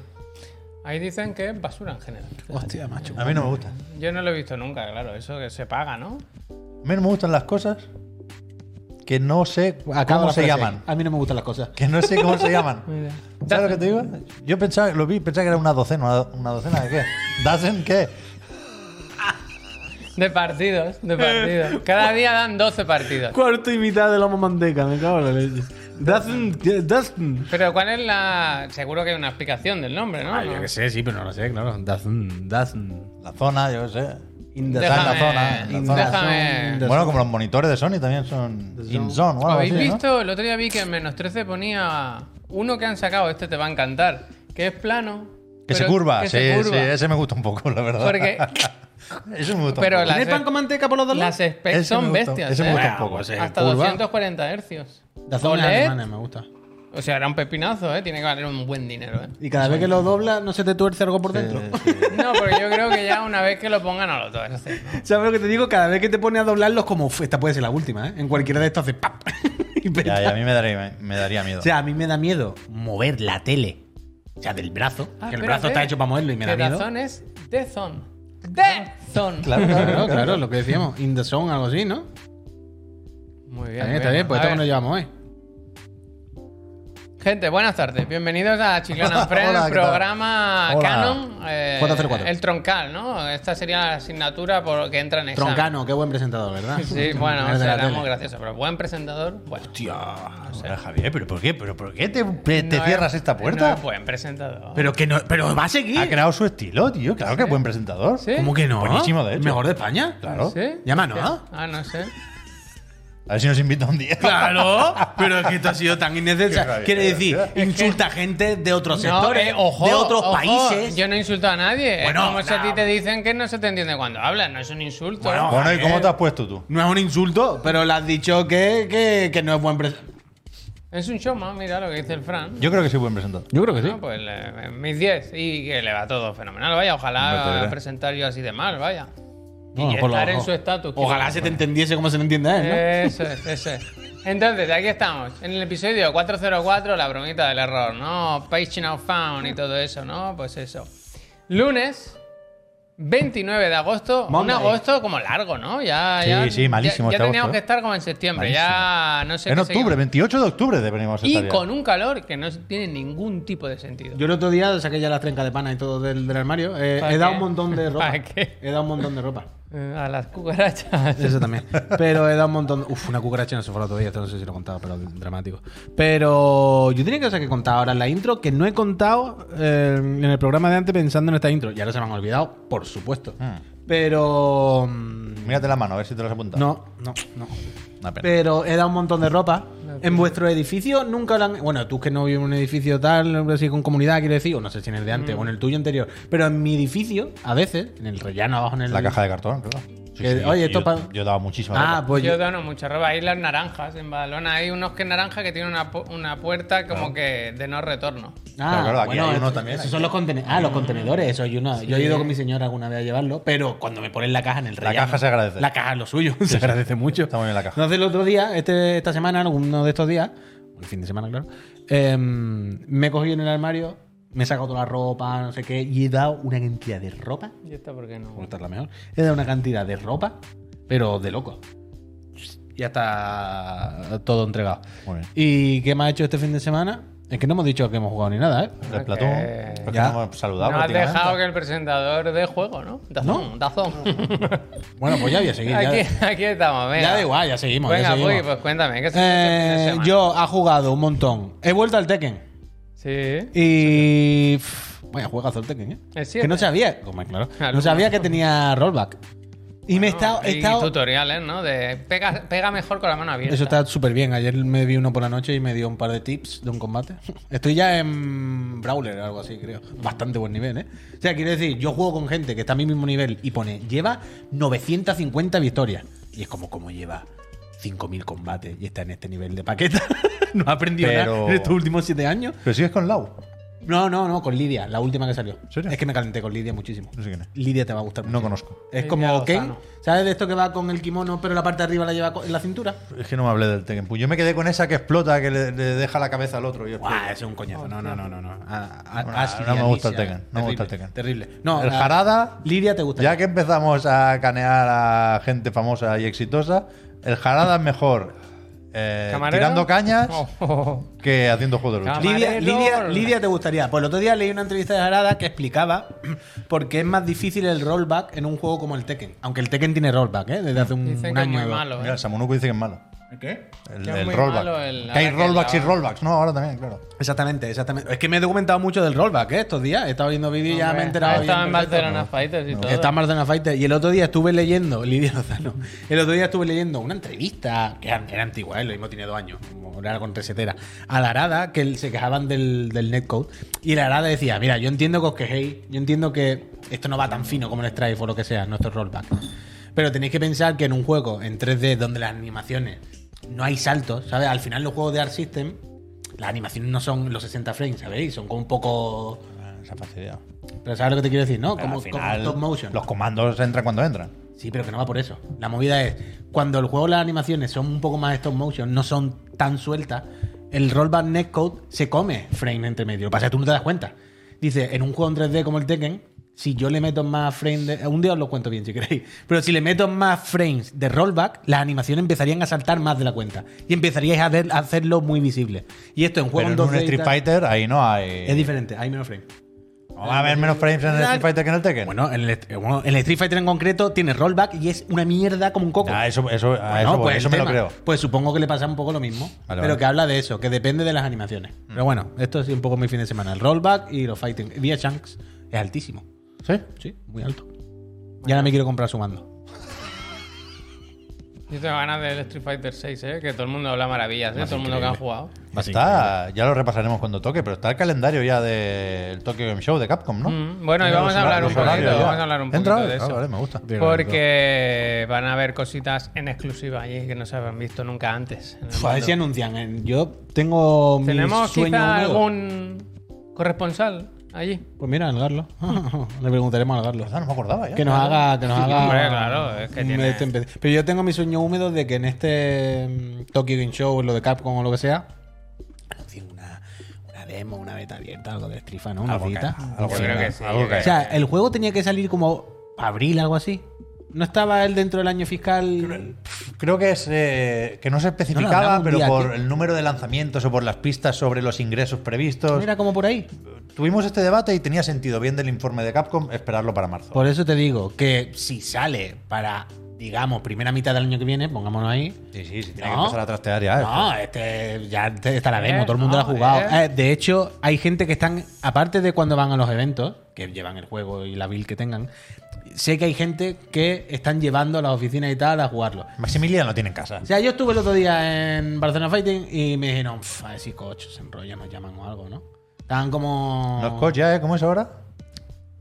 C: Ahí dicen que es basura en general.
B: Hostia, macho.
A: A mí no me gusta.
C: Yo no lo he visto nunca, claro, eso que se paga, ¿no?
A: A mí no me gustan las cosas que no sé
B: Acaba
A: cómo
B: la
A: se
B: frase.
A: llaman.
B: A mí no me gustan las cosas.
A: Que no sé cómo se llaman.
C: Mira.
A: ¿Sabes lo que te digo? Yo pensaba, lo vi, pensaba que era una docena. ¿Una, una docena de qué? ¿Dozen qué?
C: De partidos, de partidos. Cada día dan 12 partidos.
B: Cuarto y mitad de lomo manteca, me cago en la leche. Dustin, Dustin.
C: Pero ¿cuál es la...? Seguro que hay una explicación del nombre, ¿no?
B: Ah, yo que sé, sí, pero no lo sé, claro. Dustin, Dustin.
A: La zona, yo qué sé.
B: In the
A: Está en
C: Déjame,
A: la zona. en la
C: in-
A: zona.
C: déjame.
B: In the
A: Bueno, como los monitores de Sony también son in zone. o algo
C: ¿Habéis
A: así, ¿no?
C: visto? El otro día vi que en menos 13 ponía uno que han sacado, este te va a encantar, que es plano.
A: Que se
C: pero
A: curva,
C: que
A: sí,
C: se curva.
A: sí, ese me gusta un poco, la verdad.
C: Porque-
A: Eso me gusta
C: Pero
A: un poco.
C: las,
B: ¿Tienes pan con manteca por los dos
C: las
B: lados?
A: Ese me
C: specs son
A: gusta-
C: bestias.
A: ese me
C: ¿eh?
A: gusta
B: Bueno,
A: un poco.
B: pues, eh,
C: Hasta
B: curva.
C: 240 hercios.
B: Dazón
C: OLED,
B: alemanes, me gusta.
C: O sea, era un pepinazo, ¿eh? Tiene que valer un buen dinero, ¿eh?
B: Y cada vez que lo dobla, no se te tuerce algo por dentro.
C: No, porque yo creo que ya una vez que lo pongan a lo todo. no sé.
B: ¿Sabes lo que te digo? Cada vez que te pones a doblarlos, como "Uf, esta puede ser la última, ¿eh? En cualquiera de estos hace ¡pap! Y peta.
A: Ya, ya, a mí me daría, me daría miedo.
B: O sea, a mí me da miedo mover la tele. O sea, del brazo.
C: Ah,
B: que el
C: espérate,
B: brazo está hecho para moverlo y me da
C: que
B: miedo.
C: Dazón es de zone. De zone.
A: Claro, claro,
B: Claro,
A: claro.
B: claro, lo que decíamos. In the zone, algo así, ¿no?
C: Muy bien.
B: Está bien, está
C: venga.
B: bien, pues
C: A
B: esto
C: ver,
B: me lo llevamos hoy.
C: Gente, buenas tardes. Bienvenidos a Chiclana Friends,
A: Hola, ¿qué tal?
C: programa
A: Hola.
C: Canon. eh,
B: 404.
C: el troncal, ¿no? Esta sería la asignatura por que entra en examen.
B: Troncano, qué buen presentador, ¿verdad?
C: Sí, bueno, o
B: Era de
C: sea,
B: la
C: era
B: tele.
C: muy gracioso, pero buen presentador. Bueno,
B: Hostia.
A: Ahora, Javier, ¿pero por qué? ¿Pero por qué te, te
C: no
A: cierras
C: es-
A: esta
C: No
A: puerta?
C: es buen presentador.
B: Pero que no, pero va a
A: ha
B: seguir.
A: creado su estilo, tío. Claro que es buen presentador.
C: Sí.
B: ¿Cómo que no?
A: Buenísimo, de hecho.
B: Mejor de España.
A: Claro.
C: ¿Sí?
B: Llama, ¿no?
C: ¿Qué? Ah, no sé.
A: A ver si nos invita un día.
B: Claro, pero es que esto ha sido tan
A: Qué
B: innecesario.
A: rabia,
B: Quiere
A: qué
B: decir,
A: rabia.
B: insulta a gente de otros
C: No,
B: sectores,
C: eh, ojo,
B: de otros
C: ojo,
B: países.
C: Yo no insulto a nadie.
B: Bueno,
C: es como si a ti
B: no.
C: te dicen que no se te entiende cuando hablas, no es un insulto. ¿eh?
B: Bueno,
A: Bueno, ¿y
B: Javier.
A: cómo te has puesto tú?
B: No es un insulto, pero le has dicho que, que, que no es buen presentador.
C: Es un showman, mira lo que dice el Fran.
A: Yo creo que soy buen presentador.
B: Yo creo que
C: Bueno, pues le- mis 10 y que le va todo fenomenal, vaya.
A: Hombre, te
C: Ojalá
A: veré.
C: presentar yo así de mal, vaya.
B: Bueno,
C: y
B: pues, por lo
C: estar en
B: bajo.
C: su estatus. Eh.
B: Ojalá se te entendiese como se le entiende a él, ¿no?
C: Eso es, eso es. Entonces, aquí estamos, en el episodio 404, la bromita del error, ¿no? Page now found y todo eso, ¿no? Pues eso. Lunes 29 de agosto,
B: Monday.
C: un agosto como largo, ¿no? Ya,
A: Sí,
C: ya,
A: sí, malísimo
C: Ya, ya
A: este
C: teníamos
A: agosto,
C: que
A: ¿eh?
C: estar como en septiembre, ya no sé
A: en
C: qué
A: octubre,
C: seguimos.
A: 28 de octubre deberíamos estar.
C: Y
A: ya.
C: con un calor que no tiene ningún tipo de sentido.
B: Yo el otro día saqué ya las trencas de pana y todo del, del armario. Eh,
C: ¿Para
B: he dado
C: qué?
B: un montón de ropa.
C: ¿Para qué?
B: He dado un montón de ropa.
C: Eh, A las cucarachas.
B: Eso también. Pero he dado un montón. Uf, una cucaracha en el sofá el otro día. Esto no sé si lo he contado, pero dramático. Pero yo tenía cosas que contar ahora en la intro que no he contado eh, en el programa de antes pensando en esta intro. Ya ahora se me han olvidado, por supuesto.
A: Ah.
B: Pero. mm,
A: Mírate la mano, a ver si te lo has apuntado.
B: No, no, no.
A: Una pena.
B: Pero he dado un montón de ropa. En vuestro edificio nunca lo han. Bueno, tú que no vives en un edificio tal, así con comunidad, quiero decir, o no sé si en el de antes o en el tuyo anterior. Pero en mi edificio, a veces, en el rellano abajo en el.
A: La caja de cartón, claro. Sí,
B: Que-
A: sí,
B: oye,
A: yo,
B: esto pa-
A: yo he dado muchísima
B: Ah,
A: ropa.
B: pues yo.
C: Yo dono mucha ropa. Ahí las naranjas en Badalona. Hay unos que naranja que tienen una, pu- una puerta como que de no retorno.
B: Ah,
A: Claro, claro, aquí hay uno
B: esos-
A: también,
B: Esos
A: aquí.
B: son los contenedores. Ah, los contenedores, eso hay uno. Yo he ido con mi señora alguna vez a llevarlo, pero cuando me ponen la caja en el
A: La
B: rellano.
A: caja se agradece.
B: La caja es lo suyo, pues, se agradece mucho.
A: Está muy bien la caja.
B: Entonces el otro día, este, esta semana, alguno de estos días, el fin de semana, claro, em, me he cogido en el armario, me he sacado toda la ropa, no sé qué, y he dado una cantidad de ropa.
C: ¿Y esta por qué
B: Por
C: no?
B: estar la mejor. He dado una cantidad de ropa, pero de loco. Ya está todo entregado.
A: Muy bien.
B: ¿Y qué me ha hecho este fin de semana? Es que no hemos dicho que hemos jugado ni nada, ¿eh?
A: El platón.
C: que-
A: es que
B: Ya.
A: no hemos saludado.
C: No has
A: prácticamente.
C: dejado que el presentador de juego, ¿no? Dazón, dazón.
B: Bueno, pues ya voy a seguir. Ya,
C: aquí, aquí estamos, venga.
B: ya da igual, ya seguimos. ya
C: Venga,
B: seguimos.
C: Puy, pues cuéntame. ¿qué se hace este
B: Eh,
C: fin de semana?
B: yo ha jugado un montón. He vuelto al Tekken.
C: Sí.
B: Y. pff, Vaya, juegazo el Tekken, ¿eh?
C: Es cierto.
B: que no sabía. como es claro.
C: Claro.
B: No sabía que tenía rollback. Y me he estado. he
C: Hay
B: estado-
C: tutoriales, ¿no? De pega, pega mejor con la mano abierta.
B: Eso está súper bien. Ayer me vi uno por la noche y me dio un par de tips de un combate. Estoy ya en Brawler o algo así, creo. Bastante buen nivel, ¿eh? O sea, quiero decir, yo juego con gente que está a mi mismo nivel y pone, lleva 950 victorias. Y es como, como lleva 5.000 combates y está en este nivel de paqueta. no ha aprendido
A: Pero-
B: nada en estos últimos 7 años.
A: Pero sigues con Lau.
B: No, no, no, con Lidia, la última que salió.
A: serio?
B: Es que me calenté con Lidia muchísimo.
A: No sé quién es.
B: Lidia te va a gustar
A: No
B: muchísimo.
A: conozco.
B: Es
C: Lidia
B: como Ken,
C: Lozano.
B: ¿sabes de esto que va con el kimono, pero la parte de arriba la lleva co- en la cintura?
A: Es que no me hablé del Tekken. Pues yo me quedé con esa que explota, que le, le deja la cabeza al otro. y yo-
B: Guau, ese es un
C: Oh,
B: coñazo. No, no, no, no. Ah, No, A- a-
A: No,
B: Ashley,
A: no me gusta el
B: Alicia,
A: Tekken, no me gusta el
B: terrible,
A: Tekken.
B: Terrible. No,
A: el
B: la-
A: Jarada,
B: Lidia te gusta.
A: ya que empezamos a canear a gente famosa y exitosa, el Jarada es mejor eh,
C: ¿Camarero?
A: tirando cañas
C: Oh, oh, oh.
A: que haciendo juego de lucha.
C: Cam-
B: Lidia,
C: Camarero.
B: Lidia, Lidia te gustaría. Pues el otro día leí una entrevista de Jarada que explicaba por qué es más difícil el rollback en un juego como el Tekken. Aunque el Tekken tiene rollback, ¿eh? Desde hace un,
C: Dicen
B: un
C: que es
B: año.
C: muy
B: o dos.
C: malo. ¿eh?
A: Mira, el Samonuco dice que es malo.
F: ¿Qué?
A: El,
C: Que es
A: el
C: muy
A: rollback.
C: malo el-
A: que hay
C: ahora que
A: rollbacks y
C: la-
A: rollbacks, ¿no? Ahora también, claro.
B: Exactamente, exactamente. Es que me he documentado mucho del rollback ¿eh? estos días. He estado viendo vídeos y ya me he enterado.
C: Estaba
B: bien
C: en
B: perfecto.
C: Barcelona Fighters y todo.
B: Está en Barcelona Fighter. Y el otro día estuve leyendo, Lidia Lozano, el otro día estuve leyendo una entrevista, que era, era antigua, ¿eh? lo mismo tiene dos años, como era con resetera, a la Arada, que él- se quejaban del, del netcode. Y la Arada decía, mira, yo entiendo que os quejéis, yo entiendo que esto no va tan fino como el Strife o lo que sea, nuestro rollback. Pero tenéis que pensar que en un juego en 3D donde las animaciones no hay saltos, ¿sabes? Al final los juegos de Art System, las animaciones no son los 60 frames, ¿sabéis? Son como un poco...
A: Esa facilidad.
B: Pero ¿sabes lo que te quiero decir? ¿No?
A: Ah. Pero
B: Como,
A: al final,
B: como stop motion.
A: Los comandos entran cuando entran.
B: Sí, pero que no va por eso. La movida es, cuando el juego las animaciones son un poco más stop motion, no son tan sueltas, el rollback netcode se come frame entre medio. Lo que pasa es que tú no te das cuenta. Dice, en un juego en 3D como el Tekken, si yo le meto más frames de... Un día os lo cuento bien, si queréis. Pero si le meto más frames de rollback, las animaciones empezarían a saltar más de la cuenta. Y empezaríais a, ver- a hacerlo muy visible. Y esto en
A: Pero
B: juego
A: en
B: en
A: un
B: 2D y
A: Street
B: tal,
A: Fighter ahí no hay.
B: es diferente, hay menos frames.
A: No va a haber menos frames en el Street Fighter que en el Tekken.
B: Bueno, en el, est- bueno, en el Street Fighter en concreto tiene rollback y es una mierda como un coco.
A: Ah, eso, eso, a
B: Bueno,
A: eso, voy,
B: pues
A: eso
B: el
A: me lo
B: tema.
A: creo.
B: Pues supongo que le pasa un poco lo mismo.
A: Vale,
B: pero
A: vale. Mm.
B: que habla de eso, que depende de las animaciones. Pero bueno, esto es un poco mi fin de semana. El rollback y los fighting. Vía Chunks es altísimo.
A: ¿Sí?
B: Sí, muy alto. Y ahora me quiero comprar su mando.
C: Yo tengo ganas del Street Fighter 6, ¿eh? que todo el mundo habla maravillas, ¿eh? todo el mundo que ha jugado.
A: Está, ya lo repasaremos cuando toque, pero está el calendario ya del Tokyo Game Show de Capcom, ¿no?
C: Mm, bueno, y
A: Mira
C: vamos
A: los
C: a hablar
A: hora-
C: un
A: los horarios
C: poquito,
A: ya.
C: vamos a hablar un
A: Entra,
C: poquito de
A: ah,
C: eso.
A: vale, me gusta.
C: Porque van a haber cositas en exclusiva allí que no se habían visto nunca antes. en el
B: Uf, Pues a ver
C: mundo.
B: si anuncian. eh. Yo tengo mi
C: ¿Tenemos
B: sueño
C: quizá
B: húmedo.
C: algún corresponsal allí?
B: Pues mira, al Garlo. Le preguntaremos al Garlo.
A: Verdad, No me acordaba ya.
B: Que nos haga. Que nos haga
C: Hombre, claro, es que
B: un
C: tiene-
B: este empe- Pero yo tengo mi sueño húmedo de que en este mm, Tokyo Game Show, lo de Capcom o lo que sea, anuncien una, una demo, una beta abierta, algo de Strifa, ¿no? Una
A: Algo
B: cita.
A: cae, algo
C: Yo
A: cae,
C: creo que sí,
A: algo
C: yo
A: cae.
B: O sea, el juego tenía que salir como abril, algo así. ¿No estaba él dentro del año fiscal?
A: Creo que es eh, que no se
B: No, no,
A: especificaba,
B: hablamos un
A: pero
B: día
A: por
B: que-
A: el número de lanzamientos o por las pistas sobre los ingresos
B: ¿No
A: previstos.
B: era como por ahí?
A: Tuvimos este debate y tenía sentido, bien del informe de Capcom, esperarlo para marzo.
B: Por eso te digo que si sale para, digamos, primera mitad del año que viene, pongámonos ahí,
A: Sí, sí, sí, tiene
B: No.
A: que empezar a trastear
C: Ah,
A: ya. eh. esto.
B: No, este ya te- está la demo,
C: Eh,
B: todo el mundo
C: no,
B: la ha jugado.
C: eh.
B: Eh, de hecho, hay gente que están, aparte de cuando van a los eventos, que llevan el juego y la build que tengan, sé que hay gente que están llevando a las oficinas y tal a jugarlo.
A: Maximilian lo tiene en casa.
B: O sea, yo estuve el otro día en Barcelona Fighting y me dijeron, "Pf, a ver si coach se enrolla, nos llaman o algo, ¿no? Estaban como...
A: No es coach ya, ¿eh? ¿Cómo es ahora?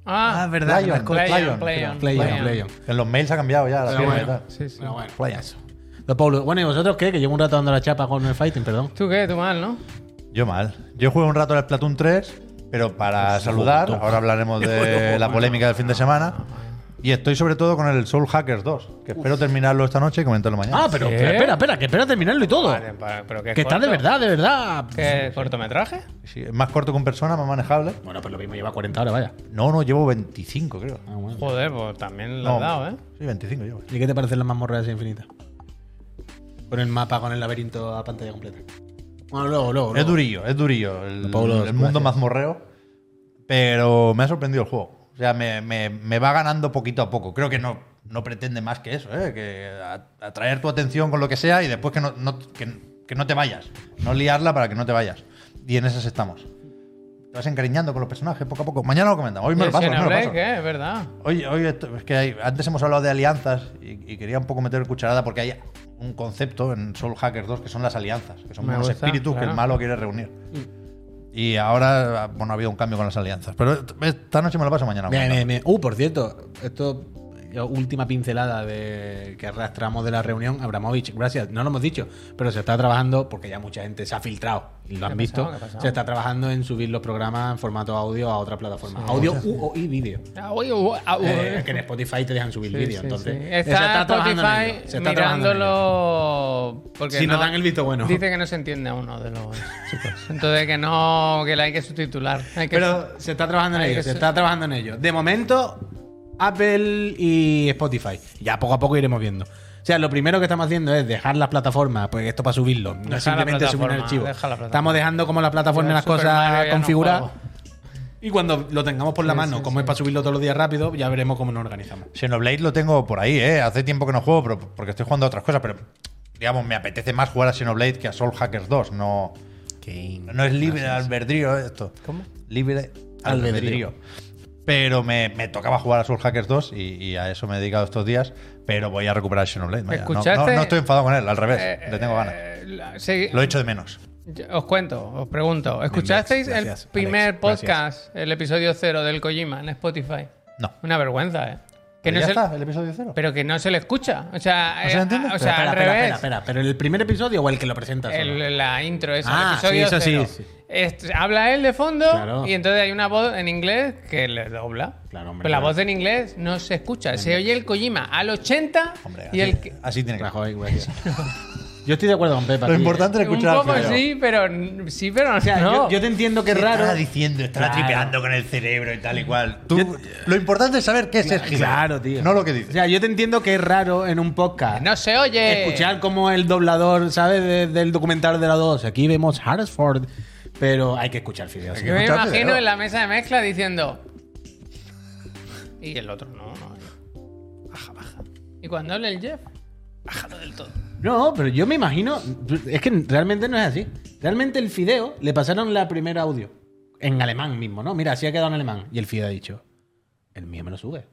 C: Ah,
B: es verdad, que no es
A: Lion,
B: coach.
C: Play
A: Lion,
C: on, play
A: creo.
C: on,
B: Play on,
C: play on.
B: play on.
A: En los mails ha cambiado ya la
B: Pero
A: firma
B: bueno.
A: y tal.
C: Sí, sí.
B: Pero bueno, eso. Lo Pablo- Bueno, ¿y vosotros qué? Que llevo un rato dando la chapa con el Fighting, perdón.
C: ¿Tú qué? ¿Tú mal, no?
A: Yo mal. Yo jugué un rato al Splatoon 3, pero
C: Pues
A: para saludar, ahora hablaremos de la polémica del fin
C: Ah,
A: de semana. Y estoy sobre todo con el Soul Hackers 2, que espero terminarlo esta noche y comentarlo mañana.
B: Ah, pero
C: ¿Sí?
B: espera, espera, espera, que espera terminarlo y todo.
C: Vale, pa- pero que es
B: que está de
C: corto.
B: verdad, de verdad.
C: ¿Qué cortometraje?
A: Sí, es más corto con persona, más manejable.
B: Bueno, pues lo mismo lleva 40 horas, vaya. Ah,
A: No, no, llevo 25, creo.
C: Joder, pues también lo
A: No,
C: has dado, ¿eh?
A: Sí, 25 llevo.
B: ¿Y qué te parecen las mazmorras infinitas? Con el mapa, con el laberinto a pantalla completa. Bueno, luego, luego.
A: Es
B: luego.
A: durillo, es durillo. El,
B: Pablo,
A: el mundo
B: gracias.
A: mazmorreo. Pero me ha sorprendido el juego. O sea, me, me- me va ganando poquito a poco. Creo que no, no pretende más que eso, ¿eh? Que a- atraer tu atención con lo que sea y después que no, no- que, que no te vayas. No liarla para que no te vayas. Y en esas estamos. Te vas encariñando con los personajes poco a poco. Mañana lo comentamos. Hoy me lo paso.
C: Sena
A: me lo
C: Break,
A: paso.
C: ¿eh? Es verdad.
A: Hoy, hoy esto- es que hay- antes hemos hablado de alianzas y, y quería un poco meter cucharada porque hay un concepto en Soul Hackers 2 que son las alianzas, que son
C: Me
A: unos
C: gusta,
A: espíritus que
C: claro. Mm.
A: el malo quiere reunir. Y ahora, bueno, ha habido un cambio con las alianzas. Pero esta noche me lo paso mañana.
B: Bien,
A: bueno.
B: bien, bien. Uh, por cierto, esto. la Última pincelada de que arrastramos de la reunión, Abramovich, gracias, no lo hemos dicho, pero se está trabajando, porque ya mucha gente se ha filtrado y lo han
C: ha
B: visto,
C: pasado? ¿Qué ha pasado?
B: se está trabajando en subir los programas en formato audio a otra plataforma, audio u, o- y vídeo.
C: Ah, uy, uy, ah, uy.
B: Eh, que en Spotify te dejan subir
C: Sí,
B: vídeo,
C: sí,
B: entonces.
C: sí.
B: se
C: Está,
B: trabajando en ello,
C: Spotify
B: se está trabajando en ello.
C: mirándolo. Porque
B: Si nos dan el visto bueno.
C: Dice que no se entiende a uno de los chicos. Entonces que no, que la hay que subtitular. Hay que
B: Pero se está trabajando en
C: Hay
B: ello,
C: que
B: se
C: ser-
B: está trabajando en ello. De momento, Apple y Spotify. Ya poco a poco iremos viendo. O sea, lo primero que estamos haciendo es dejar las plataformas, pues esto para subirlo, no
C: Deja
B: es
C: la
B: simplemente subir un
C: plataforma,
B: archivo.
C: deja la plataforma.
B: Estamos dejando como la plataforma
C: Yo
B: las
C: Super Mario
B: cosas
C: ya no
B: configuradas.
C: juego.
B: y cuando lo tengamos por la
C: Sí,
B: mano,
C: sí,
B: como es para subirlo todos los días rápido, ya veremos cómo nos organizamos.
A: Xenoblade lo tengo por ahí, ¿eh? Hace tiempo que no juego pero- porque estoy jugando a otras cosas, pero digamos, me apetece más jugar a Xenoblade que a Soul Hackers 2. No, no es libre albedrío esto.
C: ¿Cómo?
A: Libre albedrío. Pero me, me tocaba jugar a Soul Hackers 2 y, y a eso me he dedicado estos días. Pero voy a recuperar Xenoblade. vaya. No-
C: ¿Escuchaste?
A: No, no estoy enfadado con él, al revés.
C: Eh,
A: le tengo ganas.
C: eh, la- sí,
A: Lo he hecho de menos.
C: yo- Os cuento, os pregunto. ¿Escuchasteis
B: Gracias,
C: el
B: Alex,
C: primer
B: gracias.
C: podcast, el episodio cero del Kojima en Spotify?
A: No.
C: Una vergüenza, ¿eh? Que no
A: ya
C: se-
A: está, el episodio cero.
C: Pero que no se le escucha. O sea,
A: se
C: eh,
A: le entiende?
C: o
A: Pero
C: sea
B: espera,
C: al
B: espera,
C: revés.
B: espera, espera. ¿Pero el primer episodio o el que lo presenta solo?
C: El- la intro esa, el
B: Ah,
C: episodio
B: sí, eso sí,
C: cero.
B: sí.
C: Es- habla él de fondo
B: Claro.
C: y entonces hay una voz en inglés que le dobla.
B: Claro, hombre,
C: Pero la
B: claro.
C: voz en inglés no se escucha. Se oye el Kojima al 80
A: Hombre, así,
C: y el que-
A: así tiene que
B: Rajoy, güey. Yo estoy de acuerdo con Pepa.
A: Lo importante es
C: un
A: escuchar al
C: poco
A: primero.
C: sí, pero sí, pero
B: O sea,
C: no.
B: yo, yo te entiendo que es
A: ¿Qué
B: raro.
A: Estará diciendo, estará
B: Claro.
A: tripeando con el cerebro y tal y cual. Tú- lo importante es saber qué es el giro.
B: Claro, tío.
A: No lo que
B: O
A: dice.
B: sea, yo te entiendo que es raro en un podcast.
C: No eh. se oye.
B: Escuchar como el doblador, ¿sabes? De- del documental de la 2. Aquí vemos Harrisford, pero hay que escuchar fideos.
A: Hay
C: Yo me
A: escucharte,
C: imagino
A: ¿no?
C: en la mesa de mezcla diciendo. Y el otro, no, no. Baja, baja. Y cuando habla el Jeff, bájalo del todo.
B: No, pero yo me imagino. Es que realmente no es así. Realmente el fideo le pasaron la primera audio. En alemán mismo, ¿no? Mira, así ha quedado en alemán. Y el fideo ha dicho: El mío me lo sube.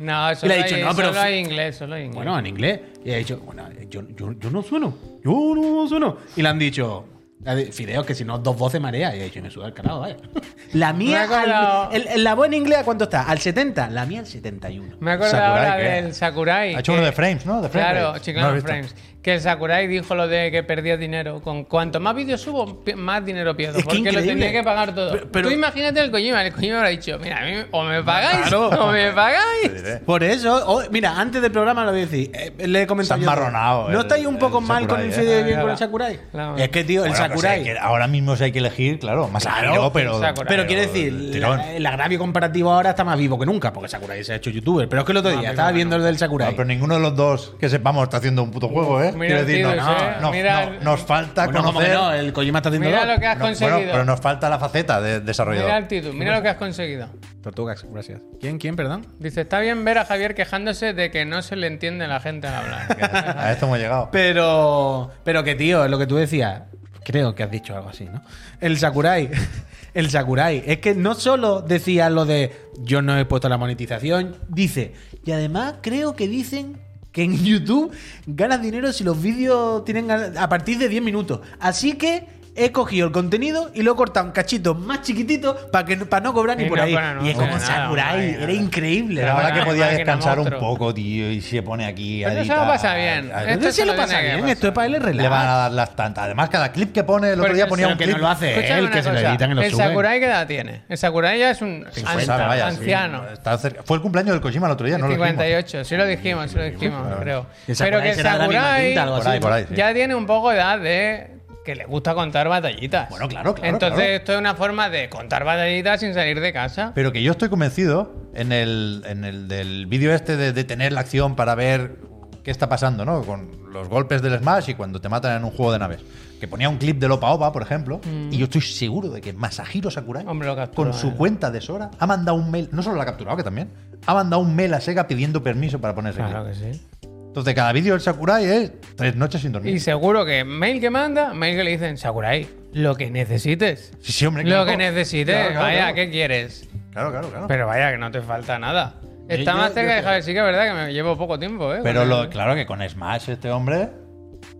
C: No,
B: Y
C: solo,
B: le ha dicho,
C: hay,
B: "No, pero
C: solo
B: fi-
C: hay inglés, solo hay inglés.
B: Bueno, en inglés. Y ha dicho, bueno, yo, yo, yo no sueno. Yo no sueno. Y le han dicho, ha di- Fideo, que si no, dos voces marea. Y ha dicho, me suda el carajo, vaya. La mía,
C: Me he acordado.
B: al- el- el- la buena inglés, ¿a cuánto está? Al 70. La mía, al 71.
C: Me acuerdo
A: Sakurai,
C: ahora
A: ¿qué?
C: del Sakurai.
A: Ha hecho
C: que-
A: uno de frames, ¿no? De frame
C: Claro,
A: rate.
C: Chicano
A: No lo he visto.
C: Frames. Que el Sakurai dijo lo de que perdía dinero. Con cuanto más vídeos subo, pi- más dinero pierdo.
B: Es que
C: porque lo
B: increíble.
C: tenía que pagar todo.
B: Pero- pero-
C: Tú imagínate el Kojima. El Kojima habrá dicho, mira, a mí o me pagáis
B: Claro.
C: o me pagáis.
A: Te diré.
B: Por eso, hoy- mira, antes del programa lo voy a decir. eh, le he comentado.
A: Se
B: yo-
A: han marronado
B: ¿No
A: el-
B: estáis un poco
A: el
B: mal con
A: Sakurai,
B: el
A: eh.
B: Fideo y bien
C: Ah,
B: con
C: claro.
B: el Sakurai?
C: Claro.
B: Es que, tío, el
A: Bueno, pues
B: Sakurai.
A: hay que- ahora mismo si hay que elegir, claro, más
B: Claro,
A: claro, pero,
C: Sakurai.
B: Pero quiero decir,
A: del
B: la-
A: tirón.
B: el agravio comparativo ahora está más vivo que nunca, porque Sakurai se ha hecho youtuber. Pero es que el otro día estaba viendo el del Sakurai.
A: No, Ah, pero ninguno de los dos que sepamos está haciendo un puto juego, ¿eh?
C: Mira
A: Quiero decir, no,
C: el tío ese,
A: no, no,
C: mira
A: no,
C: el-
A: nos falta
B: Bueno, como que
A: conocer.
B: no, el Kojima está haciendo
C: Mira
B: dos.
C: lo que has
A: No, bueno,
C: conseguido.
A: pero nos falta la faceta de desarrollador.
C: Mira el título, mira lo que has conseguido.
B: Tortugas, gracias. ¿Quién, quién, perdón?
C: Dice, está bien ver a Javier quejándose de que no se le entiende a la gente al hablar.
A: A esto hemos llegado.
B: Pero, pero que tío, es lo que tú decías. Creo que has dicho algo así, ¿no? El Sakurai. El Sakurai. Es que no solo decía lo de yo no he puesto la monetización, dice. Y además creo que dicen que en YouTube ganas dinero si los vídeos tienen a a partir de 10 minutos. Así que he cogido el contenido y lo he cortado en cachitos más chiquitos para que para no cobrar ni
C: Y
B: por
C: no
B: ahí.
C: cobra, no
B: y es
C: cobra
B: como
C: nada,
B: Sakurai,
A: hombre,
B: era
A: nada.
B: increíble.
A: Pero ahora
C: máquina,
A: que podía
C: máquina,
A: descansar un
C: monstruo.
A: poco, tío, y se pone aquí
C: Pero
A: a
C: eso
A: editar.
C: lo pasa bien.
A: A- a-
C: Esto
B: Esto
C: se
B: se lo
C: lo
B: pasa
C: tiene que
B: bien,
C: pasar.
B: esto es para él
A: Le van a
B: relajar.
A: dar las tantas. Además, cada clip que pone, el otro
C: Porque
A: día ponía
B: pero
A: un
B: que
A: clip.
B: no lo hace.
C: Escúchame
B: él,
C: una
B: que se lo
C: cosa,
B: editan y lo
C: El
B: suben.
C: Sakurai, ¿qué edad tiene? El Sakurai ya es un
A: 50,
C: an-
A: vaya, sí.
C: anciano.
A: Está cerca. Fue el cumpleaños del Kojima el otro día, ¿no? lo dijimos.
C: 58, sí lo dijimos, sí lo dijimos, creo.
B: El Sakurai
C: Pero que el
B: será de la misma
C: Sakurai
B: tinta, algo
A: Por ahí, por ahí. sí.
C: ya tiene un poco de edad de que le gusta contar batallitas.
A: Bueno, claro, claro,
C: Entonces
A: claro.
C: esto es una forma de contar batallitas sin salir de casa.
A: Pero que yo estoy convencido en el, en el del vídeo este de detener la acción para ver qué está pasando, ¿no? Con los golpes del Smash y cuando te matan en un juego de naves. Que ponía un clip de Lopa Opa, por ejemplo, y yo estoy seguro de que Masahiro Sakurai,
C: Mm. Hombre, lo capturó,
A: con su
C: eh.
A: cuenta de Sora, ha mandado un mail, no solo la ha capturado, que también, ha mandado un mail a Sega pidiendo permiso para ponerse
C: claro que sí.
A: Entonces, cada vídeo del Sakurai es tres noches sin dormir.
C: Y seguro que mail que manda, mail que le dicen, Sakurai, lo que necesites.
A: Sí, sí, hombre,
C: Lo
A: claro.
C: que necesites,
A: Claro, claro,
C: vaya,
A: claro.
C: ¿qué quieres?
A: Claro, claro, claro.
C: Pero vaya, que no te falta nada. Está
B: yo-
C: más
B: yo
C: cerca de
B: creo-
C: Javier, sí que es verdad que me llevo poco tiempo, ¿eh?
A: Pero
C: Con
A: lo,
C: el-
A: claro que con Smash este hombre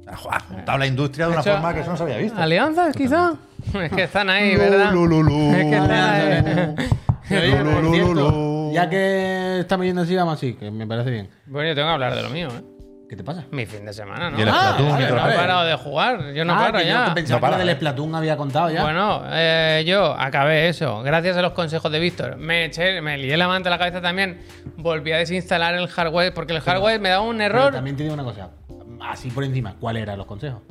A: ha ju- ha juntado la industria de una
C: hecho,
A: forma que eso no se había visto.
C: ¿Alianzas, quizá? Es que están ahí,
A: Lo,
C: ¿verdad?
A: lo, lo, lo.
C: Es que están
A: Alianzas, eh.
C: ahí.
B: Oye,
A: Lo, lo,
B: por
A: lo,
B: cierto,
A: lo, lo.
B: Ya que estamos yendo así, vamos así, que me parece bien.
C: Bueno, yo tengo que hablar de lo mío, ¿eh?
B: ¿Qué te pasa?
C: Mi fin de semana, ¿no? Ah,
A: Y el Splatoon,
C: vale,
A: y todo
C: no
A: lo
C: he
A: que-
C: parado de jugar. Yo no
B: Ah,
C: paro
B: que
C: ya.
B: Yo pensaba
A: No para,
B: que la
A: eh.
B: del Splatoon había contado ya.
C: Bueno, eh, yo acabé eso, gracias a los consejos de Víctor. Me eché, me lié la manta a la cabeza también. Volví a desinstalar el hardware, porque el hardware me daba un
B: Pero
C: error.
B: también te digo una cosa, así por encima, ¿cuál eran los consejos?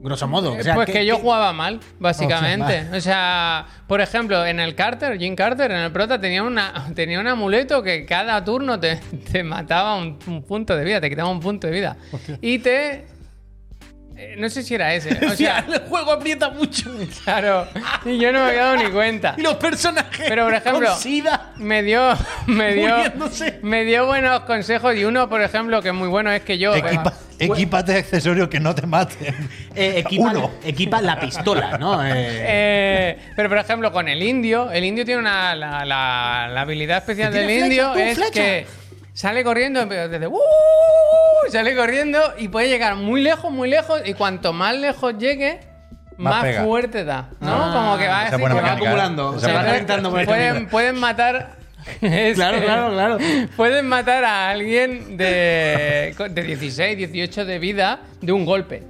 B: Grosso modo.
C: Eh,
B: o sea,
C: pues
B: ¿qué-
C: que yo
B: qué-
C: jugaba mal, básicamente. O sea, por ejemplo, en el Carter, Jim Carter, en el Prota, tenía, una, tenía un amuleto que cada turno te, te mataba un, un punto de vida, te quitaba un punto de vida. Y te. eh, no sé si era ese. O sea,
B: el juego aprieta mucho.
C: claro. Y yo no me he dado ni cuenta.
B: Y los personajes.
C: Pero, por ejemplo,
B: con sida.
C: Me dio, me dio,
B: Muriéndose.
C: me dio buenos consejos y uno, por ejemplo, que es muy bueno es que yo
A: Equipa- Equípate accesorios que no te maten.
B: Eh, equipa,
A: Uno.
B: equipa la pistola, ¿no? Eh,
C: Eh, pero por ejemplo, con el indio, el indio tiene una. La, la- la habilidad especial
B: Que
C: del
B: tiene flecha,
C: indio
B: tú,
C: es
B: flecha.
C: que sale corriendo, pero desde. ¡Uh! Sale corriendo y puede llegar muy lejos, muy lejos. Y cuanto más lejos llegue,
A: Más
C: más,
A: pega.
C: fuerte da. ¿No?
B: Ah,
C: Como que va
A: esa
C: así,
A: buena
C: que va
A: mecánica, ¿eh?
B: acumulando,
A: Esa
C: Se
B: se va
A: buena-
B: calentando por el
C: pueden,
B: camino.
C: pueden matar. es
B: Claro,
C: que
B: claro, claro.
C: Pueden matar a alguien de, de 16, 18 de vida de un golpe.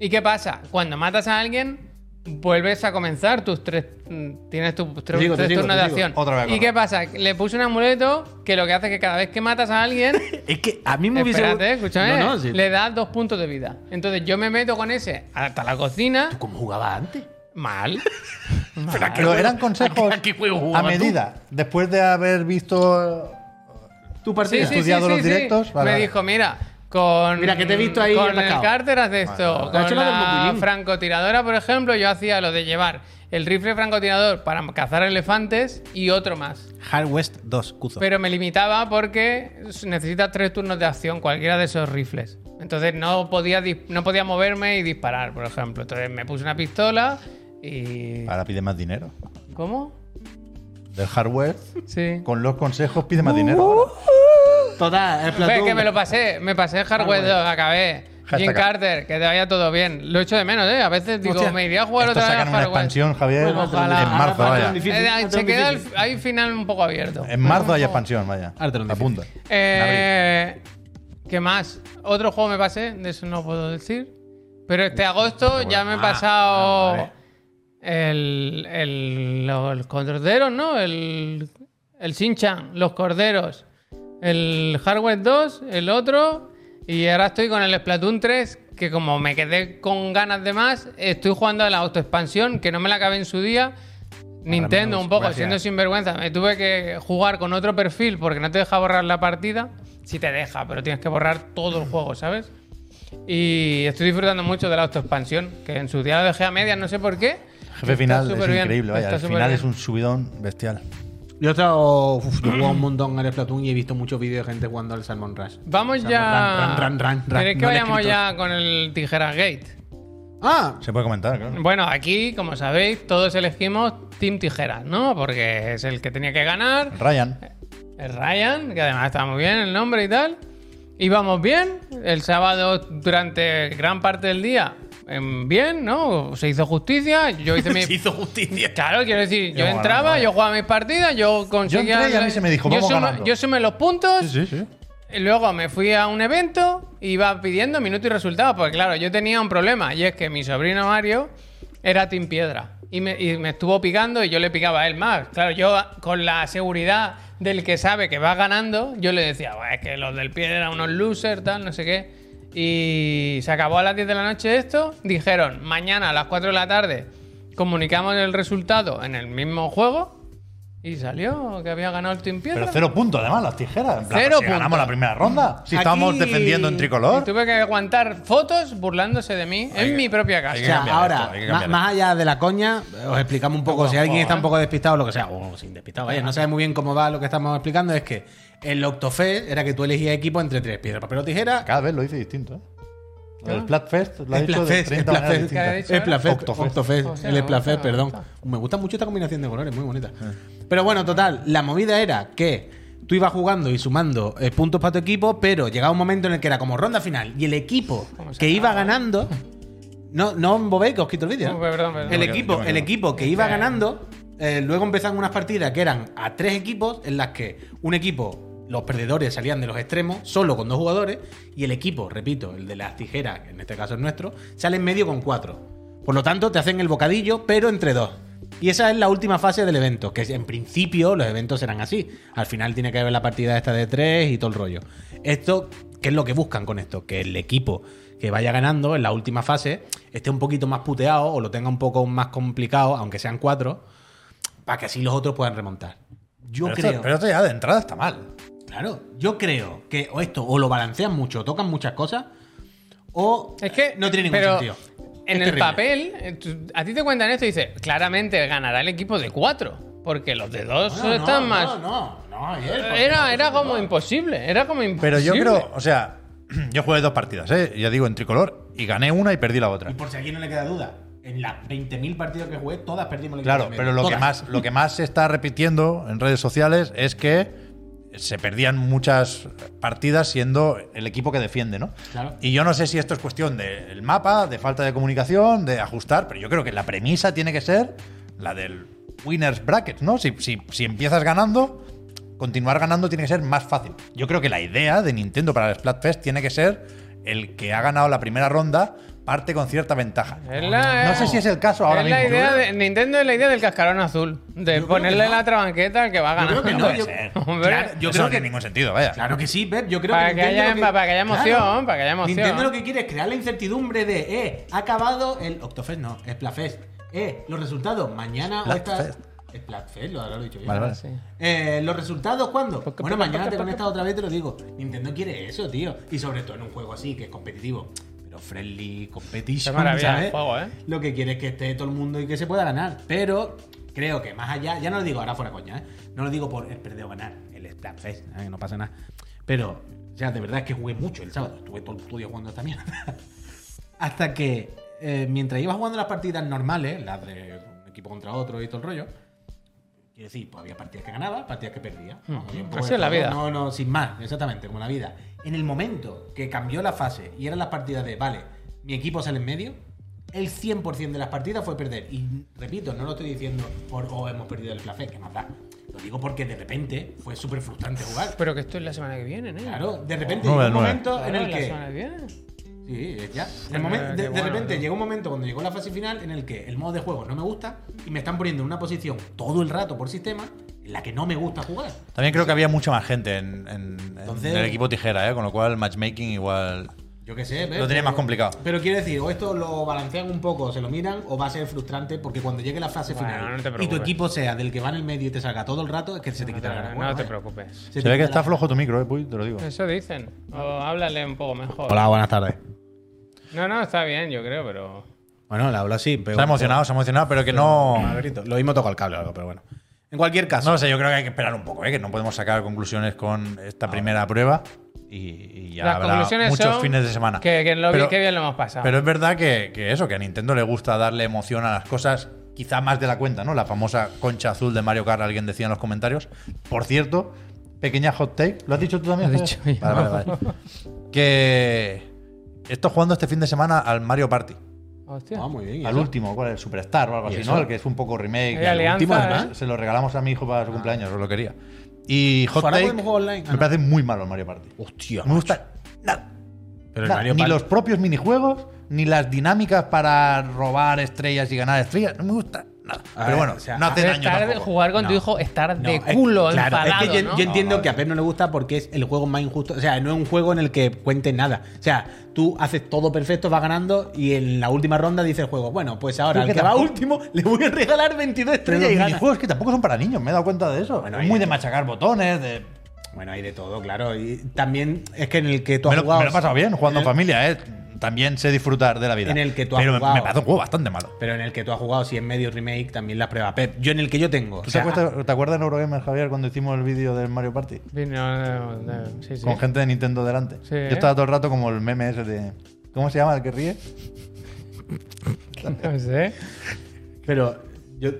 C: ¿Y qué pasa? Cuando matas a alguien, vuelves a comenzar tus tres. mm, Tienes tus tres,
B: sigo, te
C: tres
B: sigo,
C: turnos
B: te
C: de
B: sigo.
C: acción.
A: Otra vez a
C: ¿Y
A: correr.
C: qué pasa? Le puse un amuleto que lo que hace es que cada vez que matas a alguien.
B: Es que a mí me hubiese.
C: espérate, escúchame.
B: No, no, sí.
C: Le das dos puntos de vida. Entonces yo me meto con ese hasta la cocina.
B: ¿Cómo jugaba antes?
C: Mal. Mal.
A: Pero eran consejos
B: ¿A qué juego
A: a
B: jugabas
A: medida. Después de haber visto.
B: Tu
C: Sí,
B: partida.
C: sí,
A: estudiado
C: sí,
A: los
C: sí, sí.
A: directos, vale,
C: me
A: vale.
C: dijo, mira, con.
B: Mira, que te he visto ahí
C: Con el
B: atascado.
C: cárter haz de esto.
B: Te ha hecho
C: Con
B: la del
C: la
B: Populín.
C: francotiradora, por ejemplo, yo hacía lo de llevar el rifle francotirador para cazar elefantes y otro más.
G: Hard West 2, Cuzo.
C: Pero me limitaba porque necesitas tres turnos de acción, cualquiera de esos rifles. Entonces no podía, dis- no podía moverme y disparar, por ejemplo. Entonces me puse una pistola y.
A: Ahora pide más dinero.
C: ¿Cómo?
A: Del hardware,
C: Sí.
A: con los consejos pide más dinero.
C: Uh,
A: ahora.
B: Total, el Platoon.
C: Ve que me lo pasé, me pasé el Hardware 2, acabé. Jim
A: Ah, Hashtag.
C: Carter, que te vaya todo bien. Lo echo de menos, ¿eh? A veces digo,
A: Hostia,
C: me iría a jugar
A: Esto
C: otra vez
A: sacan
C: a
A: una
C: Hardware.
A: expansión, Javier,
C: Bueno, ojalá.
A: en marzo,
B: Ahora
A: vaya.
B: faltan
C: Eh,
B: Difícil,
C: se
B: no tan
C: queda el,
B: difícil.
C: hay final un poco abierto.
A: En marzo hay expansión, vaya.
G: Ahora te lo digo.
A: Apunta.
C: Eh, ¿Qué más? Otro juego me pasé, de eso no puedo decir. Pero este agosto ya me he pasado el, el, los corderos, ¿no? El, el Shinchan, los corderos, el Hardware 2, el otro. Y ahora estoy con el Splatoon 3, que como me quedé con ganas de más, estoy jugando a la autoexpansión, que no me la acabé en su día. Nintendo un poco,
A: gracias.
C: siendo sinvergüenza. Me tuve que jugar con otro perfil porque no te deja borrar la partida. Sí te deja, pero tienes que borrar todo el juego, ¿sabes? Y estoy disfrutando mucho de la autoexpansión, que en su día lo dejé a medias, no sé por qué.
A: Jefe
C: Está
A: final es
C: superbién,
A: increíble, vaya.
C: está
A: El final
C: superbién.
A: es un subidón bestial.
B: Yo he estado. Uf, yo he jugado un montón al Splatoon y he visto muchos vídeos de gente jugando al Salmon Rush.
C: Vamos
B: Salmon
C: ya.
B: Run, run, run, run,
C: ¿Queréis que
B: no le he
C: vayamos
B: escrito.
C: ya con el Tijeras Gate?
B: Ah,
A: Se puede comentar, claro.
C: Bueno, aquí, como sabéis, todos elegimos Team Tijeras, ¿no? Porque es el que tenía que ganar.
A: Ryan.
C: el Ryan, que además estaba muy bien el nombre y tal. Íbamos bien, el sábado durante gran parte del día, em, bien, ¿no? Se hizo justicia, yo hice mi...
B: se hizo justicia.
C: Claro, quiero decir, yo
A: bueno,
C: entraba,
A: vale.
C: yo jugaba mis partidas, yo conseguía...
A: entré y a mí se me dijo,
C: yo
A: "Vamos
C: sumé-
A: ganando".
C: Yo sumé los puntos,
A: Sí, sí, sí.
C: y Luego me fui a un evento y iba pidiendo minutos y resultados, porque claro, yo tenía un problema y es que mi sobrino Mario era Team Piedra y me, y me estuvo picando y yo le picaba a él más. Claro, yo con la seguridad del que sabe que va ganando, yo le decía, "Buah, es que los del Piedra unos losers, tal, no sé qué. Y se acabó a las 10 de la noche esto, dijeron, mañana a las 4 de la tarde comunicamos el resultado en el mismo juego y salió que había ganado el Team Piedra.
A: Pero cero puntos, además, las tijeras. En plan,
C: Cero
A: si ganamos
C: puntos.
A: la primera ronda. Si
B: Aquí-
A: estábamos defendiendo en tricolor.
C: Y tuve que aguantar fotos burlándose de mí en mi propia casa.
A: hay
B: O
A: que
B: sea,
A: cambiar
B: ahora,
A: esto, hay que
B: ma-
A: cambiar eh.
B: más allá de la coña, eh, os explicamos un poco. Si alguien está un poco despistado, lo que sea, o sin despistado, vaya, no sabe muy bien cómo va lo que estamos explicando, es que el Octofest era que tú elegías equipo entre tres: piedra, papel o tijera.
A: Cada vez lo dice distinto, ¿eh? El Flatfest lo ha
B: El
A: dicho de
B: Splatfest,
A: 30 maneras
B: Splatfest,
C: ¿Qué ha
A: distintas.
C: dicho?
B: Splatfest,
A: Octofest.
B: Octofest,
C: O sea,
B: el
C: me
B: Splatfest,
C: gusta, me
B: perdón.
C: gusta.
B: Me gusta mucho esta combinación de colores, muy bonita.
A: Ah.
B: Pero bueno, total, la movida era que tú ibas jugando y sumando eh, puntos para tu equipo, pero llegaba un momento en el que era como ronda final y el equipo
C: Como se
B: que iba
C: acaba.
B: ganando. No, no bobéis, que os quito el vídeo. ¿eh?
C: No, perdón, perdón.
B: El
A: me quedo, yo
B: equipo,
A: me
B: el
A: quedo.
B: equipo que iba ganando, eh, luego empezaron unas partidas que eran a tres equipos, en las que un equipo, los perdedores salían de los extremos, solo con dos jugadores, y el equipo, repito, el de las tijeras, que en este caso es nuestro, sale en medio con cuatro. Por lo tanto, te hacen el bocadillo, pero entre dos. Y esa es la última fase del evento, que en principio los eventos serán así. Al final tiene que haber la partida esta de tres y todo el rollo. Esto, ¿qué es lo que buscan con esto? Que el equipo que vaya ganando en la última fase esté un poquito más puteado o lo tenga un poco más complicado, aunque sean cuatro, para que así los otros puedan remontar. Yo
A: Pero
B: creo.
A: esto- pero esto ya de entrada está mal.
B: Claro, yo creo que o esto o lo balancean mucho, o tocan muchas cosas, o
C: Es que.
B: no tiene ningún
C: pero
B: sentido. Es
C: En el
B: terrible.
C: papel, eh, tú- a ti te cuentan esto y dices, claramente ganará el equipo de cuatro. Porque los de dos
B: No, no,
C: están
B: no,
C: más.
B: No, no, Javier, por
C: era, era como imposible. Era como imposible.
A: Pero yo creo, o sea, Yo jugué dos partidas, ¿eh? ya digo, en tricolor, y gané una y perdí la otra.
B: Y por si a alguien no le queda duda, en las 20.000 partidas que jugué, todas perdimos el
A: Claro,
B: equipo de
A: pero
B: medio.
A: lo que,
B: Todas.
A: más, lo que más se está repitiendo en redes sociales es que se perdían muchas partidas siendo el equipo que defiende, ¿no?
B: Claro.
A: Y yo no sé si esto es cuestión del mapa, de falta de comunicación, de ajustar, pero yo creo que la premisa tiene que ser la del winner's bracket, ¿no? Si, si- si empiezas ganando, continuar ganando tiene que ser más fácil. Yo creo que la idea de Nintendo para el Splatfest tiene que ser el que ha ganado la primera ronda parte con cierta ventaja.
C: Es la-
A: No sé si es el caso ahora
C: es la
A: mismo.
C: idea de- Nintendo es la idea del cascarón azul. De ponerle la trabanqueta al que va a ganar.
B: creo que no,
A: Puede
B: yo-
A: ser.
C: Hombre,
B: Claro, yo
A: Eso
B: creo
A: no
B: que-
A: tiene ningún sentido, vaya.
B: Claro que sí, Pep. Yo creo
C: Para
B: que,
C: que
B: Nintendo
C: haya-
B: lo
C: para que haya emoción, para que haya emoción.
B: Nintendo lo que quiere es crear la incertidumbre de, eh, ha acabado el Octofest, no, Splatfest. Eh, los resultados mañana o esta...
A: Splatfest.
B: Splatfest, lo ahora lo he dicho bien.
A: Vale, vale.
C: Sí.
B: Eh, ¿Los resultados cuándo?
C: Porque-
B: bueno,
C: porque-
B: mañana
C: porque-
B: te conectas otra vez, te lo digo. Nintendo quiere eso, tío. Y sobre todo en un juego así, que es competitivo. Pero friendly, competition,
C: Qué maravilla
B: ¿sabes?
C: el juego, ¿eh?
B: Lo que quiere es que esté todo el mundo y que se pueda ganar. Pero creo que más allá, ya no lo digo ahora fuera coña, ¿eh? No lo digo por el perder o ganar, el Splatfest, ¿eh? no pasa nada. Pero, o sea, de verdad es que jugué mucho el sábado. Estuve todo el estudio jugando a esta mierda. Hasta que, eh, mientras iba jugando las partidas normales, las de un equipo contra otro y todo el rollo, Quiero decir, pues había partidas que ganaba, partidas que perdía. Vamos, había un poco
C: Así
B: de
C: es la
B: todo,
C: vida.
B: No, no, sin más, exactamente, como la vida. En el momento que cambió la fase y eran las partidas de, vale, mi equipo sale en medio, el 100% de las partidas fue perder. Y repito, no lo estoy diciendo por, oh, hemos perdido el placer, que más da. Lo digo porque de repente fue súper frustrante jugar.
C: Pero que esto es la semana que viene, ¿eh?
B: Claro, de repente
A: Nueve,
B: llegó un
A: nueve.
B: momento en
C: Claro,
B: el
C: la
B: que...
C: semana que viene.
B: Sí, eh, ya. El momen- de,
C: qué
B: de
C: bueno,
B: repente
C: tío.
B: llegó un momento cuando llegó la fase final en el que el modo de juego no me gusta y me están poniendo en una posición todo el rato por sistema en la que no me gusta jugar.
A: También creo que había mucha más gente en, en- en
B: Entonces-
A: el equipo tijera, ¿eh? con lo cual matchmaking igual
B: Yo qué sé, ¿ves?
A: lo tenía
B: Pero-
A: más complicado.
B: Pero quiero decir, o esto lo balancean un poco, se lo miran, o va a ser frustrante porque cuando llegue la fase
C: Bueno,
B: final
C: no te
B: y tu
C: preocupes.
B: equipo sea del que va en el medio y te salga todo el rato, es que se te
C: No
B: quita la gana.
C: te,
B: de
C: no
B: jugar,
C: te
B: ¿eh?
C: preocupes.
B: Se te
A: Se ve que
B: quita
A: está
B: la-
A: flojo tu micro, eh, Puy, te lo digo.
C: Eso dicen. O háblale un poco mejor.
H: Hola, buenas tardes.
C: No, no, está bien, yo creo, pero.
H: Bueno, la hablo así, pero.
A: Se ha emocionado, se ha emocionado, pero que no.
H: Margarito. Lo mismo toco el cable o algo, pero bueno. En cualquier caso.
A: No sé, yo creo que hay que esperar un poco, ¿eh? que no podemos sacar conclusiones con esta primera prueba y, y ya
C: Las
A: habrá
C: conclusiones
A: muchos
C: son
A: fines de semana.
C: Que, que lo vi-
A: Pero-
C: qué bien lo hemos pasado.
A: Pero es verdad que, que eso, que a Nintendo le gusta darle emoción a las cosas, quizá más de la cuenta, ¿no? La famosa concha azul de Mario Kart, alguien decía en los comentarios. Por cierto, pequeña hot take, ¿lo has dicho tú también?
C: Lo he
A: Javier?
C: dicho yo.
A: Vale, vale, vale. Que estoy jugando este fin de semana al Mario Party.
C: Hostia.
B: Ah, muy bien. ¿y
A: Al
B: eso?
A: último, ¿cuál es? El Superstar o algo así, ¿no? El que es un poco remake.
C: Hay
A: El
C: alianza,
A: último,
C: ¿eh?
A: además, Se lo regalamos a mi hijo para su cumpleaños, os lo quería. Y Hot
B: Ah. Ahora
A: Take,
B: podemos jugar online. Ah,
A: me
B: no.
A: parece muy malo el Mario Party.
H: Hostia.
A: No me gusta nada.
H: Pero el
A: Nada,
H: Mario
A: ni
H: Party-
A: los propios minijuegos, ni las dinámicas para robar estrellas y ganar estrellas. No me gusta nada.
H: A ver,
A: Pero bueno,
H: o sea,
A: no hace daño
C: Estar-
A: tampoco.
C: jugar con tu
H: No.
C: hijo, estar
B: No,
C: de
B: es que-
C: culo,
B: claro,
C: enfadado.
B: Es que yo,
C: ¿no?
B: yo entiendo que a Pep no le gusta porque es el juego más injusto. O sea, no es un juego en el que cuente nada. O sea, tú haces todo perfecto, vas ganando y en la última ronda dice el juego, bueno, pues
A: Creo
B: ahora al
A: que
B: que va
A: tampoco-
B: último le voy a regalar 22
A: Pero
B: estrellas
A: los
B: y gana.
A: minijuegos que tampoco son para niños, me he dado cuenta de eso.
B: Bueno,
A: es
B: ahí
A: muy de
B: está.
A: machacar botones, de...
B: Bueno, hay de todo, claro. Y también es que en el que tú
A: Me
B: has
A: lo,
B: jugado.
A: me lo he pasado bien jugando en
B: en el-
A: familia, ¿eh? También sé disfrutar de la vida.
B: En el que tú has
A: Pero me-
B: jugado.
A: me parece un juego bastante malo.
B: Pero en el que tú has jugado, si es medio remake, también las pruebas Pep. Yo en el que yo tengo.
A: ¿Tú
B: o sea,
A: te, acuerdas, te acuerdas en Eurogamer, Javier, cuando hicimos el vídeo del Mario Party?
C: Vino de- de- sí, sí.
A: Con gente de Nintendo delante.
C: Sí.
A: Yo estaba todo el rato como el meme ese de... ¿Cómo se llama el que ríe?
C: No sé.
B: Pero yo.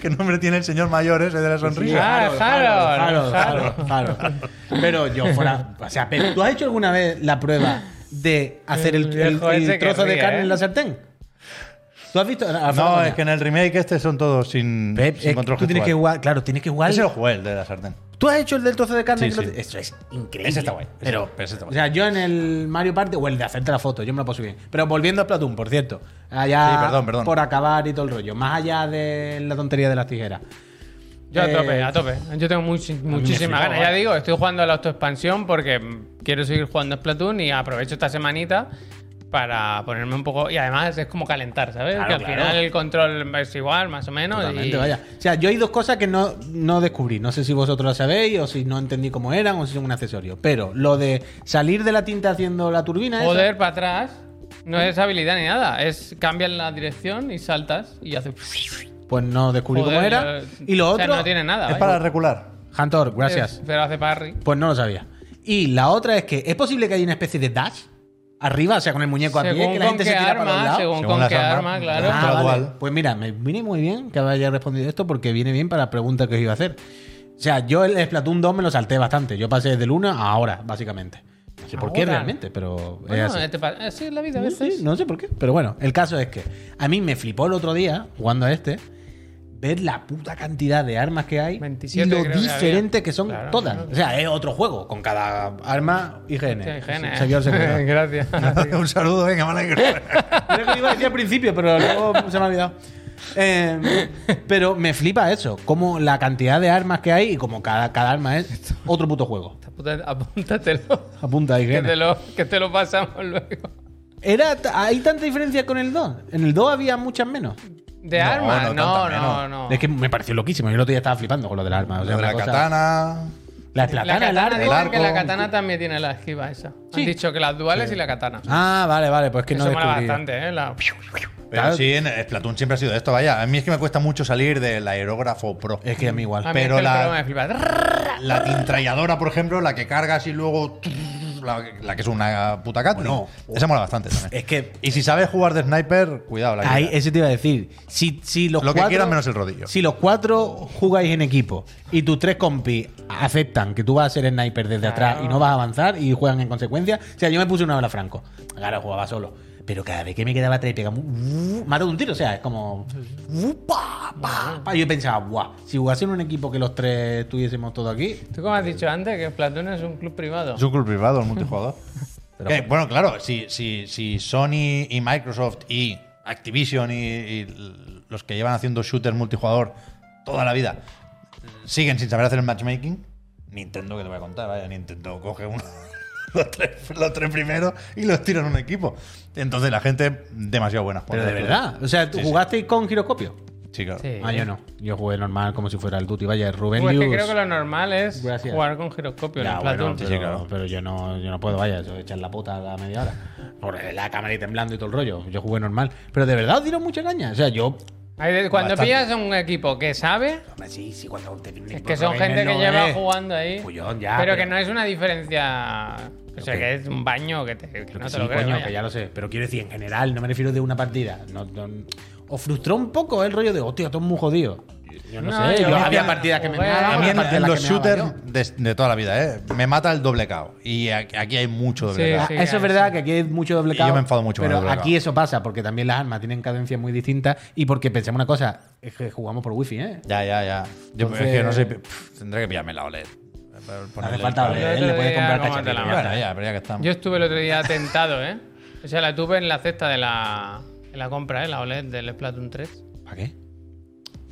A: ¿Qué nombre tiene el señor mayor ese de la sonrisa?
C: Ah, Harold,
B: Harold,
C: Harold.
B: Harold, Harold. Pero yo fuera. O sea, Pep, ¿tú has hecho alguna vez la prueba de hacer el,
C: El viejo
B: el- el
C: ese que
B: trozo de
C: ríe,
B: carne
C: ¿eh?
B: en la sartén? ¿Tú has visto? Ah,
A: No,
B: fuera
A: es que
B: coña.
A: en el remake este son todos sin,
B: Pep,
A: sin
B: eh,
A: control
B: tú tienes que
A: gestual.
B: jugar, claro, tienes que jugar.
A: Ese lo jugué, el de la sartén.
B: ¿Tú has hecho el del trozo de carne?
A: Sí,
B: que lo-
A: sí.
B: Eso es increíble.
A: Ese está guay. Ese-
B: Pero,
A: pero ese está
B: o
A: guay.
B: sea, yo en el Mario Party, o el de hacerte la foto, yo me lo paso bien. Pero volviendo a Platoon, por cierto. Allá
A: Sí, perdón, perdón.
B: por acabar y todo el rollo. Más allá de la tontería de las tijeras.
C: Yo a
B: Eh,
C: tope, a tope. Yo tengo much- muchísimas ganas. Ya digo, estoy jugando a la autoexpansión porque mm, quiero seguir jugando a Splatoon y aprovecho esta semanita para ponerme un poco. Y además es como calentar, ¿sabes?
B: Claro,
C: que al
B: claro.
C: final el control es igual, más o menos.
B: Totalmente,
C: y...
B: vaya. O sea, yo hay dos cosas que no, no descubrí. No sé si vosotros lo sabéis, o si no entendí cómo eran, o si son un accesorio. Pero lo de salir de la tinta haciendo la turbina. esa-
C: Poder para atrás no es habilidad ni nada. Es cambias la dirección y saltas y haces.
B: Pues no descubrí
C: Joder,
B: cómo era.
C: yo-
B: Y lo
C: o sea,
B: otro.
C: no tiene nada.
A: Es
C: vaya.
A: para recular.
B: Hunter, gracias.
C: Es- Pero hace parry.
B: Pues no lo sabía. Y la otra es que es posible que haya una especie de dash arriba, o sea, con el muñeco a pie,
C: Según
B: que la
C: con
B: gente
C: qué
B: se tira para los
C: arma,
B: lados.
C: según
A: Según
C: con
A: las
C: qué
A: armas.
C: arma, claro.
A: Ah, Gradual.
B: Pues mira, me viene muy bien que haya respondido esto porque viene bien para la pregunta que os iba a hacer. O sea, yo el Splatoon 2 me lo salté bastante. Yo pasé del 1 a ahora, básicamente. No sé por qué
C: Ahora.
B: realmente, pero es
C: Bueno,
B: así.
C: este pa- así es la vida a
B: No sé,
C: veces.
B: no sé por qué. Pero bueno, el caso es que a mí me flipó el otro día, jugando a este, ver la puta cantidad de armas que hay
C: 27
B: y lo
C: creo que
B: diferentes
C: había.
B: que, son
C: Claro,
B: todas.
C: claro.
B: O sea, es otro juego, con cada arma IGN.
C: Sí, higiene,
B: Se- se vio el
C: ¿eh?
B: secreto.
C: Gracias.
A: Un saludo, venga, me alegro.
B: Era lo que iba a decir al principio, pero luego se me ha olvidado. Eh, pero me flipa eso, como la cantidad de armas que hay y como cada, cada arma es otro puto juego.
C: Apunta- Apúntatelo.
B: Apunta a
C: Que te,
B: IGN.
C: lo, que te lo pasamos luego.
B: Era, t- ¿Hay tanta diferencia con el 2? En el 2 había muchas menos.
C: De
A: No,
C: armas,
A: no,
C: no,
A: tanta
C: no,
A: menos.
C: no.
B: Es que me pareció loquísimo. Yo el otro día estaba flipando con lo del arma. O sea,
A: Lo de
B: una
A: la
B: cosa-
A: katana.
B: La
C: la
B: platana,
C: katana,
B: el arco.
C: dicen
A: el
C: que la
A: arco.
C: katana también tiene la esquiva esa.
B: Sí.
C: Han dicho que las duales y la katana.
B: Ah, vale, vale. Pues que no
C: Eso mola
B: descubrí.
C: bastante, ¿eh? La-
A: Pero
B: Claro.
A: sí, en Splatoon siempre ha sido esto, vaya. A mí es que me cuesta mucho salir del aerógrafo pro.
B: Es que a mí igual.
C: A mí
A: Pero
C: es que el
A: la-
C: pelo me flipa.
A: La tintralladora, por ejemplo, la que cargas y luego. La, la que es una puta cat. No, esa mola bastante también.
B: Es que
A: Y si sabes jugar de sniper, cuidado. La
B: ahí,
A: guía.
B: eso te iba a decir. Si, si los
A: Lo que
B: cuatro,
A: quieras menos el rodillo.
B: Si los cuatro jugáis en equipo y tus tres compis aceptan que tú vas a ser sniper desde atrás y no vas a avanzar y juegan en consecuencia. O sea, yo me puse una ola franco. Claro, jugaba solo. Pero cada vez que me quedaba atrás y pegaba un- mato de un tiro. O sea, es como. pa, pa, pa. Yo pensaba, guau, si jugase en un equipo que los tres estuviésemos todos aquí,
C: Tú como has dicho antes, que Platón es un club privado.
A: Es un club privado, el multijugador. Que, bueno, claro, si, si, si Sony y Microsoft y Activision y, y l- los que llevan haciendo shooters multijugador toda la vida eh, siguen sin saber hacer el matchmaking, Nintendo, que te voy a contar, vaya, Nintendo coge uno. Los tres, los tres primeros y los tira en un equipo. Entonces la gente demasiado buena.
B: Pero de verdad. O sea, ¿tú
A: Sí, sí.
B: jugasteis con giroscopio?
A: Sí, claro.
C: Sí.
B: Ah, yo no. Yo jugué normal como si fuera el Duty. Vaya, Rubén
C: Pues que
B: Lius-
C: creo que lo normal es
B: Gracias.
C: jugar con giroscopio en
B: Ya,
C: el
B: bueno,
C: Platón.
B: pero,
A: Sí, sí, claro.
B: pero yo no, yo no puedo, vaya, eso echar la puta a la media hora. Por la cámara y temblando y todo el rollo. Yo jugué normal. Pero de verdad os dieron mucha caña. O sea, yo.
C: Hay de- cuando
A: Bastante.
C: pillas a un equipo que sabe,
B: Hombre, sí, sí, cuando te viene
C: es
B: por
C: que son
B: Rubén,
C: gente
B: él
C: que
B: lo
C: lleva
B: ve.
C: jugando ahí.
B: Pullón, ya,
C: pero, que
B: pero-
C: no es una diferencia. O sea,
B: que-
C: que es un baño que, te, que
B: Pero
C: no
B: que
C: te
B: sí,
C: lo creo.
B: coño,
C: vaya.
B: que ya lo sé. Pero quiero decir, en general, no me refiero de una partida. No, no- os frustró un poco el rollo de, hostia, todo muy jodido. Yo no,
C: No,
B: sé.
C: yo-
B: Yo había partidas que me
C: Bueno,
B: meaban,
A: A mí
B: había
A: en,
B: partidas
A: en
B: las
A: los
B: que meaba yo.
A: shooters de, de toda la vida, ¿eh? Me mata el doble KO. Y a- aquí hay mucho doble
C: Sí,
A: KO.
B: Ah,
C: sí.
B: eso es verdad que aquí hay mucho doble
A: Y yo
B: cao,
A: me enfado mucho con el
B: Pero
A: doble cao.
B: aquí eso pasa porque también las armas tienen cadencias muy distintas y porque pensemos una cosa, es que jugamos por wifi, ¿eh?
A: Ya, ya, ya. Yo,
B: Entonces-
A: es que no sé. pf, tendré que pillarme la OLED.
B: No
A: Ponerle
B: hace
A: el
B: falta E
A: cable.
B: OLED,
C: Yo te
B: le puedes
C: diría
B: comprar
C: cómo te la
B: cachetilla.
A: Bueno, ya, pero ya que estamos.
C: Yo estuve el otro día tentado, ¿eh? O sea, la tuve en la cesta de la, en la compra, ¿eh? La OLED del Splatoon 3.
B: ¿Para qué?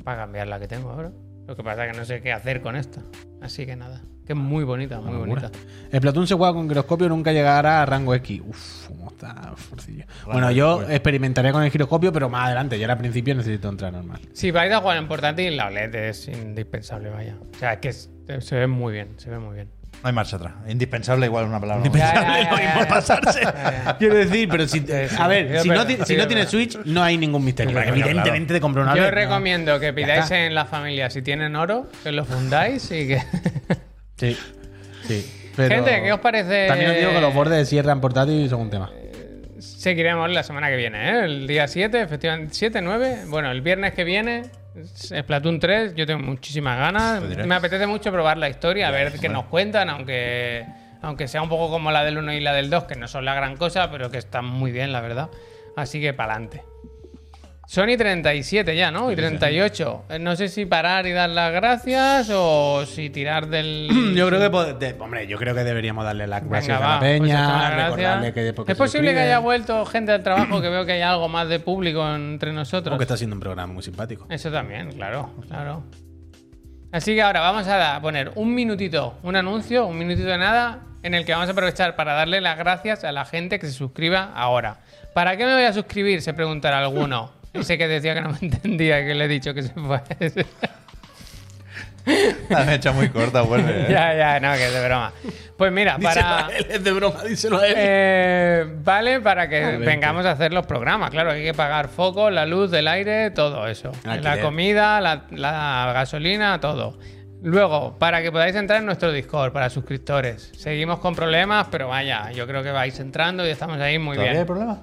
C: Para cambiar la que tengo ahora. Lo que pasa es que no sé qué hacer con esta. Así que nada. Que es muy bonita, muy bonita.
B: El Platón se juega con giroscopio nunca llegará a rango X. Uf, cómo está forcillo. Bueno, yo
A: pues.
B: experimentaré con el giroscopio, pero más adelante. Yo ahora al principio necesito entrar normal.
C: Si vais a jugar en portátil, la OLED es indispensable, vaya. O sea, es que es- se ve muy bien, se ve muy bien.
A: No hay marcha atrás. Indispensable, igual es una palabra.
C: Ya, ya, ya,
A: Indispensable, lo
C: ya,
A: mismo
C: ya.
A: pasarse.
B: Quiero decir, pero si. A ver,
C: Es
B: si no,
C: verdad,
B: ti-
C: sí,
B: si no
C: es
B: tienes
C: verdad.
B: Switch, no hay ningún misterio.
A: Hombre, coño,
B: Evidentemente
A: claro.
B: te compro una
C: Yo
B: vez, ¿no?
C: recomiendo que pidáis
B: está.
C: en la familia si tienen oro, que lo fundáis y que.
B: Sí. Sí. Pero-
C: Gente, ¿qué os parece?
B: También os digo que los bordes de sierra en portátil son un tema.
C: Seguiremos la semana que viene, ¿eh? El día 7, efectivamente. 7, 9. Bueno, el viernes que viene, Splatoon 3. Yo tengo muchísimas ganas.
A: Lo diré.
C: Me apetece mucho probar la historia, a ver qué nos cuentan, aunque, aunque sea un poco como la del 1 y la del 2, que no son la gran cosa, pero que están muy bien, la verdad. Así que para adelante. Sony 37 ya, ¿no? Y 38. Eh, No sé si parar y dar las gracias o si tirar
D: Mm,
C: del.
B: Yo creo que pod- de- hombre, yo creo que deberíamos darle las gracias
C: Venga,
B: a
C: va.
B: la
C: pues
B: peña,
C: muchas gracias.
B: recordarle que porque
C: es
B: se
C: posible que
B: suscribe,
C: haya vuelto gente del trabajo, que veo que hay algo más de público entre nosotros.
B: porque está siendo un programa muy simpático.
C: Eso también, claro, claro. Así que ahora vamos a da- poner un minutito, un anuncio, un minutito de nada, en el que vamos a aprovechar para darle las gracias a la gente que se suscriba ahora. ¿Para qué me voy a suscribir? Se preguntará alguno. Ese que decía que no me entendía, que le he dicho que se fue.
A: La mecha muy corta, vuelve. ¿eh?
C: ya, ya, no, que es de broma. Pues mira, para...
B: es de broma, díselo a
C: Eh, vale, para que vengamos a hacer los programas. Claro, hay que pagar foco, la luz, el aire, todo eso.
B: Alquiler.
C: La comida, la, la gasolina, todo. Luego, para que podáis entrar en nuestro Discord, para suscriptores. Seguimos con problemas, pero vaya, yo creo que vais entrando y estamos ahí muy
A: ¿Todavía hay
C: bien.
A: problema?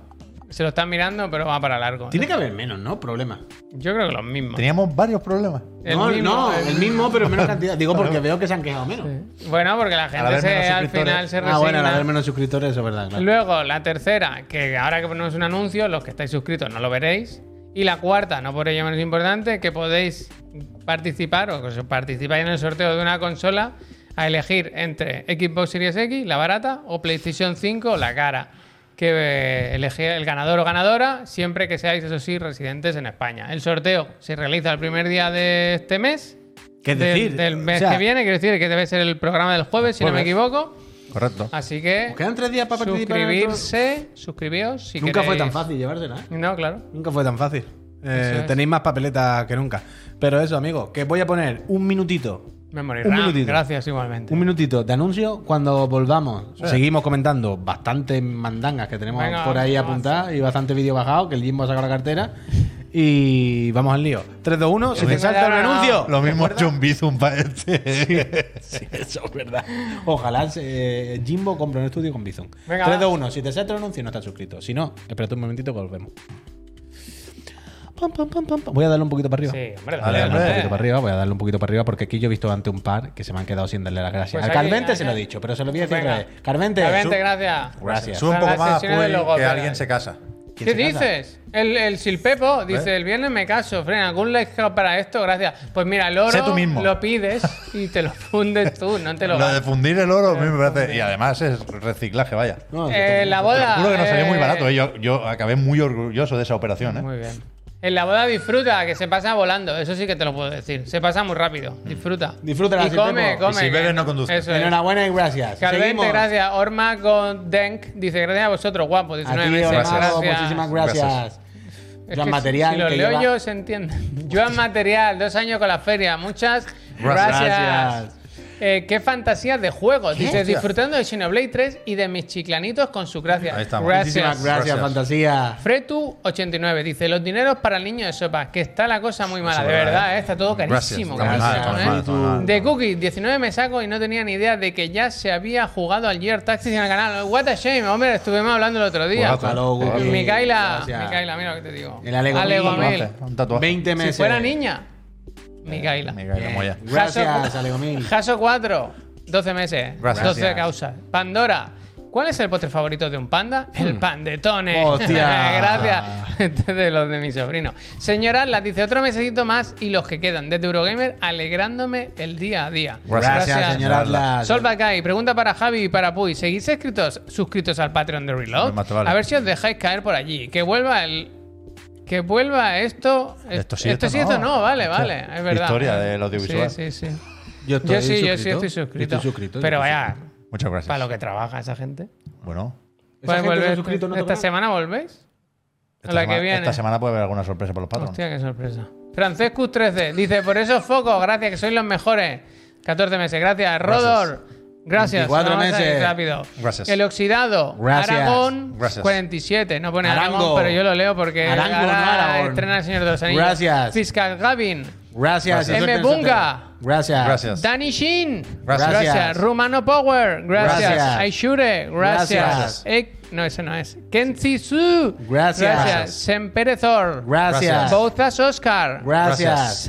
C: Se lo están mirando, pero va para largo. ¿eh?
D: Tiene que haber menos, ¿no? Problemas.
C: Yo creo que los mismos.
A: Teníamos varios problemas.
C: El
D: no,
C: mismo,
D: no,
C: el-
D: el mismo, pero menos cantidad. Digo porque veo que se han quejado menos.
C: Bueno, porque la gente
A: haber
C: se-
A: menos
C: al
A: suscriptores.
C: final se resigna.
D: Ah, bueno, al haber menos suscriptores, eso es verdad, claro.
C: Luego, la tercera, que ahora que ponemos un anuncio, los que estáis suscritos no lo veréis. Y la cuarta, no por ello menos importante, que podéis participar o que participáis en el sorteo de una consola a elegir entre Xbox Series X, la barata, o PlayStation 5, la cara. Que eh, elegí el ganador o ganadora siempre que seáis, eso sí, residentes en España. El sorteo se realiza el primer día de este mes.
D: ¿Qué es
C: del-
D: decir?
C: Del mes
D: O sea,
C: que viene, quiero decir que debe ser el programa del jueves, si no me
D: Jueves.
C: equivoco.
A: Correcto.
C: Así que.
D: ¿Os quedan tres días para participar en el
C: Suscribirse, suscribíos. Si
D: Nunca fue tan
C: queréis.
D: fácil llevársela, ¿eh?
C: No, claro.
D: Nunca fue tan fácil.
B: Eh,
C: Eso es.
B: Tenéis más papeletas que nunca. Pero eso, amigos, que voy a poner un minutito.
C: Me moriré.
B: Un minutito.
C: Gracias igualmente.
B: Un minutito de anuncio. Cuando volvamos, seguimos comentando bastantes mandangas que tenemos
C: Venga,
B: por ahí
C: vamos.
B: apuntadas y bastante vídeo bajado que el Jimbo ha sacado la cartera. Y vamos al lío. 3, 2, 1. Se te
C: tengo
B: salta
C: ya
B: un
C: ganado.
B: anuncio.
A: Lo mismo John Bizum para este.
B: Sí, eso es verdad.
D: Ojalá eh, Jimbo compre un estudio con Bison.
C: Venga,
D: 3,
C: va.
D: 2, 1. Si te sale el anuncio, no estás suscrito. Si no, espérate un momentito que volvemos. Pam, pam, pam, pam, pam. Voy a darle un poquito para arriba.
C: Sí, hombre,
A: Vale, hombre.
C: dale,
D: Un
C: dale.
D: poquito para arriba, voy a darle un poquito para arriba porque aquí yo he visto ante un par que se me han quedado sin darle las gracias.
C: Pues
D: Al
C: ahí,
D: Carvente
C: ahí,
D: se lo he
C: ahí.
D: dicho, pero se lo voy a decir
C: Venga.
D: otra vez. Carvente,
C: Carvente,
D: su-
C: gracias.
D: Gracias.
A: Sube un
C: Son
A: poco
C: las
A: más,
C: sesiones de
A: Puy,
C: los
A: que
C: Goperas.
A: alguien se casa.
C: ¿Qué
D: se casa?
C: dices? El, el Silpepo dice, el viernes me caso, Fren, ¿algún like para esto? Gracias. Pues mira, el
A: Sé
C: oro
A: tú mismo.
C: lo pides y te lo fundes tú, no te lo
A: Lo de
C: gastas.
A: fundir el oro a mí me parece. Y además es reciclaje, vaya.
D: No,
C: Eh, la
A: Te
C: boda...
A: juro que nos salió muy
C: eh,
A: barato. eh. Yo, yo acabé muy orgulloso de esa operación. ¿eh?
C: Muy bien. En la boda disfruta, que se pasa volando. Eso sí que te lo puedo decir. Se pasa muy rápido. Disfruta.
D: Disfruta,
C: Y
D: si
C: come,
D: bebo.
C: come.
A: Y si
C: que-
A: bebes, no conduces.
C: Eso es.
D: Enhorabuena y gracias.
C: Calvente,
D: Seguimos.
C: gracias. Orma con Denk dice gracias a vosotros, guapo.
D: A
C: 19
D: ti,
C: meses.
D: Omar,
C: gracias.
D: muchísimas gracias.
A: Gracias.
C: Es
D: Joan
C: que
D: Material,
C: Si, si lo
D: que
C: leo
D: lleva-
C: yo, se entiende. Joan Material, dos años con la feria. Muchas gracias.
A: Gracias.
D: Gracias.
C: Eh, qué fantasías de juegos. Dice,
A: Hostia.
C: disfrutando de Xenoblade 3 y de mis chiclanitos con su gracia.
A: Ahí estamos.
D: Muchísimas
C: Gracias.
D: gracias,
A: Gracias.
D: fantasía.
C: Fretu89 dice: Los dineros para el niño de sopa, que está la cosa muy mala.
A: Eso
C: de
A: es
C: verdad,
A: verdad,
C: eh, está todo carísimo.
A: Gracias. Está muy mal,
C: carísimo,
A: está muy
C: ¿eh?
A: mal, está muy mal.
C: De Cookie, 19 me saco y no tenía ni idea de que ya se había jugado al Year Taxis en el canal. What a shame, hombre, estuvimos hablando el otro
B: Pues
C: día. Eh,
A: Juegazo.
D: Hello, Guki.
C: Pues Micaela,
D: Gracias.
C: Micaela, mira lo que te digo.
D: El Alego Mil.
A: Un
C: Mil.
A: tatuaje, Un tatuaje.
D: 20
C: Si
D: meses.
C: fuera niña, Micaela.
A: Miguel de Moya.
D: Gracias,
C: Jaso-
D: Alego Mil.
C: Jaso 4, 12 meses,
A: Gracias.
C: 12 causas. Pandora, ¿cuál es el postre favorito de un panda?
A: Mm.
C: El pandetone.
D: Hostia.
C: Gracias. Este es de los de mi sobrino. Señora, las dice otro mesecito más y los que quedan desde Eurogamer alegrándome el día a día.
A: Gracias,
D: Gracias, señor Atlas.
C: Sol Bacay, pregunta para Javi y para Puy. ¿Seguís escritos, suscritos al Patreon de Reload?
A: Más te vale.
C: A ver si os dejáis caer por allí. Que vuelva el... Que vuelva esto... eh,
A: Esto sí,
C: esto
A: esto
C: sí, esto
A: no.
C: no. Vale,
A: Esto-
C: vale. Es verdad.
A: historia del audiovisual.
C: Sí, sí, sí.
D: Yo,
C: Yo sí, yo sí estoy suscrito.
D: Estoy suscrito, yo
C: Pero
D: estoy
C: vaya,
A: Muchas gracias.
C: para lo que trabaja esa gente.
A: Bueno,
D: Esa gente
C: volver
D: se ha
C: este-
D: suscrito, no toca
C: ¿Esta
D: nada.
C: semana volvéis?
A: esta,
C: la que
A: semana,
C: viene.
A: esta semana puede haber alguna sorpresa para los patrones.
C: Hostia, qué sorpresa. Francescus 13 dice, por esos focos, gracias, que sois los mejores. 14 meses, gracias. Rodor, gracias.
D: 24
C: Vamos a ir
D: meses.
C: rápido.
A: Gracias.
C: El oxidado,
D: Gracias.
C: Aragón
A: Gracias.
C: 47. No pone
D: Arango.
C: Aragón, pero yo lo leo porque
D: Arango,
C: ahora
D: no Aragón.
C: estrena el Señor de los Anillos.
D: Gracias.
C: Fiscal Gavin.
D: Gracias.
C: M.
D: eso es interesante.
C: Bunga.
D: Gracias.
A: Gracias.
C: Danny Shin.
A: Gracias.
D: Gracias.
C: Rumano Power. Gracias.
D: Gracias.
C: Aishure. Gracias.
D: Gracias.
C: Ek- no, eso no es. Kenzi Su.
D: Gracias.
C: Gracias. Semperezor.
D: Gracias.
C: Bouzas Oscar.
D: Gracias.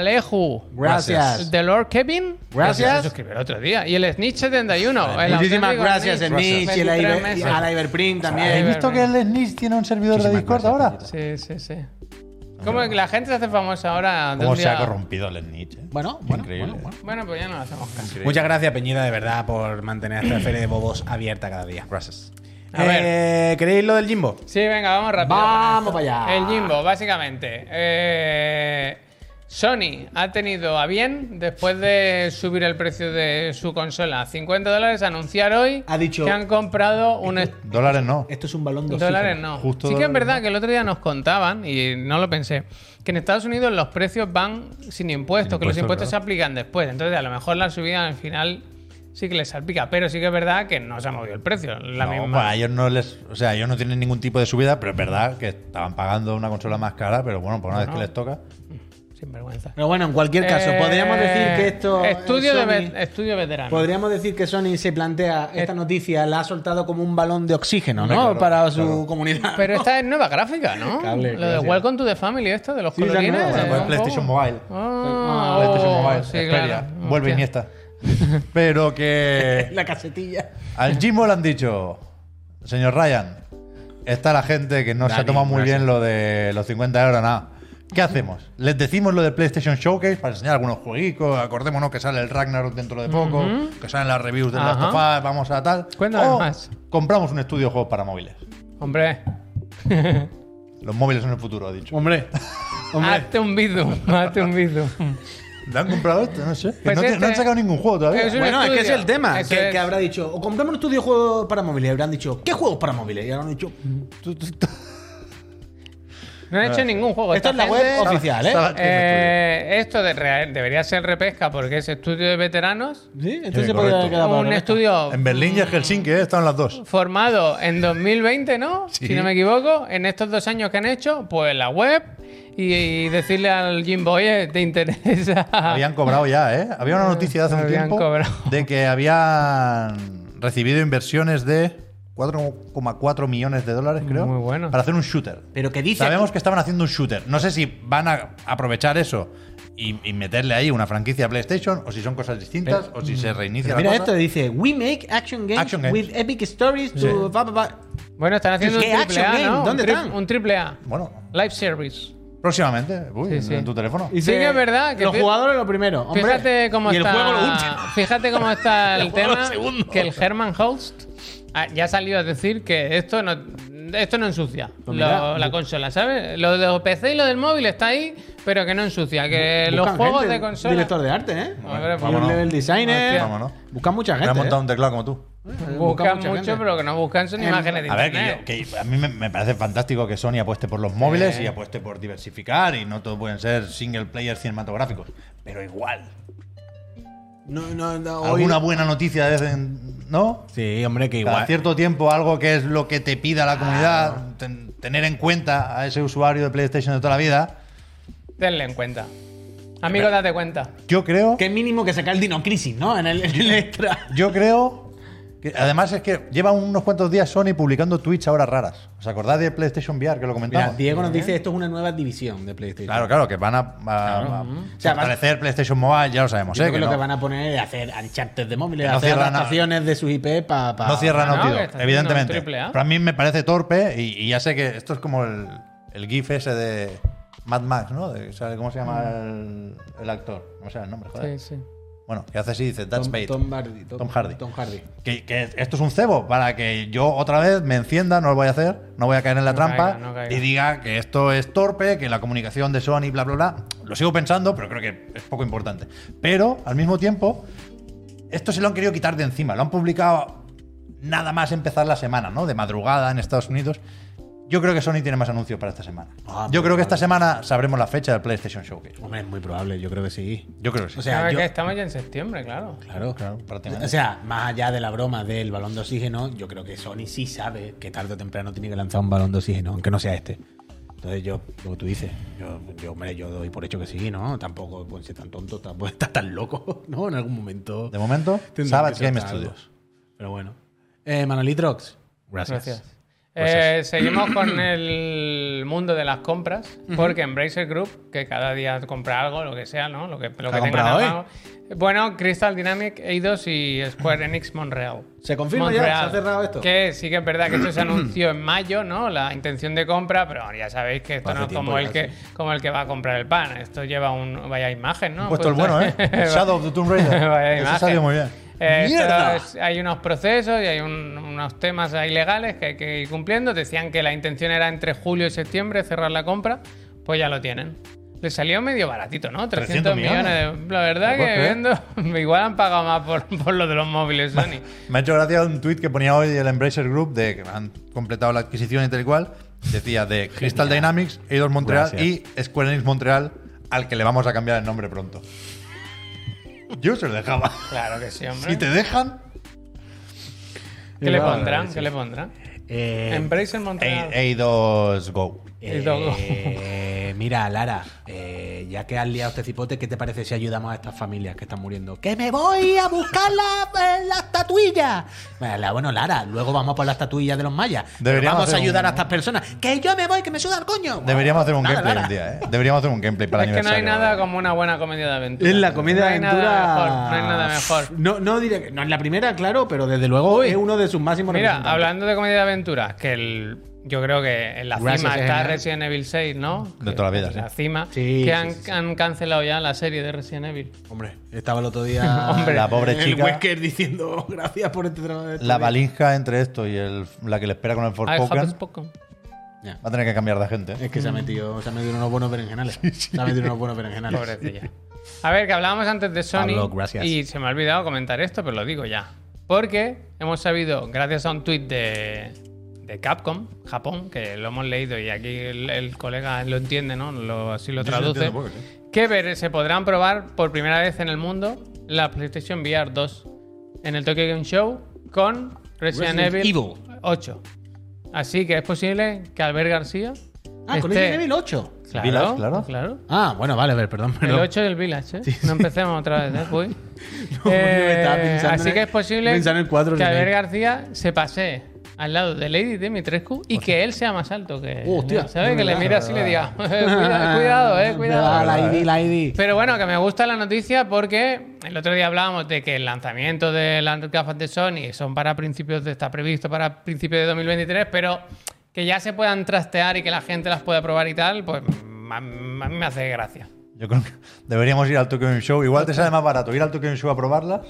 C: Samaleju.
D: Gracias.
C: The Lord Kevin.
D: Gracias.
C: Se suscribió el otro día. Y el Snitch 71. el
D: Muchísimas
C: auténtico
D: gracias,
C: Snitch.
D: el Nietzsche, el
C: 23
D: Iber-
C: meses.
D: a la Iberprint
A: ¿Habéis
D: también.
A: visto que el Snitch tiene un servidor de
D: Muchísimas
A: Discord
D: gracias,
A: ahora?
C: Sí, sí, sí. Como que la gente se hace famosa ahora. de
A: ¿Cómo
C: un
A: se ha
C: día-
A: corrompido el Snitch? eh?
D: Bueno, bueno,
A: Increíble.
D: bueno, bueno.
C: Bueno, pues ya no lo hacemos caso.
B: Muchas gracias, Peñida, de verdad, por mantener esta feria de bobos abierta cada día.
A: Gracias.
C: A ver.
B: Eh, ¿Queréis lo del Jimbo?
C: Sí, venga, vamos rápido.
D: Vamos
C: con esto.
D: para allá.
C: El Jimbo, básicamente. Eh, Sony ha tenido a bien, después de subir el precio de su consola a 50 dólares, anunciar hoy
D: Ha dicho-
C: que han comprado un... est-
A: Dólares no.
D: Esto es un balón de
C: Dólares
D: oxígeno.
C: no.
A: Justo
C: sí que es
A: dólares,
C: verdad que el otro día nos contaban, y no lo pensé, que en Estados Unidos los precios van sin impuestos,
A: Sin
C: que los
A: impuestos,
C: impuestos se
A: claro.
C: aplican después. Entonces, a lo mejor la subida al final sí que les salpica, pero sí que es verdad que no se ha movido el precio. La
A: No,
C: misma.
A: pues a ellos no les, o sea, ellos no tienen pues ningún tipo de subida, pero es verdad que estaban pagando una consola más cara, pero bueno, por una vez que les toca,
C: Sí, Sinvergüenza.
B: Pero bueno, en cualquier caso, podríamos
C: Eh,
B: decir que esto.
C: Estudio, de eh,
B: Sony-
C: ve- estudio veterano.
B: Podríamos decir que Sony se plantea
C: Eh,
B: esta noticia, la ha soltado como un balón de oxígeno, ¿no?
A: Hombre, claro,
B: Para su
A: claro.
B: comunidad.
C: Pero esta es nueva gráfica, ¿no?
B: Cable,
C: Lo de
B: gracias.
C: Welcome to the Family, esto, de los
B: Sí, la
C: colorines.
B: nueva.
A: Bueno,
C: eh,
A: pues
C: un
A: PlayStation
C: poco.
A: Mobile.
C: Ah,
A: PlayStation
C: oh,
A: Mobile,
C: sí,
A: Xperia.
C: claro.
A: Vuelve
C: Hostia.
A: Iniesta. Pero que
B: La casetilla.
A: al Jimbo le han dicho, señor Ryan, está la gente que no se ha
B: Dani,
A: tomado muy
B: gracias.
A: bien lo de los 50 euros, nada. ¿Qué hacemos? ¿Les decimos lo del PlayStation Showcase para enseñar algunos jueguitos? Acordémonos que sale el Ragnarok dentro de poco, que salen las reviews del
C: Ajá.
A: Last of Us, vamos a tal.
C: Cuéntanos
A: O
C: más.
A: Compramos un estudio de juegos para móviles.
C: Hombre,
A: Los móviles son el futuro, ha dicho.
B: Hombre. Hombre.
C: hazte un bizu, hazte un bizu.
A: ¿Le han comprado esto? No sé. Que
C: Pues
A: no, te-
C: este-
A: no han sacado ningún juego todavía.
C: es un
B: bueno, es que ese
C: estudio.
B: es el tema.
C: Eso
B: Que,
C: es.
B: que habrá dicho, o compramos un estudio de juegos para móviles. Y habrán dicho, ¿qué juegos para móviles? Y habrán dicho,
C: No han hecho ningún juego.
B: esta es la
C: gente-
B: web oficial, ¿eh?
A: Estaba-
C: Eh, esto de re- debería ser repesca porque es estudio de veteranos.
B: Sí, entonces
A: Sí,
B: se podría
A: correcto.
B: quedar para
C: un
B: la
C: estudio
A: En Berlín y en Helsinki, ¿eh? estaban las dos.
C: formado en 2020, ¿no?
A: Sí.
C: Si no me equivoco, en estos dos años que han hecho, pues la web y, y decirle al Jimbo, oye, ¿te interesa?
A: Habían cobrado ya, ¿eh? Había una noticia de hace un
C: Ah. Habían
A: tiempo
C: cobrado.
A: de que habían recibido inversiones de 4,4 millones de dólares, creo,
C: Muy bueno.
A: para hacer un shooter.
B: Pero que dice.
A: Sabemos que estaban haciendo un shooter. No sé si van a aprovechar eso y, y meterle ahí una franquicia a PlayStation, o si son cosas distintas, o si se reinicia
B: Pero
A: la
B: mira
A: cosa.
B: esto, dice, we make action games,
A: Action games.
B: with epic stories to... blah, blah, blah".
C: Bueno, están haciendo un
B: ¿Qué
C: triple A,
B: action
C: ¿no?
B: game? ¿Dónde
C: un, tri-
B: están?
C: un triple A.
A: Bueno,
C: Live service.
A: próximamente, uy,
C: Sí, sí.
A: en tu teléfono.
C: Sí que es verdad que
B: los
C: fí-
B: jugadores lo primero. hombre.
C: Fíjate cómo
B: y
C: está.
B: el juego lo último.
C: Fíjate cómo está el,
B: El juego
C: tema.
B: lo segundo.
C: Que el Herman Host ah, ya ha salido a decir que esto no, esto no ensucia
B: Pues
C: lo-
B: mira,
C: la consola, ¿sabes? Lo de los PC y lo del móvil está ahí, pero que no ensucia. Que los
B: Buscan
C: juegos
B: gente,
C: de consola.
B: Director de arte, ¿eh?
C: Hombre, pues
B: Y un
A: vámonos.
B: level designer.
A: Hostia. Vámonos.
B: Buscan mucha
A: Me
B: gente.
A: han montado
B: ¿eh?
A: un teclado como tú.
B: Buscan
C: Buscan
B: mucha
C: mucho,
B: gente.
C: pero que no buscan son imágenes de
A: A ver,
C: internet.
A: que, yo- que a mí me, me parece fantástico que Sony apueste por los móviles y apueste por diversificar y no todo pueden ser single player cinematográficos. Pero igual,
B: No, no, no, hoy-
A: alguna buena noticia de vez en- ¿no?
B: Sí, hombre, que
A: Cada
B: igual.
A: cierto tiempo algo que es lo que te pida la comunidad, ten- tener en cuenta a ese usuario de PlayStation de toda la vida.
C: Tenle en cuenta. Amigo, date cuenta.
A: Yo creo,
B: Que mínimo que sacar el Dino Crisis, ¿no? En el, en el extra.
A: yo creo que además es que lleva unos cuantos días Sony publicando tweets ahora raras. ¿Os acordáis de PlayStation VR que lo
B: Mira,
A: comentamos?
B: Diego nos dice esto es una nueva división de PlayStation.
A: Claro, claro, que van a, a- a
B: sea,
A: fortalecer PlayStation Mobile, ya lo sabemos.
B: Yo
A: ¿eh?
B: creo que,
A: Que
B: lo
A: no-
B: que van a poner es hacer uncharted de móviles,
A: Que no
B: hacer
A: cierra nada.
B: adaptaciones de sus IP para.
A: No cierra
C: no,
A: Naughty
C: que
A: Dog,
C: está haciendo
A: evidentemente.
C: un triple A.
A: Pero a mí me parece torpe y, y ya sé que esto es como el, el GIF ese de Mad Max, ¿no? De- o sea, ¿Cómo se llama el, el actor? ¿Cómo se llama el nombre? Joder.
C: Sí, sí.
A: Bueno, que hace así, dice, That's
B: Tom,
A: bait.
B: Tom Hardy. Tom,
A: Tom Hardy.
B: Tom Hardy.
A: Que, que esto es un cebo para que yo otra vez me encienda, no lo voy a hacer, no voy a caer en la
C: No
A: trampa
C: caiga, no caiga.
A: y diga que esto es torpe, que la comunicación de Sony, bla, bla, bla. Lo sigo pensando, pero creo que es poco importante. Pero, al mismo tiempo, esto se lo han querido quitar de encima. Lo han publicado nada más empezar la semana, ¿no? De madrugada en Estados Unidos. Yo creo que Sony tiene más anuncios para esta semana.
B: Ah,
A: yo creo
B: pues
A: que
B: vale.
A: esta semana sabremos la fecha del PlayStation Showcase.
B: Hombre, es muy probable, yo creo que sí.
A: Yo creo que sí.
B: O sea,
C: Claro, es
B: yo-
C: que estamos ya en septiembre, claro.
B: Claro,
A: Claro, prácticamente.
B: O sea, más allá de la broma del balón de oxígeno, yo creo que Sony sí sabe que tarde o temprano tiene que lanzar un balón de oxígeno, aunque no sea este. Entonces yo, como tú dices, yo, yo, hombre, yo doy por hecho que sí, ¿no? Tampoco puede ser tan tonto, tampoco está tan loco, ¿no? En algún momento.
A: de momento,
B: tendrá
A: Savage
B: que
A: Game
B: soltar algo.
A: Studios.
B: Pero bueno. Eh, Manolitrox, gracias.
C: Gracias. Eh, seguimos con el mundo de las compras, porque Embracer Group, que cada día compra algo, lo que sea, ¿no? Lo que, lo
A: ¿Qué
C: que
A: ha
C: tengan
A: comprado
C: a
A: hoy?
C: mano. Bueno, Crystal Dynamic, Eidos y Square Enix Montreal.
B: ¿Se confirma ya?
C: Montreal.
B: ¿Se ha cerrado esto?
C: Que sí que es verdad que esto se anunció en mayo, ¿no? La intención de compra, pero ya sabéis que esto
B: Hace
C: no es
B: tiempo
C: como el,
B: ya,
C: que, como el que va a comprar el pan. Esto lleva un... vaya imagen, ¿no? Pues
A: Han puesto el bueno, ¿eh? Shadow of the Tomb Raider.
C: Ah, Vaya
A: Eso
C: imagen.
A: salió muy bien.
C: Eh, esto
B: ¡Mierda!
C: es- hay unos procesos y hay un- unos temas ahí legales que hay que ir cumpliendo. Decían que la intención era entre julio y septiembre cerrar la compra, pues ya lo tienen. Le salió medio baratito, ¿no? 300,
A: 300
C: millones.
A: millones.
C: de- La verdad
A: ¿Lo puedes
C: que viendo, igual han pagado más por, por lo de los móviles Sony.
A: Me ha hecho gracia un tuit que ponía hoy el Embracer Group de que han completado la adquisición y tal y cual. Decía de Crystal Dynamics, Eidos Montreal
B: Gracias.
A: y Square Enix Montreal, al que le vamos a cambiar el nombre pronto. Yo se lo dejaba.
C: claro que sí, hombre.
A: Si te dejan,
C: ¿Qué le
B: Igual,
C: pondrán?
B: sí.
C: ¿Qué le pondrán?
B: Eh,
C: Embracer
A: Ei-
C: Montreal.
A: Eidos Go.
C: Y todo.
B: eh, eh, mira, Lara, eh, ya que has liado este cipote, ¿qué te parece si ayudamos a estas familias que están muriendo? ¡Que me voy a buscar las la estatuillas! Bueno, la- bueno, Lara, luego vamos por las estatuillas de los mayas. Pero
A: Deberíamos
B: vamos a
A: hacer
B: ayudar
A: un-
B: a estas personas. ¡Que yo me voy, que me suda el coño!
A: Deberíamos hacer un
B: Nada,
A: gameplay
B: Lara.
A: un día, ¿eh? Deberíamos hacer un gameplay para el
C: es que no hay
A: aniversario.
C: nada como una buena comedia de aventura.
B: Es la comedia
C: no
B: de
C: hay
B: aventura.
C: Nada mejor, no hay nada mejor.
B: No, no diré que no es la primera, claro, pero desde luego es uno de sus máximos
C: Mira,
B: representantes.
C: hablando de comedia de aventura, que el, yo creo que en la
B: Gracias,
C: cima
B: es
C: está
B: genial.
C: Resident Evil 6, ¿no?
A: De
C: Que-
A: toda la vida,
C: en La
A: sí.
C: cima.
B: Sí, sí,
C: que han,
B: sí, sí.
C: han cancelado ya la serie de Resident Evil.
B: Hombre, estaba el otro día.
C: Hombre,
A: la pobre
B: el
A: chica.
B: Wesker diciendo gracias por este trabajo. de
A: La
B: tu vida".
A: valija entre esto y el- la que le espera con el
C: Ah, el
A: Forspoken
C: Hotspot.
A: va a tener que cambiar de gente. ¿eh?
B: Es que
C: Mm.
B: se ha metido, se ha metido unos buenos berenjenales. Se ha metido unos buenos berenjenales.
C: Pobrecilla. A ver, que hablábamos antes de Sony
B: Pablo, gracias.
C: y se me ha olvidado comentar esto, pero lo digo ya. Porque hemos sabido, gracias a un tuit de, de Capcom, Japón, que lo hemos leído y aquí el, el colega lo entiende, ¿no? Lo, así lo
A: Yo sí lo
C: traduce.
A: entiendo poco, sí.
C: que ver- se podrán probar por primera vez en el mundo la PlayStation VR 2 en el Tokyo Game Show con Resident,
B: Resident
C: Evil, 8. Así que es posible que Albert García.
B: Ah, con
C: esté-
B: el nivel 8.
C: Claro,
A: Village, claro.
C: claro.
B: Ah, bueno, vale, a ver, perdón.
C: El
B: perdón.
C: 8 del Village, ¿eh? No empecemos otra vez, ¿eh? Uy.
B: yo
C: Eh,
B: estaba pensando
C: así
B: en-
C: que es posible
B: pensando en el cuatro
C: que Albert
B: remake.
C: García se pase al lado de Lady Dimitrescu y que él sea más alto que.
B: Oh, Hostia.
C: ¿Sabes? Que le mire así y le diga: "Eh,
B: Ah,
C: "Cuida- Cuidado, eh,
B: Ah,
C: cuidado.
B: La ID, la ID.
C: Pero bueno, que me gusta la noticia porque el otro día hablábamos de que el lanzamiento de las gafas de Sony son para principios de, está previsto para principios de 2023, pero que ya se puedan trastear y que la gente las pueda probar y tal, pues a a mí me hace gracia.
A: Yo creo que deberíamos ir al Tokyo Game Show. Igual te sale más barato ir al Tokyo Game Show a probarlas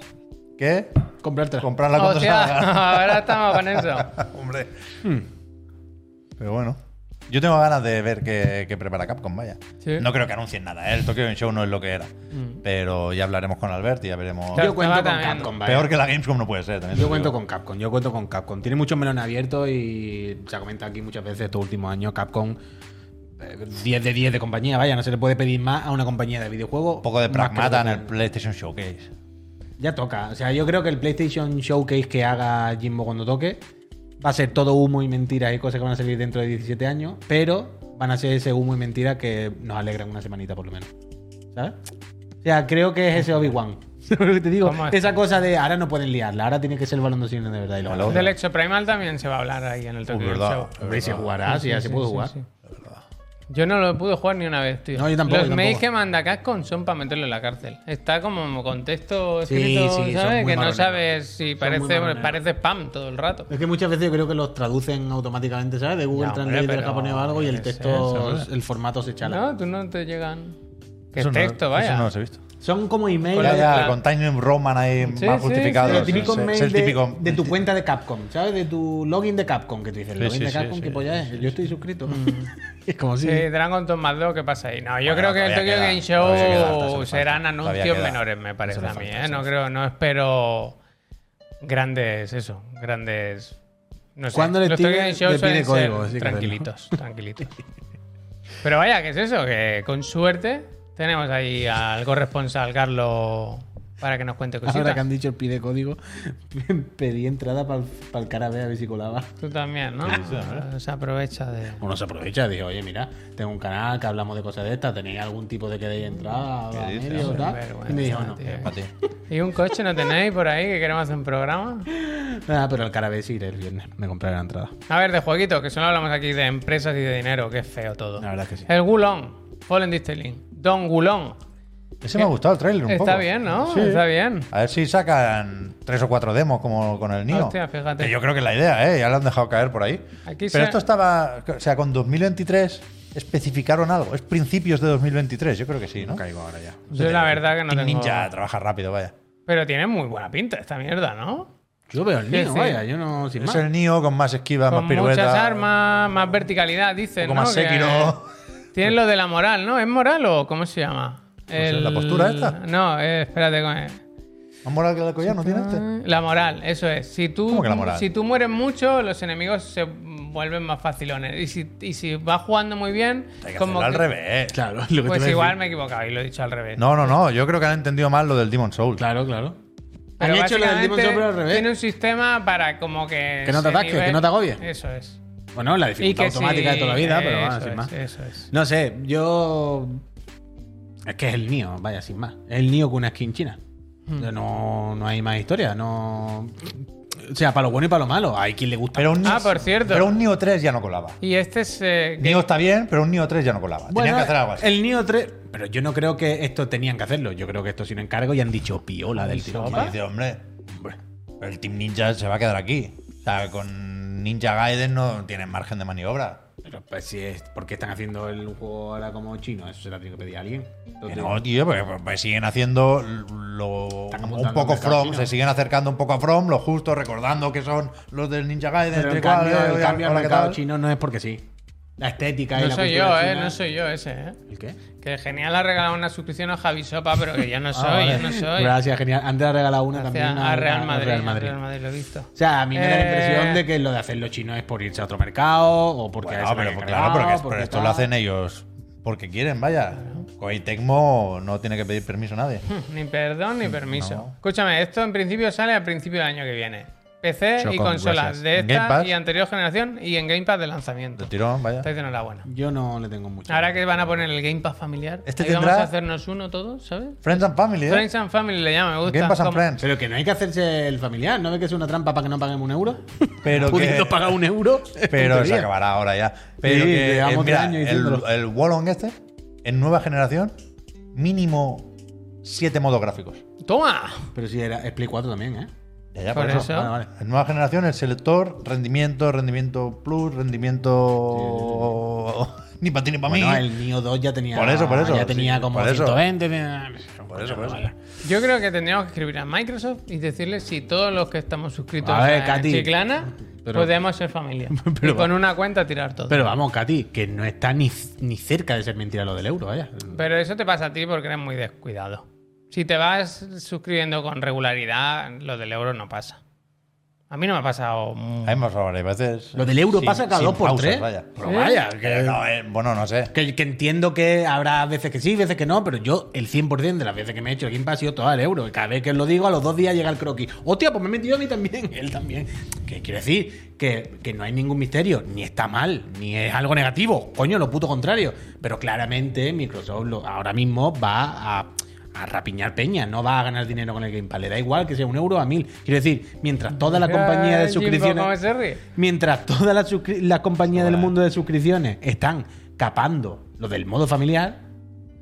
A: que
B: Comprártela.
A: comprarla cuando
C: Hostia,
A: salga.
C: ahora estamos con eso.
A: Hombre. Pero bueno. Yo tengo ganas de ver qué, qué prepara Capcom, vaya.
C: Sí.
A: No creo que anuncien nada, ¿eh? el Tokyo Game Show no es lo que era.
B: Hmm.
A: Pero ya hablaremos con Albert y ya veremos.
C: Claro,
B: Yo cuento con
C: estaba también.
B: Capcom, vaya.
A: Peor que la Gamescom no puede ser. también te
B: Yo
A: digo.
B: cuento con Capcom, yo cuento con Capcom. Tiene muchos melones abiertos y se ha comentado aquí muchas veces estos últimos años. Capcom, eh, 10 de 10 de compañía, vaya, no se le puede pedir más a una compañía de videojuegos.
A: Un poco de
B: más que
A: pragmata
B: lo
A: en
B: que
A: el
B: tiene.
A: PlayStation Showcase.
B: Ya toca. O sea, yo creo que el PlayStation Showcase que haga Jimbo cuando toque va a ser todo humo y mentiras y cosas que van a salir dentro de 17 años, pero van a ser ese humo y mentiras que nos alegran una semanita por lo menos. ¿Sabes? O sea, creo que es ese Obi-Wan. ¿Sabes lo que te digo?
C: ¿Cómo es?
B: Esa cosa de ahora no pueden liarla, ahora tiene que ser el balón de cine de verdad. Y
A: Hello.
B: lo van a hacer.
C: Del Exoprimal también se va a hablar ahí en el Tokyo
A: Uy,
C: Game
A: verdad.
C: Show.
B: Hombre, y se
C: Sí,
B: jugará, si
C: sí,
B: ya se
C: sí,
B: puede
C: sí,
B: jugar.
C: sí. Yo no lo pude jugar ni una vez, tío.
B: No, yo tampoco,
C: Los
B: yo
C: mails
B: tampoco.
C: que manda Capcom son para meterlo en la cárcel. Está como contexto
B: Sí,
C: escrito,
B: sí, son
C: ¿sabes?
B: muy
C: Que no
B: marroneros.
C: sabes si
B: Son muy
C: parece,
B: marroneros.
C: parece spam todo el rato.
B: Es que muchas veces yo creo que los traducen automáticamente, ¿sabes? De Google
C: Ya, hombre,
B: Translate del
C: pero
B: japonés o algo y
C: yo
B: el
C: qué sé,
B: texto,
C: eso,
B: el formato se chala.
C: No, tú no te llegan. Que
A: Eso no-
C: texto, vaya.
A: Eso no los he visto.
B: Son como
C: Con
B: emails.
A: Ya,
C: el
A: ya,
C: plan-
A: con Time Roman ahí
C: Sí,
A: más justificado.
C: sí, sí,
B: Pero
C: Claro,
B: el típico
A: es el
B: mail
A: típico-
B: de, de tu cuenta de Capcom, ¿sabes? De tu login de Capcom, que tú dices,
A: Sí,
B: login
A: sí,
B: de
A: sí,
B: Capcom,
A: sí, Mm.
B: ¿qué polla es? Yo estoy suscrito. es como si...
C: Sí, Eh, Dragon Tomb más 2, ¿qué pasa ahí? No, yo
A: Bueno,
C: creo que el
A: todavía
C: Tokyo
A: queda,
C: Game
A: todavía queda, hasta hace
C: Show
A: falta,
C: serán
A: todavía
C: anuncios
A: queda.
C: menores, me parece
A: Eso
C: a
A: hace
C: mí,
A: falta,
C: ¿eh?
A: eso
C: No
A: hace
C: creo, no espero grandes, eso, grandes. No sé.
B: Cuando le
C: Los Tokyo
B: tiren,
C: Game Show
B: le pide
C: suelen
B: código,
C: ser
B: sí que
C: tranquilitos, tranquilitos. Pero vaya, ¿qué es eso? Que con suerte tenemos ahí al corresponsal Carlos para que nos cuente
A: pues
B: Ahora que
C: cositas.
B: han dicho el pide código, pedí entrada para el carabé a ver si colaba.
C: Tú también, ¿no? Se aprovecha de.
B: Uno se aprovecha, digo, oye, mira, tengo un canal que hablamos de cosas de estas, ¿tenéis algún tipo de que deis entrada? a
A: dices,
B: medios,
A: hombre?
B: tal? Y me dijo, no.
C: tío.
A: Pa' ti.
C: ¿Y un coche no tenéis por ahí que queremos hacer un programa?
B: Nada, pero el carabé sí iré el viernes, me compraré la entrada.
C: A ver, de jueguitos, que solo hablamos aquí de empresas y de dinero, que es feo todo.
B: La verdad es que sí.
A: Eh.
C: El Gulón, Fallen Distilling, Don Gulón.
A: Ese me ha gustado el trailer un
C: Está
A: poco.
C: bien, ¿no?
A: Sí.
C: Está bien.
A: A ver si sacan tres o cuatro demos como con el Nio.
C: Hostia, fíjate.
A: Que yo creo que es la idea, ¿eh? Ya lo han dejado caer por ahí.
C: Aquí
A: Pero
C: se-
A: esto estaba. O sea, con 2023 especificaron algo. Es principios de 2023, yo creo que sí, ¿no?
B: Caigo ahora ya.
C: Yo la verdad que no
A: Team
C: tengo...
A: Ninja trabaja rápido, vaya.
C: Pero tiene muy buena pinta esta mierda, ¿no?
B: Yo veo el
C: Sí,
B: mío,
C: sí.
B: vaya, yo no... Sin
A: Es
B: más.
A: el Nio con más esquiva,
C: Con
A: más pirueta.
C: muchas armas, más verticalidad, dicen,
A: Un poco
C: ¿no?
A: más
C: Que-
A: Sekiro.
C: Tienen lo de la moral, ¿no? ¿Es moral o cómo se llama?
A: sé, ¿la postura esta?
C: No, eh, espérate. con- eh,
A: ¿Más moral que el collar no tiene este?
C: Mm, La moral, eso es. Si tú,
A: ¿Cómo que la moral?
C: Si tú mueres mucho, los enemigos se vuelven más facilones. Y si, y si vas jugando muy bien,
A: Hay que
C: como
A: hacerlo al
C: que-
A: revés.
B: Claro, lo que te iba a
C: Pues
B: decir.
C: igual me he equivocado y lo he dicho al revés.
A: No, no, no. Yo creo que han entendido mal lo del Demon Souls.
B: Claro, claro.
C: Pero
B: Han hecho la del Demon
C: básicamente
B: Soul, pero al revés.
C: Tiene un sistema para como que.
B: Que no te
C: ese
B: atasque, que no te agobie.
C: Eso es.
B: Bueno, la dificultad automática
C: sí,
B: de toda la vida, pero
C: eso
B: bueno, sin
C: es,
B: más.
C: Eso es.
B: No sé, yo. Es que es el Nio, vaya, sin más. Es el Nio con una skin china.
C: Hmm.
B: No, no hay más historia, no. O sea, para lo bueno y para lo malo. Hay quien le gusta.
A: Pero un,
C: Ah,
A: Neo-
C: por cierto.
A: Pero un Neo 3 ya no colaba.
C: Y este es. eh,
A: Neo está bien, pero un Neo 3 ya no colaba. Tenían que hacer algo así.
B: El Nio 3. Pero yo no creo que esto tenían que hacerlo. Yo creo que esto es un encargo y han dicho piola del tiro.
A: Y dice, hombre, hombre, el Team Ninja se va a quedar aquí. O sea, con Ninja Gaiden no tienen margen de maniobra.
B: Pero pues si es. ¿Por qué están haciendo el juego ahora como chino? Eso se lo tiene que pedir a alguien.
A: Que
B: Entonces,
A: no, tío, porque pues, pues, siguen haciendo lo, un
B: apuntando
A: poco
B: al mercado
A: From,
B: chino.
A: se siguen acercando un poco a From, lo justo, recordando que son los del Ninja Gaiden.
B: Pero el
A: entre
B: cambio,
A: cuales,
B: el
A: oye,
B: cambio al
A: hola, ¿qué
B: mercado
A: tal?
B: chino no es porque sí. La estética y
C: no
B: la
C: soy
B: cultura
C: yo,
B: china-
C: eh. No soy yo ese, eh.
B: ¿El qué?
C: Que genial ha regalado una suscripción a Javi Sopa, pero que yo no soy,
B: Ah,
C: yo
B: vale.
C: no soy.
B: Gracias, genial. Antes ha regalado una
C: Gracias
B: también
C: a Real
B: al
C: Madrid.
B: Real Madrid.
C: Real Madrid, lo he visto.
B: O sea, a mí me da la
C: Eh.
B: impresión de que lo de hacer los chinos es por irse a otro mercado o porque
A: Bueno,
B: a eso le
A: pero
B: han
A: pues,
B: encargado,
A: claro, porque, pero
B: porque
A: esto lo
B: tal.
A: hacen ellos porque quieren, vaya. Koei Tecmo no tiene que pedir permiso a nadie.
C: Ni perdón ni permiso.
A: No.
C: Escúchame, esto en principio sale al principio del año que viene. PC y
A: Chocón, gracias.
C: consolas de
A: ¿En Game
C: esta
A: Pass?
C: y anterior generación y en Game Pass de lanzamiento.
A: De tirón, vaya.
C: Estáis de enhorabuena.
B: Yo no le tengo mucho.
C: Ahora que van a poner el Game Pass familiar,
A: Este
C: ahí vamos
A: tendrá-
C: a hacernos uno todos, ¿sabes?
A: Friends and Family, ¿eh?
C: Friends and Family le llama, me gusta.
A: Game Pass and
C: Como-
A: Friends.
B: Pero que no hay que hacerse el familiar, ¿no ve que es una trampa para que no paguemos un euro?
A: Pero
B: Pudiendo
A: que-
B: pagar un euro.
A: Pero se
B: tontería.
A: acabará ahora ya. Pero
B: Sí,
A: que,
B: llevamos
A: eh,
B: tres
A: mira,
B: años
A: el,
B: diciéndolo.
A: el Wallong este, en nueva generación, mínimo siete modos gráficos.
C: ¡Toma!
B: Pero si era es Play 4 también, ¿eh?
A: Ya, ya,
C: Por eso.
B: Vale, vale.
A: En nueva generación, el selector, rendimiento, rendimiento plus, rendimiento. ni para ti ni para
B: Bueno,
A: mí.
B: el Neo 2 ya tenía.
A: Por eso, por eso,
B: Ya tenía
A: sí,
B: como
A: por eso.
B: 120. tenía-
A: Por eso, por eso.
B: Vale.
C: Yo creo que tendríamos que escribir a Microsoft y decirles si todos los que estamos suscritos
B: A
C: a,
B: ver, Katy,
C: Chiclana
B: pero-
C: podemos ser familia.
B: pero-
C: y con una cuenta tirar todo. Pero,
B: Pero vamos, Katy, que no está ni, ni cerca de ser mentira lo del euro, vaya.
C: eso te pasa a ti porque eres muy descuidado. Si te vas suscribiendo con regularidad, lo del euro no pasa. A mí no me ha pasado. mu-
A: Hay más varias veces.
B: Lo del euro
A: sin-
B: pasa cada
A: sin
B: 2 por
A: pausas,
B: 3
A: vaya.
B: Pero vaya, que,
A: No, eh, bueno, no sé.
B: Pues, que- que entiendo que habrá veces que sí, veces que no, pero yo el 100% de las veces que me he hecho el Game Pass ha sido todo al euro. Y cada vez que lo digo, a los dos días llega el croquis. Hostia, pues me he metido a mí también, él también. Que quiero decir que, que no hay ningún misterio, ni está mal, ni es algo negativo. Coño, lo puto contrario. Pero claramente Microsoft lo- ahora mismo va a, a rapiñar peña, no va a ganar dinero con el Game Pass. Le da igual que sea un euro a mil. Quiero decir, mientras toda la compañía
C: Ay,
B: de
C: Jimbo,
B: suscripciones...
C: ¿cómo se ríe?
B: Mientras todas las suscri- las compañías del mundo de suscripciones están capando lo del modo familiar,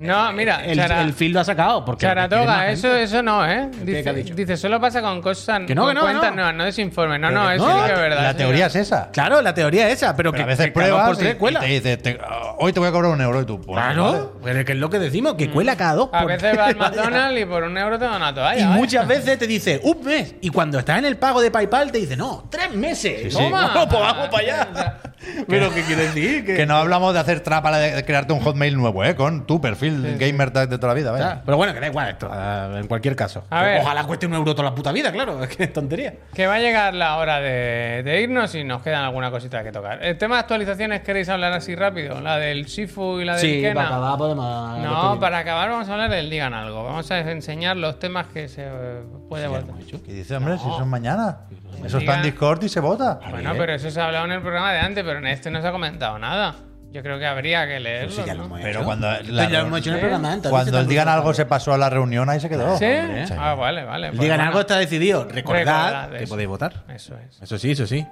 C: No, mira,
B: Eh, el,
C: Chara-
B: el feed lo ha sacado. Porque quiere
C: Saratoga,
B: más
C: eso,
B: gente.
C: eso no, ¿eh?
B: qué ha
C: Dice,
B: dicho?
C: dice, solo pasa con cosas
B: Que no,
C: con
B: que no, que
C: cuentas
B: no.
C: nuevas, no desinformes. No, no, eso
B: no,
C: sí que es
A: la,
C: verdad.
A: la
C: sí que
A: teoría
C: es
A: es esa.
B: Claro, la teoría es esa, pero,
A: Pero
B: que
A: a veces
B: que cada dos
A: pruebas
B: por tres
A: y- y
B: cuela.
A: te dice, te- ah, hoy te voy a cobrar un euro y tú. pues, vale.
B: Claro, pero es que es lo que decimos, que cuela cada dos
C: A
B: por
C: veces
B: tres,
C: va al
B: vaya.
C: McDonald's y por un euro te dan una toalla.
B: Y
C: vaya.
B: muchas veces te dice un mes. Y cuando estás en el pago de PayPal te dice, no, tres meses.
A: Sí, sí.
B: Toma,
C: Toma.
B: pues vamos para allá. pero ¿qué quiere decir?
A: Que no hablamos de hacer trapa de de crearte un hotmail nuevo, ¿eh? Con tu perfil gamer tag de toda la vida, vaya.
B: Pero bueno, que da igual esto, ah, en cualquier caso.
C: A ver.
B: Ojalá cueste un euro toda la puta vida, claro, es que es tontería.
C: Que va a llegar la hora de, de irnos y nos quedan alguna cosita que tocar. El tema de actualizaciones, ¿queréis hablar así rápido? La del Shifu y la del Kena.
B: podemos.
C: No, para acabar vamos a hablar del Digan Algo. Vamos a enseñar los temas que se eh, puede votar.
A: ¿Qué dice, hombre? Si eso es mañana. Eso está
C: Diga-
A: en Discord y se vota.
C: Bueno, pero eso se ha hablado en el programa de antes, pero en este no se ha comentado nada. Yo creo que habría que leerlo.
B: Sí, ya lo
C: ¿no?
B: hemos hecho.
A: Pero cuando la
B: Pero ya lo hemos hecho en el
C: reunión-
B: programa antes.
A: Cuando
B: ¿viste?
A: el digan algo se pasó a la reunión, ahí se quedó.
C: ¿Sí?
B: hombre.
C: Ah, vale, vale.
B: El
C: pues
B: Digan
C: bueno,
B: algo está decidido. Recordad,
C: Recordad
B: que
C: eso.
B: podéis votar.
C: Eso es.
B: Eso sí, eso sí.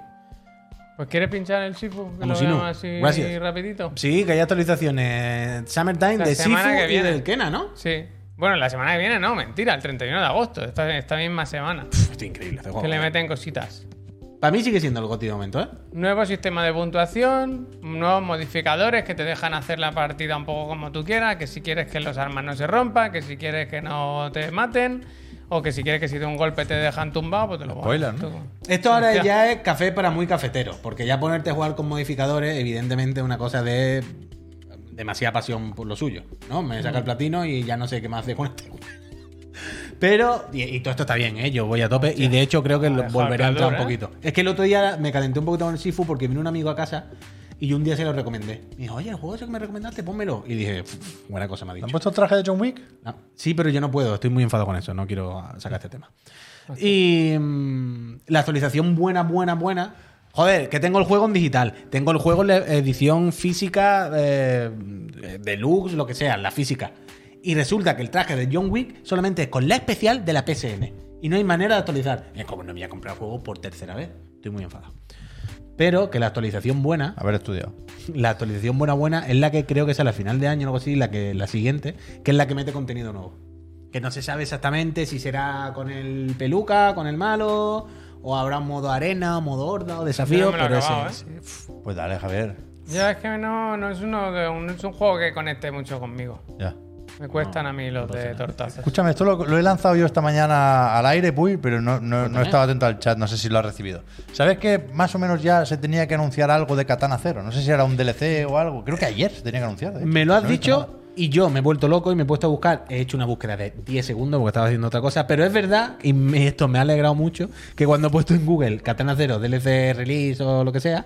C: Pues ¿quieres pinchar el Shifu? Que
B: Como
C: lo
B: si no.
C: veamos así
B: Gracias.
C: rapidito.
B: Sí, que hay actualizaciones. Summertime
C: La
B: de Sifu
C: semana que
B: y
C: viene.
B: del Kena, ¿no?
C: Sí. Bueno, la semana que viene no, mentira, el 31 de agosto, esta, esta misma semana.
B: Esto es increíble este
A: Pues
C: que le
B: juego.
C: meten cositas.
B: Para mí sigue siendo el goti de momento, ¿eh?
C: Nuevo sistema de puntuación, nuevos modificadores que te dejan hacer la partida un poco como tú quieras, que si quieres que los armas no se rompan, que si quieres que no te maten, o que si quieres que si de un golpe te dejan tumbado, pues te lo
A: Spoiler,
C: pones
A: ¿no?
C: tú.
B: Esto ahora
C: Hostia.
B: ya es café para muy cafetero, porque ya ponerte a jugar con modificadores, evidentemente, es una cosa de demasiada pasión por lo suyo, ¿no? Me saca el platino y ya no sé qué más hacer con este juego. Pero, y, y todo esto está bien, ¿eh? Yo voy a tope y de hecho creo que lo-
C: dejado
B: volveré a
C: el
B: entrar un
C: calor, ¿eh?
B: poquito. Es que el otro día me calenté un poquito con el Sifu porque vino un amigo a casa y yo un día se lo recomendé. Me dijo, oye, el juego ese que me recomendaste, pónmelo. Y dije, "Pff, buena cosa me ha
A: ¿Te
B: dicho.
A: han puesto el traje de John Wick?
B: No. Sí, pero yo no puedo, estoy muy enfadado con eso, no quiero sacar este tema. Y mm, la actualización buena, buena, buena Joder, que tengo el juego en digital, tengo el juego en la edición física, eh, deluxe, lo que sea, la física. Y resulta que el traje de John Wick solamente es con la especial de la PSN. Y no hay manera de actualizar. Es como no me voy a comprar el juego por tercera vez. Estoy muy enfadado. Pero que la actualización buena,
A: Haber estudiado.
B: la actualización buena buena, es la que creo que es a la final de año o algo así, la, que, la siguiente, que es la que mete contenido nuevo. Que no se sabe exactamente si será con el peluca, con el malo, o habrá modo arena, o modo horda, o
C: Yo
B: desafío.
C: no me lo he
B: pero
C: acabado, ¿eh?
B: ese-
A: Pues dale, Javier.
C: Ya es que no, no, es uno de- no es un juego que conecte mucho conmigo.
A: Ya.
C: Me cuestan
B: Ah,
C: a mí los de tortazas.
A: Escúchame, esto lo, lo he lanzado yo esta mañana al aire, Puy, pero no, no, no estaba atento al chat, no sé si lo has recibido. ¿Sabes que más o menos ya se tenía que anunciar algo de Katana Cero? No sé si era un DLC o algo. Creo que ayer se tenía que anunciar. de hecho.
B: Me lo has
A: No he visto nada.
B: dicho y yo me he vuelto loco y me he puesto a buscar. He hecho una búsqueda de 10 segundos porque estaba haciendo otra cosa, pero es verdad, y me- esto me ha alegrado mucho, que cuando he puesto en Google Katana Zero, DLC Release o lo que sea,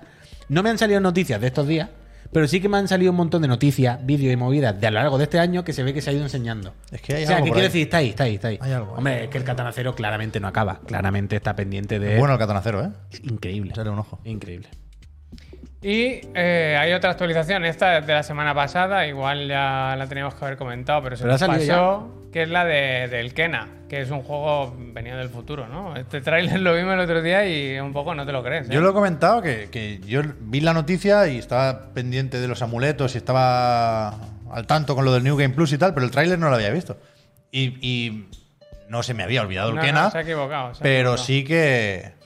B: no me han salido noticias de estos días, pero sí que me han salido un montón de noticias, vídeos y movidas de a lo largo de este año que se ve que se ha ido enseñando.
A: Es que hay
B: o sea,
A: algo
B: ¿qué
A: por
B: quiero
A: ahí.
B: decir? Está ahí, está ahí, está ahí.
A: Hay algo, hay
B: Hombre, es que el Katana Zero claramente no acaba, claramente está pendiente de...
A: Bueno, el Katana Cero, ¿eh?
B: increíble.
A: Echarle un ojo.
B: Increíble.
C: Y eh, hay otra actualización, esta es de la semana pasada, igual ya la teníamos que haber comentado, pero se
B: Pero
C: nos
B: ha salido
C: pasó, que es la de, del Kena, que es un juego venido del futuro, ¿no? Este tráiler lo vimos el otro día y un poco no te lo crees. ¿eh?
A: Yo lo he comentado que, que yo vi la noticia y estaba pendiente de los amuletos y estaba al tanto con lo del New Game Plus y tal, pero el tráiler no lo había visto. Y, y no se me había olvidado el
C: No,
A: Kena,
C: no, se ha equivocado. se ha
A: pero
C: equivocado.
A: sí que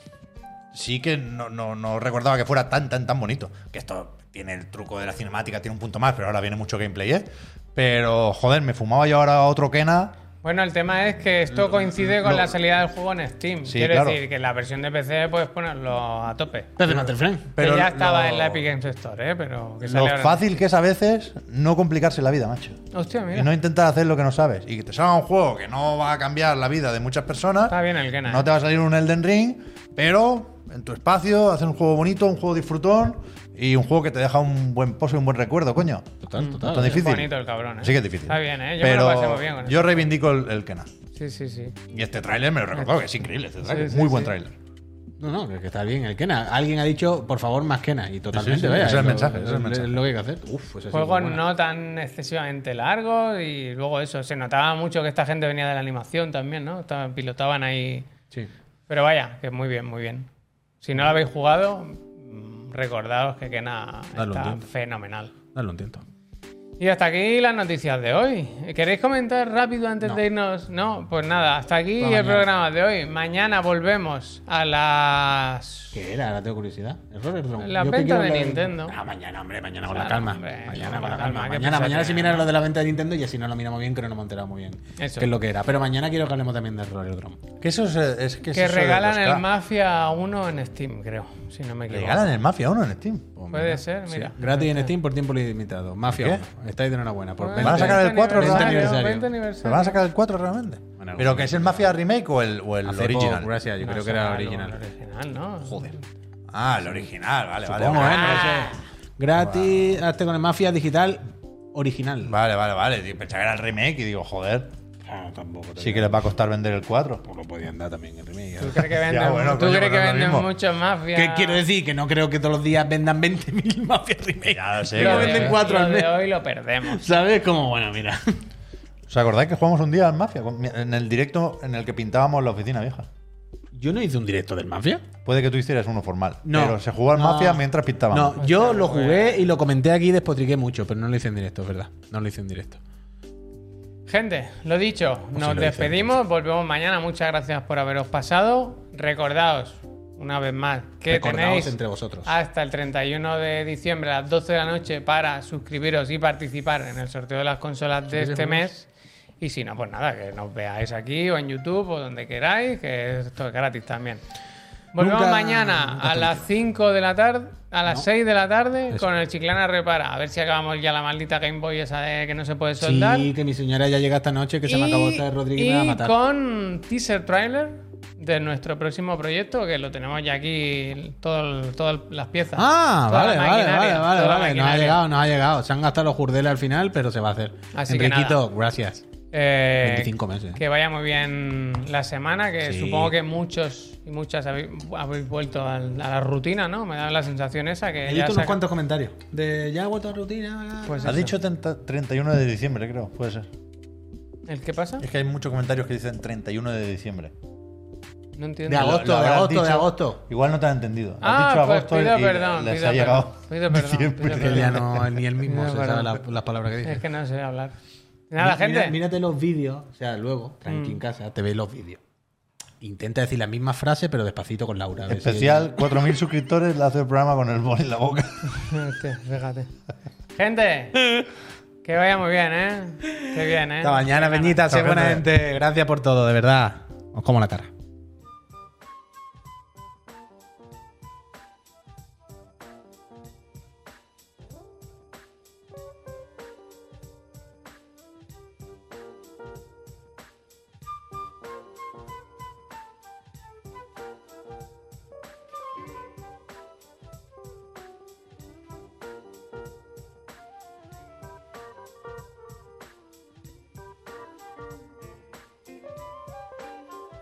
A: sí que no, no- no recordaba que fuera tan tan tan bonito. Que esto tiene el truco de la cinemática, tiene un punto más, pero ahora viene mucho gameplay, ¿eh? Pero joder, me fumaba yo ahora otro Kena.
C: Bueno, el tema es que esto coincide con
A: lo-
C: la salida del juego en Steam.
A: Sí,
C: Quiero
A: claro.
C: decir que la versión de PC puedes ponerlo a tope.
B: Pero de Battleframe.
A: Pero
C: que ya estaba
A: lo-
C: en la Epic Games Store, ¿eh? Pero que sale
A: Lo
C: ahora en-
A: fácil que es a veces no complicarse la vida, macho.
C: Hostia, mira.
A: Y no intentar hacer lo que no sabes. Y que te salga un juego que no va a cambiar la vida de muchas personas.
C: Está bien el Kena.
A: No
C: ¿eh?
A: te va a salir un Elden Ring, pero en tu espacio, hacer un juego bonito, un juego disfrutón y un juego que te deja un buen pozo y un buen recuerdo, coño.
B: Total,
A: No es
B: total.
A: tan difícil.
C: bonito el cabrón, ¿eh?
A: Sí que es difícil.
C: Está bien, ¿eh? Yo me
A: pero
C: lo pasé muy bien con
A: yo
C: esto.
A: reivindico el, el Kena.
C: Sí, sí, sí.
A: Y este tráiler me lo recuerdo, que es increíble este tráiler.
C: Sí, sí,
A: muy
C: sí.
A: buen tráiler.
B: No, no, que está bien el Kena. Alguien ha dicho, por favor, más Kena. Y totalmente,
A: Sí, sí, sí,
B: vaya,
A: ese es el
B: lo-
A: mensaje, ese es el mensaje.
B: lo que hay que hacer. Uf, eso sí
C: Juegos
B: que es bueno.
C: no tan excesivamente largos y luego eso, se notaba mucho que esta gente venía de la animación también, ¿no? Estaban- pilotaban ahí.
B: Sí.
C: Pero vaya, que muy bien, muy bien. Si no lo habéis jugado, mm, recordaos que Kena
B: Dale un
C: está
B: tiempo.
C: fenomenal.
B: Dale un tiento.
C: Y hasta aquí las noticias de hoy. ¿Queréis comentar rápido antes de irnos? No, pues nada, hasta aquí el
B: mañana.
C: programa de hoy. Mañana volvemos a las...
B: ¿Qué era? Ahora tengo curiosidad. ¿Es Robert Brown?
C: La
B: Yo que
C: venta
B: quiero
C: de
B: hablar-
C: Nintendo.
B: Ah, mañana, hombre, mañana con la
C: Claro,
B: calma.
C: hombre,
B: mañana con la calma. Mañana,
C: ¿qué
B: mañana
C: pasa
B: si
C: que-
B: miras lo de la venta de Nintendo y así no lo miramos bien, creo que no hemos enterado muy bien.
C: Eso.
B: Qué es lo que era. Pero mañana quiero que hablemos también de Roller Drum.
A: Que eso es, es que, es
C: Que
A: eso de
C: regalan
A: los
C: el
A: K.
C: Mafia 1 en Steam, creo, si no me equivoco.
A: Regalan el Mafia 1 en Steam.
C: Puede ser, mira.
B: Gratis en Steam por tiempo limitado. Mafia 1. Estáis de enhorabuena. Por
A: Van a sacar el 4
C: 20
A: ¿verdad?
C: aniversario,
B: Aniversario.
C: 20
A: ¿Pero van a
C: aniversario.
A: sacar el 4 realmente?
B: Bueno,
A: ¿Pero que es el Mafia Remake o el, o el
B: Hace
A: original?
B: poco, gracias, yo creo que era
C: Ah,
B: el
C: no,
B: original.
C: original, ¿no? Joder.
A: Ah, el original, vale, vale.
B: Supongo,
A: vale.
B: ¿eh?
A: Ah.
B: No lo sé. Gratis, hazte con el Mafia digital original.
A: Vale, vale, vale. Tío, Pensaba que era el remake y digo, joder,
B: Ah, tampoco.
A: sí que les va a costar vender el 4.
B: Lo podían dar también en remake.
C: ¿Tú crees que venden,
A: bueno,
C: tú
A: coño,
C: crees
A: pero
C: que
A: es lo
C: venden
A: mismo.
C: mucho Mafia?
B: ¿Qué quiero decir? Que no creo que todos los días vendan 20.000 Mafia remake.
A: Ya lo sé,
B: Pero
A: que-
B: venden 4
C: lo
B: al
C: de
B: mes.
C: hoy lo perdemos.
B: ¿Sabes? Como, bueno, mira.
A: ¿Os acordáis que jugamos un día al Mafia? Con- En el directo en el que pintábamos la oficina vieja.
B: Yo no hice un directo del Mafia.
A: Puede que tú hicieras uno formal.
B: No.
A: Pero se jugó al Mafia
B: No.
A: mientras pintábamos.
B: No, yo lo jugué y lo comenté aquí y despotriqué mucho, pero no lo hice en directo, es verdad. No lo hice en directo.
C: Gente, lo dicho,
A: Pues
C: nos despedimos, volvemos mañana. Muchas gracias por haberos pasado. Recordaos, una vez más, que
B: Recordaos
C: tenéis Ah,
B: entre vosotros.
C: hasta el 31 de diciembre a las 12 de la noche para suscribiros y participar en el sorteo de las consolas de este mes. Y si no, pues nada, que nos veáis aquí o en YouTube o donde queráis, que esto es gratis también. Volvemos
B: Nunca-
C: mañana
B: nunca
C: a
B: te
C: las 5 de la tarde, a las 6 de la tarde, con el Chiclana Repara. A ver si acabamos ya la maldita Game Boy esa de que no se puede soldar.
B: Sí, que mi señora ya llega esta noche, que se me acabó esta de Rodríguez y me va a
C: y
B: matar.
C: con teaser trailer de nuestro próximo proyecto, que lo tenemos ya aquí, todo el- todas las piezas.
B: Ah,
C: Toda la
B: vale, vale,
C: maquinaria,
B: vale, vale,
C: toda la
B: vale. Nos ha
C: maquinaria.
B: llegado, nos ha llegado. Se han gastado los jurdeles al final, pero se va a hacer.
C: Así que
B: Enriquito, gracias.
C: Eh,
B: 25 meses.
C: Que vaya muy bien la semana, que
B: Sí.
C: supongo que muchos y muchas habéis, habéis vuelto al- a la rutina, ¿no? Me da la sensación esa que
B: He
C: ya
B: visto
C: se
B: unos
C: ha-
B: cuantos comentarios. De ya hago tu rutina.
C: Pues
A: Ha
C: eso.
A: dicho 30 31 de diciembre, creo, puede ser.
C: ¿El qué pasa?
A: Es que hay muchos comentarios que dicen 31 de diciembre.
B: de
C: No entiendo.
A: Lo- lo
B: agosto, de
A: habrás
B: agosto, de
A: dicho-
B: agosto.
A: Igual no te has entendido.
C: Ah,
A: has dicho
C: pues
A: agosto
C: pido
A: y
C: perdón,
A: les
C: pido
A: ha
C: perdón,
A: llegado
C: pido perdón,
A: diciembre.
C: pido
B: Que ya no, ni él mismo
C: Es
B: se
C: verdad.
B: sabe la- las palabras que dice.
C: Es que no sé hablar. Nada,
B: Mira-
C: gente.
B: mira-
C: Mm.
B: mírate los vídeos, o sea, luego, tranqui en casa, te ve los vídeos. Intenta decir la misma frase, pero despacito con Laura. a ver si-
A: Especial, 4.000 suscriptores, le hace el programa con el bol en la boca.
C: Fíjate, Este, fíjate. Gente, que vaya muy bien, ¿eh? Que bien, ¿eh?
B: Hasta mañana, Peñita, sé buena gente. Gracias por todo, de verdad. Os como la cara.